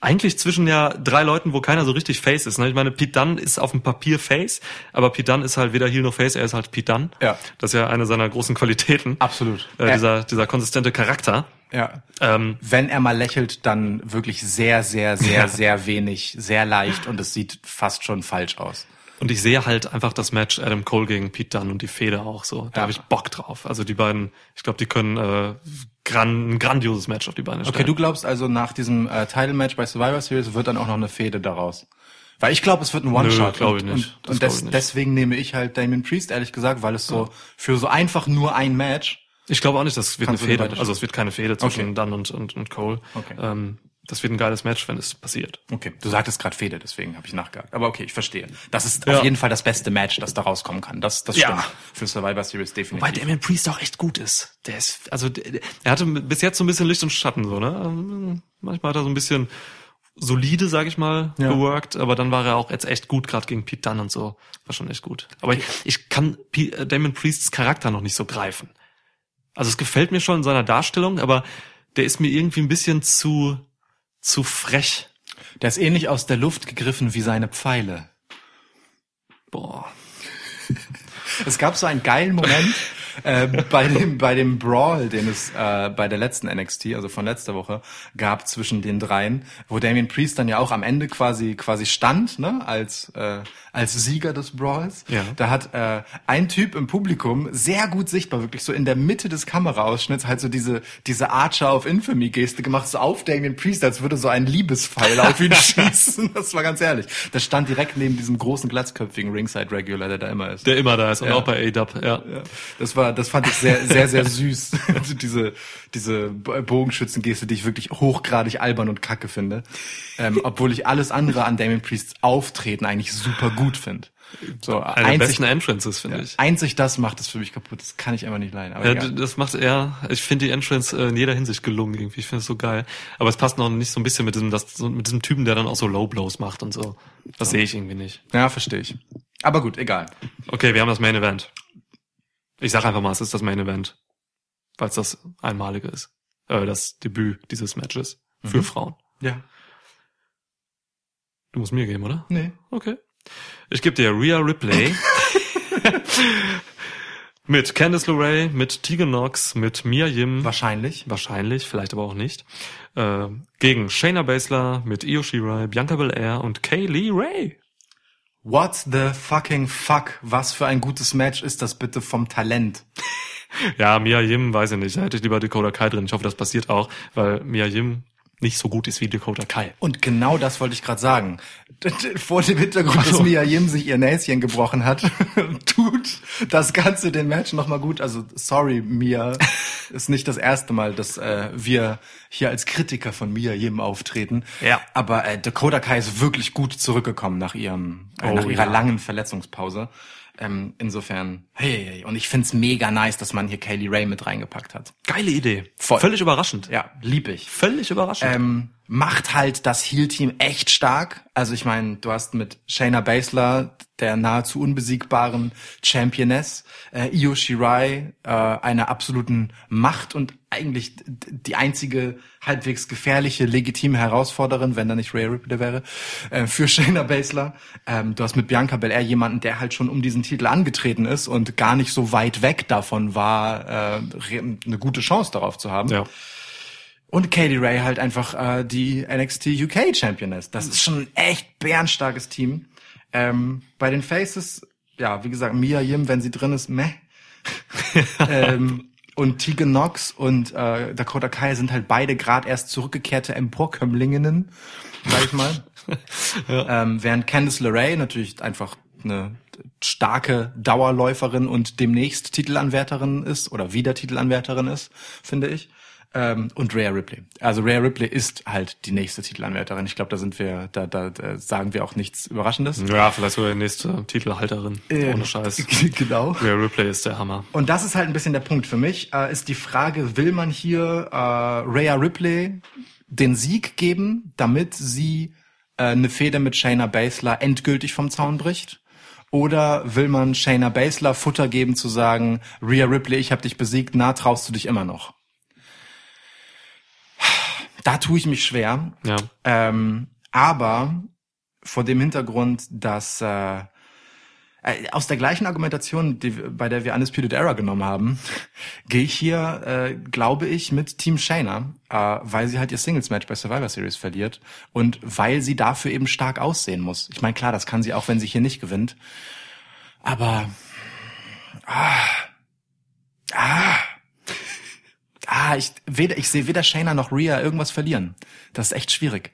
eigentlich zwischen ja drei Leuten, wo keiner so richtig Face ist. Ne? Ich meine, Pete Dunn ist auf dem Papier Face, aber Pete Dunn ist halt weder Heel noch Face, er ist halt Pete Dunn. Ja. Das ist ja eine seiner großen Qualitäten. Absolut. Äh, Ä- dieser, dieser konsistente Charakter. Ja. Ähm, Wenn er mal lächelt, dann wirklich sehr, sehr, sehr, sehr wenig, sehr leicht und es sieht fast schon falsch aus. Und ich sehe halt einfach das Match Adam Cole gegen Pete Dunne und die Feder auch so. Da Ja. habe ich Bock drauf. Also die beiden, ich glaube, die können äh, gran, ein grandioses Match auf die Beine stellen. Okay, du glaubst also, nach diesem äh, Title-Match bei Survivor Series wird dann auch noch eine Fehde daraus. Weil ich glaube, es wird ein One-Shot. Nö, glaube ich und, nicht. Und, Das glaube und des, ich nicht. deswegen nehme ich halt Damien Priest, ehrlich gesagt, weil es so für so einfach nur ein Match. Ich glaube auch nicht, das wird Kannst du eine dir Fehde. weiter- Also es wird keine Fehde zwischen Okay. Dunn und, und, und Cole. Okay. Ähm, das wird ein geiles Match, wenn es passiert. Okay, du sagtest gerade Fehde, deswegen habe ich nachgehakt. Aber okay, ich verstehe. Das ist Ja. auf jeden Fall das beste Match, das da rauskommen kann. Das, das Ja. stimmt. Für Survivor Series definitiv. Wobei Damien Priest auch echt gut ist. Der ist, also der, der- er hatte bis jetzt so ein bisschen Licht und Schatten, so, ne? Ähm, Manchmal hat er so ein bisschen solide, sag ich mal, Ja. geworkt, aber dann war er auch jetzt echt gut, gerade gegen Pete Dunn und so. War schon echt gut. Aber ich, ich kann P äh, Damien Priests Charakter noch nicht so greifen. Also es gefällt mir schon in seiner Darstellung, aber der ist mir irgendwie ein bisschen zu, zu frech. Der ist ähnlich eh aus der Luft gegriffen wie seine Pfeile. Boah. Es gab so einen geilen Moment äh, bei, dem, bei dem Brawl, den es äh, bei der letzten NXT, also von letzter Woche, gab zwischen den dreien, wo Damien Priest dann ja auch am Ende quasi quasi stand, ne, als äh, als Sieger des Brawls. Ja. Da hat äh, ein Typ im Publikum sehr gut sichtbar, wirklich so in der Mitte des Kameraausschnitts, halt so diese diese Archer auf Infamy-Geste gemacht, so auf Damien Priest, als würde so ein Liebespfeil auf ihn schießen. Das war ganz ehrlich. Das stand direkt neben diesem großen glatzköpfigen Ringside Regular, der da immer ist. Der immer da ist und Ja. auch bei A-Dub, ja. Ja, das war, das fand ich sehr, sehr, sehr süß. Also diese, diese Bo- Bogenschützengeste, die ich wirklich hochgradig albern und kacke finde. Ähm, obwohl ich alles andere an Damien Priests Auftreten eigentlich super gut finde. So, Einer der einzig, besten Entrances, finde ich. einzig das macht es für mich kaputt. Das kann ich einfach nicht leiden. Aber Ja, egal. d- das macht er. Ich finde die Entrance äh, in jeder Hinsicht gelungen irgendwie. Ich finde es so geil. Aber es passt noch nicht so ein bisschen mit diesem, das, so, mit diesem Typen, der dann auch so Low Blows macht und so. Das sehe ich irgendwie nicht. ja verstehe ich. Aber gut, egal. Okay, wir haben das Main Event. Ich sag einfach mal, es ist das Main Event, weil es das einmalige ist. Äh, das Debüt dieses Matches für Mhm. Frauen. Ja. Du musst mir geben, oder? Nee. Okay. Ich gebe dir Rhea Ripley. mit Candice LeRae, mit Tegan Knox, mit Mia Yim. Wahrscheinlich. Wahrscheinlich, vielleicht aber auch nicht. Äh, gegen Shayna Baszler mit Io Shirai, Bianca Belair und Kaylee Ray. What the fucking fuck? Was für ein gutes Match ist das bitte vom Talent? Ja, Mia Yim, weiß ich nicht. Da hätte ich lieber Dakota Kai drin. Ich hoffe, das passiert auch, weil Mia Yim nicht so gut ist wie Dakota Kai. Und genau das wollte ich gerade sagen. D- d- Vor dem Hintergrund, dass Also. Mia Yim sich ihr Näschen gebrochen hat, tut das Ganze den Match nochmal gut. Also sorry, Mia, ist nicht das erste Mal, dass äh, wir hier als Kritiker von Mia Yim auftreten. Ja. Aber äh, Dakota Kai ist wirklich gut zurückgekommen nach ihrem, äh, Oh, nach ihrer ja. langen Verletzungspause. Ähm, insofern, hey, hey, und ich find's mega nice, dass man hier Kaylee Ray mit reingepackt hat. Geile Idee. Voll. Völlig überraschend. Ja, lieb ich. Völlig überraschend. Ähm, macht halt das Heel-Team echt stark. Also ich meine, du hast mit Shayna Baszler, der nahezu unbesiegbaren Championess, äh, Io Shirai, äh, einer absoluten Macht und eigentlich d- die einzige halbwegs gefährliche, legitime Herausforderin, wenn da nicht Rhea Ripley wäre, äh, für Shayna Baszler. Ähm, du hast mit Bianca Belair jemanden, der halt schon um diesen Titel angetreten ist und gar nicht so weit weg davon war, äh, re- eine gute Chance darauf zu haben. ja. Und Katie Ray halt einfach äh, die NXT UK Championess. Das ist schon ein echt bärenstarkes Team. Ähm, bei den Faces, ja, wie gesagt, Mia Yim, wenn sie drin ist, meh. ähm, und Tegan Knox und äh, Dakota Kai sind halt beide gerade erst zurückgekehrte Emporkömmlinginnen, sag ich mal. ähm, während Candice LeRae natürlich einfach eine starke Dauerläuferin und demnächst Titelanwärterin ist oder wieder Titelanwärterin ist, finde ich. Ähm, und Rhea Ripley. Also Rhea Ripley ist halt die nächste Titelanwärterin. Ich glaube, da sind wir, da, da, da sagen wir auch nichts Überraschendes. Ja, vielleicht sogar die nächste Titelhalterin. Ohne Ähm, Scheiß. genau. Rhea Ripley ist der Hammer. Und das ist halt ein bisschen der Punkt für mich, äh, ist die Frage, will man hier äh, Rhea Ripley den Sieg geben, damit sie äh, eine Fehde mit Shayna Baszler endgültig vom Zaun bricht? Oder will man Shayna Baszler Futter geben zu sagen, Rhea Ripley, ich habe dich besiegt, na, traust du dich immer noch? Da tue ich mich schwer. Ja. Ähm, aber vor dem Hintergrund, dass äh, äh, aus der gleichen Argumentation, die, wir- bei der wir Undisputed Era genommen haben, gehe ich hier, äh, glaube ich, mit Team Shayna, äh, weil sie halt ihr Singles-Match bei Survivor Series verliert und weil sie dafür eben stark aussehen muss. Ich meine, klar, das kann sie auch, wenn sie hier nicht gewinnt. Aber ah, ah, ich, weder, ich sehe weder Shayna noch Rhea irgendwas verlieren. Das ist echt schwierig.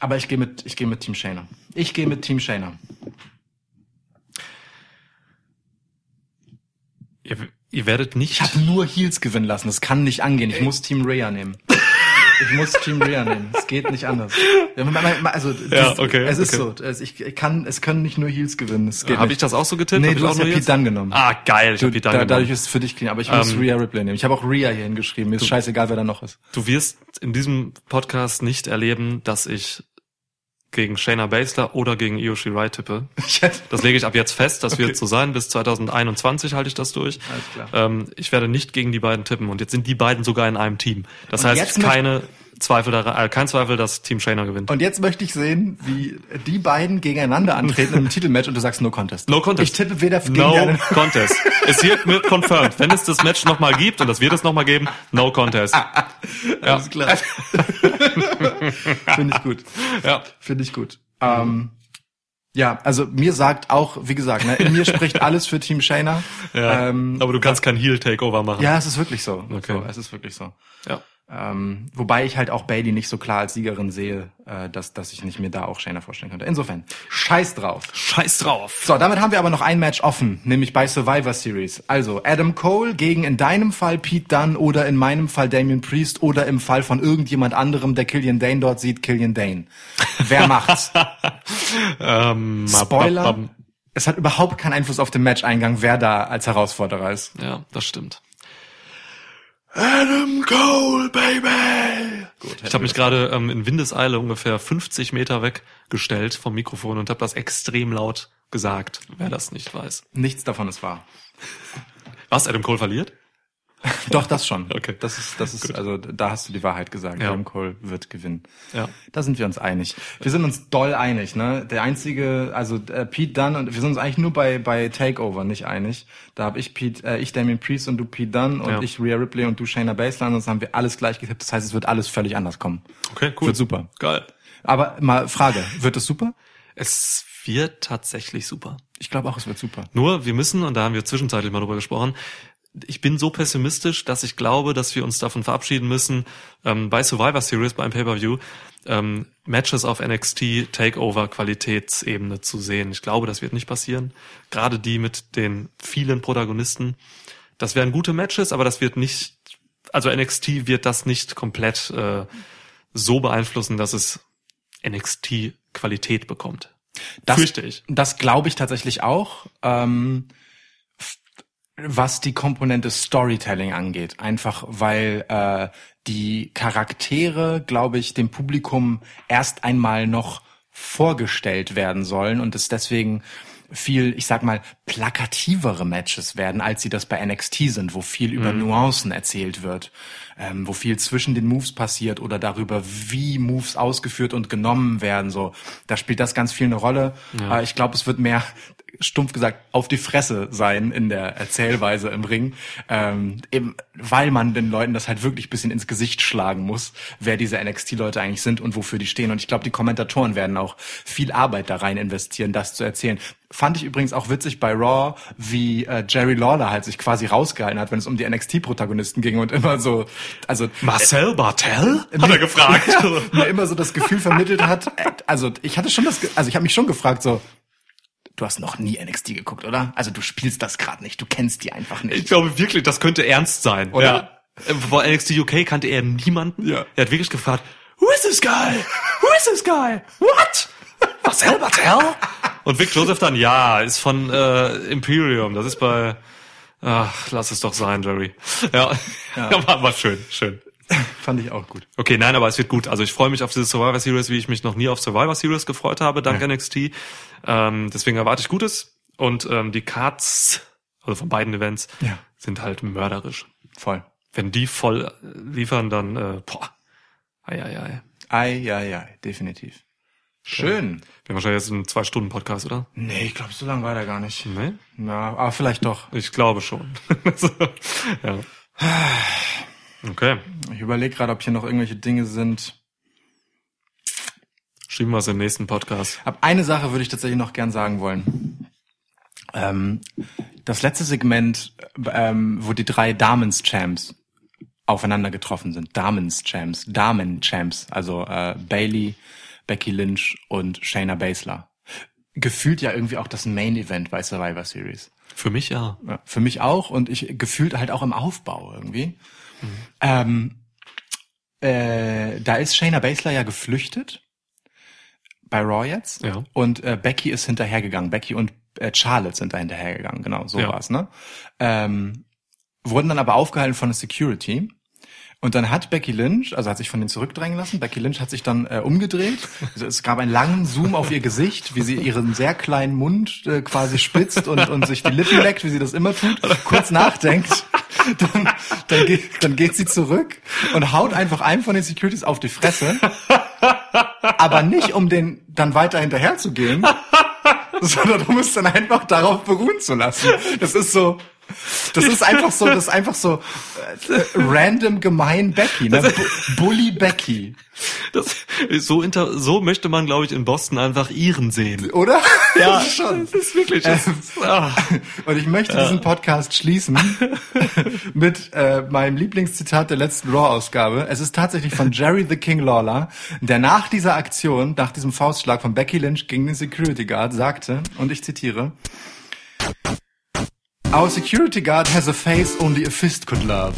Aber ich gehe mit, ich gehe mit Team Shayna. Ich gehe mit Team Shayna. Ihr, ihr werdet nicht. Ich habe nur Heels gewinnen lassen. Das kann nicht angehen. Ich muss Team Rhea nehmen. Ich muss Team Rhea nehmen. Es geht nicht anders. Ja, man- man- man- Also, das, okay, es ist okay. so. Es, ich ich kann, es können nicht nur Heels gewinnen. Es geht Habe ich nicht. das auch so getippt? Nee, Hab ich du auch hast ja nur Pete jetzt- Dunn genommen. Ah, geil, ich Du, habe Pete Dunn da, genommen. dadurch ist es für dich clean, aber ich muss Ähm, Rhea Ripley nehmen. Ich habe auch Rhea hier hingeschrieben. Mir ist scheißegal, wer da noch ist. Du wirst in diesem Podcast nicht erleben, dass ich gegen Shayna Baszler oder gegen Io Shirai tippe. Ich hätte, Das lege ich ab jetzt fest, das Okay. wird so sein. Bis 2021 halte ich das durch. Alles klar. Ähm, ich werde nicht gegen die beiden tippen. Und jetzt sind die beiden sogar in einem Team. Das Und heißt, jetzt möcht- keine Zweifel daran, äh, kein Zweifel, dass Team Shayna gewinnt. und jetzt möchte ich sehen, wie die beiden gegeneinander antreten im Titelmatch und du sagst No Contest. No contest. Ich tippe weder gegen die No anderen. contest. Es wird mir confirmed. Wenn es das Match nochmal gibt, und das wird es nochmal geben, no contest. Alles klar. Finde ich gut. Ja. Finde ich gut. Ähm, ja, also mir sagt auch, wie gesagt, ne, in mir spricht alles für Team Shayna. Ja. Ähm, Aber du kannst kein Heel-Takeover machen. ja, es ist wirklich so. Okay. so. Es ist wirklich so. ja. Ähm, wobei ich halt auch Bailey nicht so klar als Siegerin sehe, äh, dass, dass ich nicht mir da auch Shayna vorstellen könnte. Insofern, scheiß drauf. Scheiß drauf. So, damit haben wir aber noch ein Match offen, nämlich bei Survivor Series. Also Adam Cole gegen in deinem Fall Pete Dunne oder in meinem Fall Damian Priest oder im Fall von irgendjemand anderem, der Killian Dane dort sieht, Killian Dane. Wer macht's? Spoiler. Es hat überhaupt keinen Einfluss auf den Matcheingang, wer da als Herausforderer ist. Ja, das stimmt. Adam Cole, baby! ich habe mich gerade ähm, in Windeseile ungefähr 50 Meter weggestellt vom Mikrofon und habe das extrem laut gesagt, wer das nicht weiß. Nichts davon ist wahr. Was, Adam Cole verliert? Doch, das schon. Okay. Das ist, das ist, also da hast du die Wahrheit gesagt. Ja. Adam Cole wird gewinnen. Ja. Da sind wir uns einig. Wir sind uns doll einig, ne? Der einzige, also äh, Pete Dunn und wir sind uns eigentlich nur bei bei Takeover nicht einig. Da habe ich Pete, äh, ich Damien Priest und du Pete Dunn und Ja. ich Rhea Ripley und du Shayna Baszler. Sonst haben wir alles gleich getippt. Das heißt, es wird alles völlig anders kommen. Okay, Wird super. Geil. Aber mal Frage: Wird es super? Es wird tatsächlich super. Ich glaube auch, es wird super. Nur, wir müssen, und da haben wir zwischenzeitlich mal drüber gesprochen, ich bin so pessimistisch, dass ich glaube, dass wir uns davon verabschieden müssen, ähm, bei Survivor Series, beim Pay-Per-View, ähm, Matches auf NXT Takeover-Qualitätsebene zu sehen. Ich glaube, das wird nicht passieren. Gerade die mit den vielen Protagonisten. Das wären gute Matches, aber das wird nicht, also NXT wird das nicht komplett äh, so beeinflussen, dass es NXT-Qualität bekommt. Fürchte ich. Das glaube ich tatsächlich auch. Ähm, f- was die Komponente Storytelling angeht. Einfach weil äh, die Charaktere, glaube ich, dem Publikum erst einmal noch vorgestellt werden sollen und es deswegen viel, ich sag mal, plakativere Matches werden, als sie das bei NXT sind, wo viel über Nuancen erzählt wird, ähm, wo viel zwischen den Moves passiert oder darüber, wie Moves ausgeführt und genommen werden. So, da spielt das ganz viel eine Rolle. Äh, ich glaube, es wird mehr stumpf gesagt auf die Fresse sein in der Erzählweise im Ring, ähm, eben weil man den Leuten das halt wirklich bisschen ins Gesicht schlagen muss, wer diese NXT-Leute eigentlich sind und wofür die stehen. Und ich glaube, die Kommentatoren werden auch viel Arbeit da rein investieren, das zu erzählen. Fand ich übrigens auch witzig bei Raw, wie äh, Jerry Lawler halt sich quasi rausgehalten hat, wenn es um die NXT-Protagonisten ging und immer so, also Marcel Bartel? Hat er gefragt. mir immer so das Gefühl vermittelt hat. äh, Also ich hatte schon das, Ge- also ich habe mich schon gefragt so. Du hast noch nie NXT geguckt, oder? Also du spielst das gerade nicht, du kennst die einfach Ich nicht. glaube wirklich, das könnte ernst sein. Oder? Ja. Äh, Vor NXT UK kannte er niemanden. Ja. Er hat wirklich gefragt, who is this guy? Who is this guy? What? Marcel Bartel? Und Vic Joseph dann, ja, ist von äh, Imperium. Das ist bei, ach, lass es doch sein, Jerry. Ja, ja. war, war schön, schön. Fand ich auch gut. Okay, nein, aber es wird gut. Also ich freue mich auf diese Survivor Series, wie ich mich noch nie auf Survivor Series gefreut habe, dank NXT. Ähm, deswegen erwarte ich Gutes. Und ähm, die Cards, also von beiden Events, Ja. sind halt mörderisch. Voll. Wenn die voll äh, liefern, dann äh, boah. Ei, ei, ei. Ei, ja, ja, definitiv. Schön. Wir haben wahrscheinlich jetzt einen Zwei-Stunden-Podcast, oder? Nee, ich glaube, so lange war der gar nicht. Nee? Na, aber vielleicht doch. Ich glaube schon. So, ja. Okay. Ich überlege gerade, ob hier noch irgendwelche Dinge sind. Schieben wir es im nächsten Podcast. Ab eine Sache würde ich tatsächlich noch gern sagen wollen. Ähm, das letzte Segment, ähm, wo die drei Damen-Champs aufeinander getroffen sind. Damen-Champs, Damen-Champs, also äh, Bailey, Becky Lynch und Shayna Baszler. Gefühlt ja irgendwie auch das Main Event bei Survivor Series. Für mich ja. Ja, Für mich auch und ich gefühlt halt auch im Aufbau irgendwie. Ähm, äh, da ist Shayna Baszler ja geflüchtet bei Raw jetzt Ja. und äh, Becky ist hinterhergegangen. Becky und äh, Charlotte sind da hinterhergegangen, genau, so Ja. war's, ne? Ähm, wurden dann aber aufgehalten von der Security. Und dann hat Becky Lynch, also hat sich von denen zurückdrängen lassen, Becky Lynch hat sich dann äh, umgedreht. Also es gab einen langen Zoom auf ihr Gesicht, wie sie ihren sehr kleinen Mund äh, quasi spitzt und, und sich die Lippen leckt, wie sie das immer tut, kurz nachdenkt. Dann, dann, geht, dann geht sie zurück und haut einfach einem von den Securities auf die Fresse. Aber nicht, um den dann weiter hinterherzugehen, sondern um es dann einfach darauf beruhen zu lassen. Das ist so, das ist einfach so, das ist einfach so äh, äh, random gemein Becky, ne? Bu- Bully Becky, Das, so, inter, so möchte man, glaube ich, in Boston einfach ihren sehen. oder? Ja, schon. das ist wirklich. Das, Ähm. ah. Und ich möchte diesen Podcast schließen mit äh, meinem Lieblingszitat der letzten Raw-Ausgabe. Es ist tatsächlich von Jerry the King Lawler, der nach dieser Aktion, nach diesem Faustschlag von Becky Lynch gegen den Security Guard sagte, und ich zitiere, Our Security Guard has a face only a fist could love.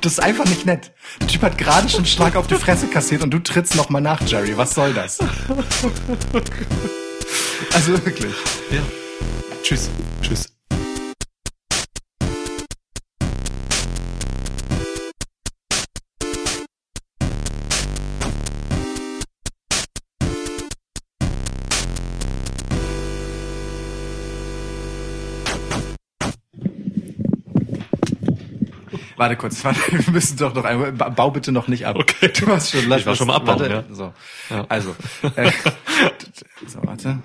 Das ist einfach nicht nett. Der Typ hat gerade schon einen Schlag auf die Fresse kassiert und du trittst nochmal nach, Jerry. Was soll das? Also wirklich. Ja. Tschüss. Tschüss. Warte kurz, warte, wir müssen doch noch einmal, ba- bau bitte noch nicht ab. Okay. Du hast schon, lass Ich war schon mal abbauen, warte, ja. So. Ja. Also, äh, so, warte.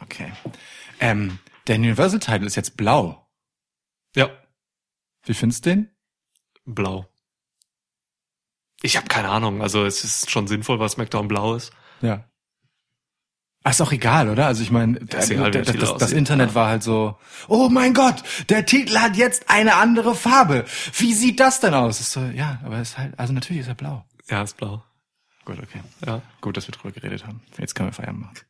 Okay. Ähm, der Universal Title ist jetzt blau. Ja. Wie findest du den? Blau. Ich habe keine Ahnung. Also es ist schon sinnvoll, weil SmackDown blau ist. Ja. Ach, ist auch egal, oder? Also ich meine, ist das, egal, wie der das, Titel das, das aussieht. Internet war halt so, oh mein Gott, der Titel hat jetzt eine andere Farbe. Wie sieht das denn aus? Ist so, ja, aber es ist halt, also natürlich ist er blau. Ja, ist blau. Gut, okay. Ja. Gut, dass wir drüber geredet haben. Jetzt können wir Feierabend machen.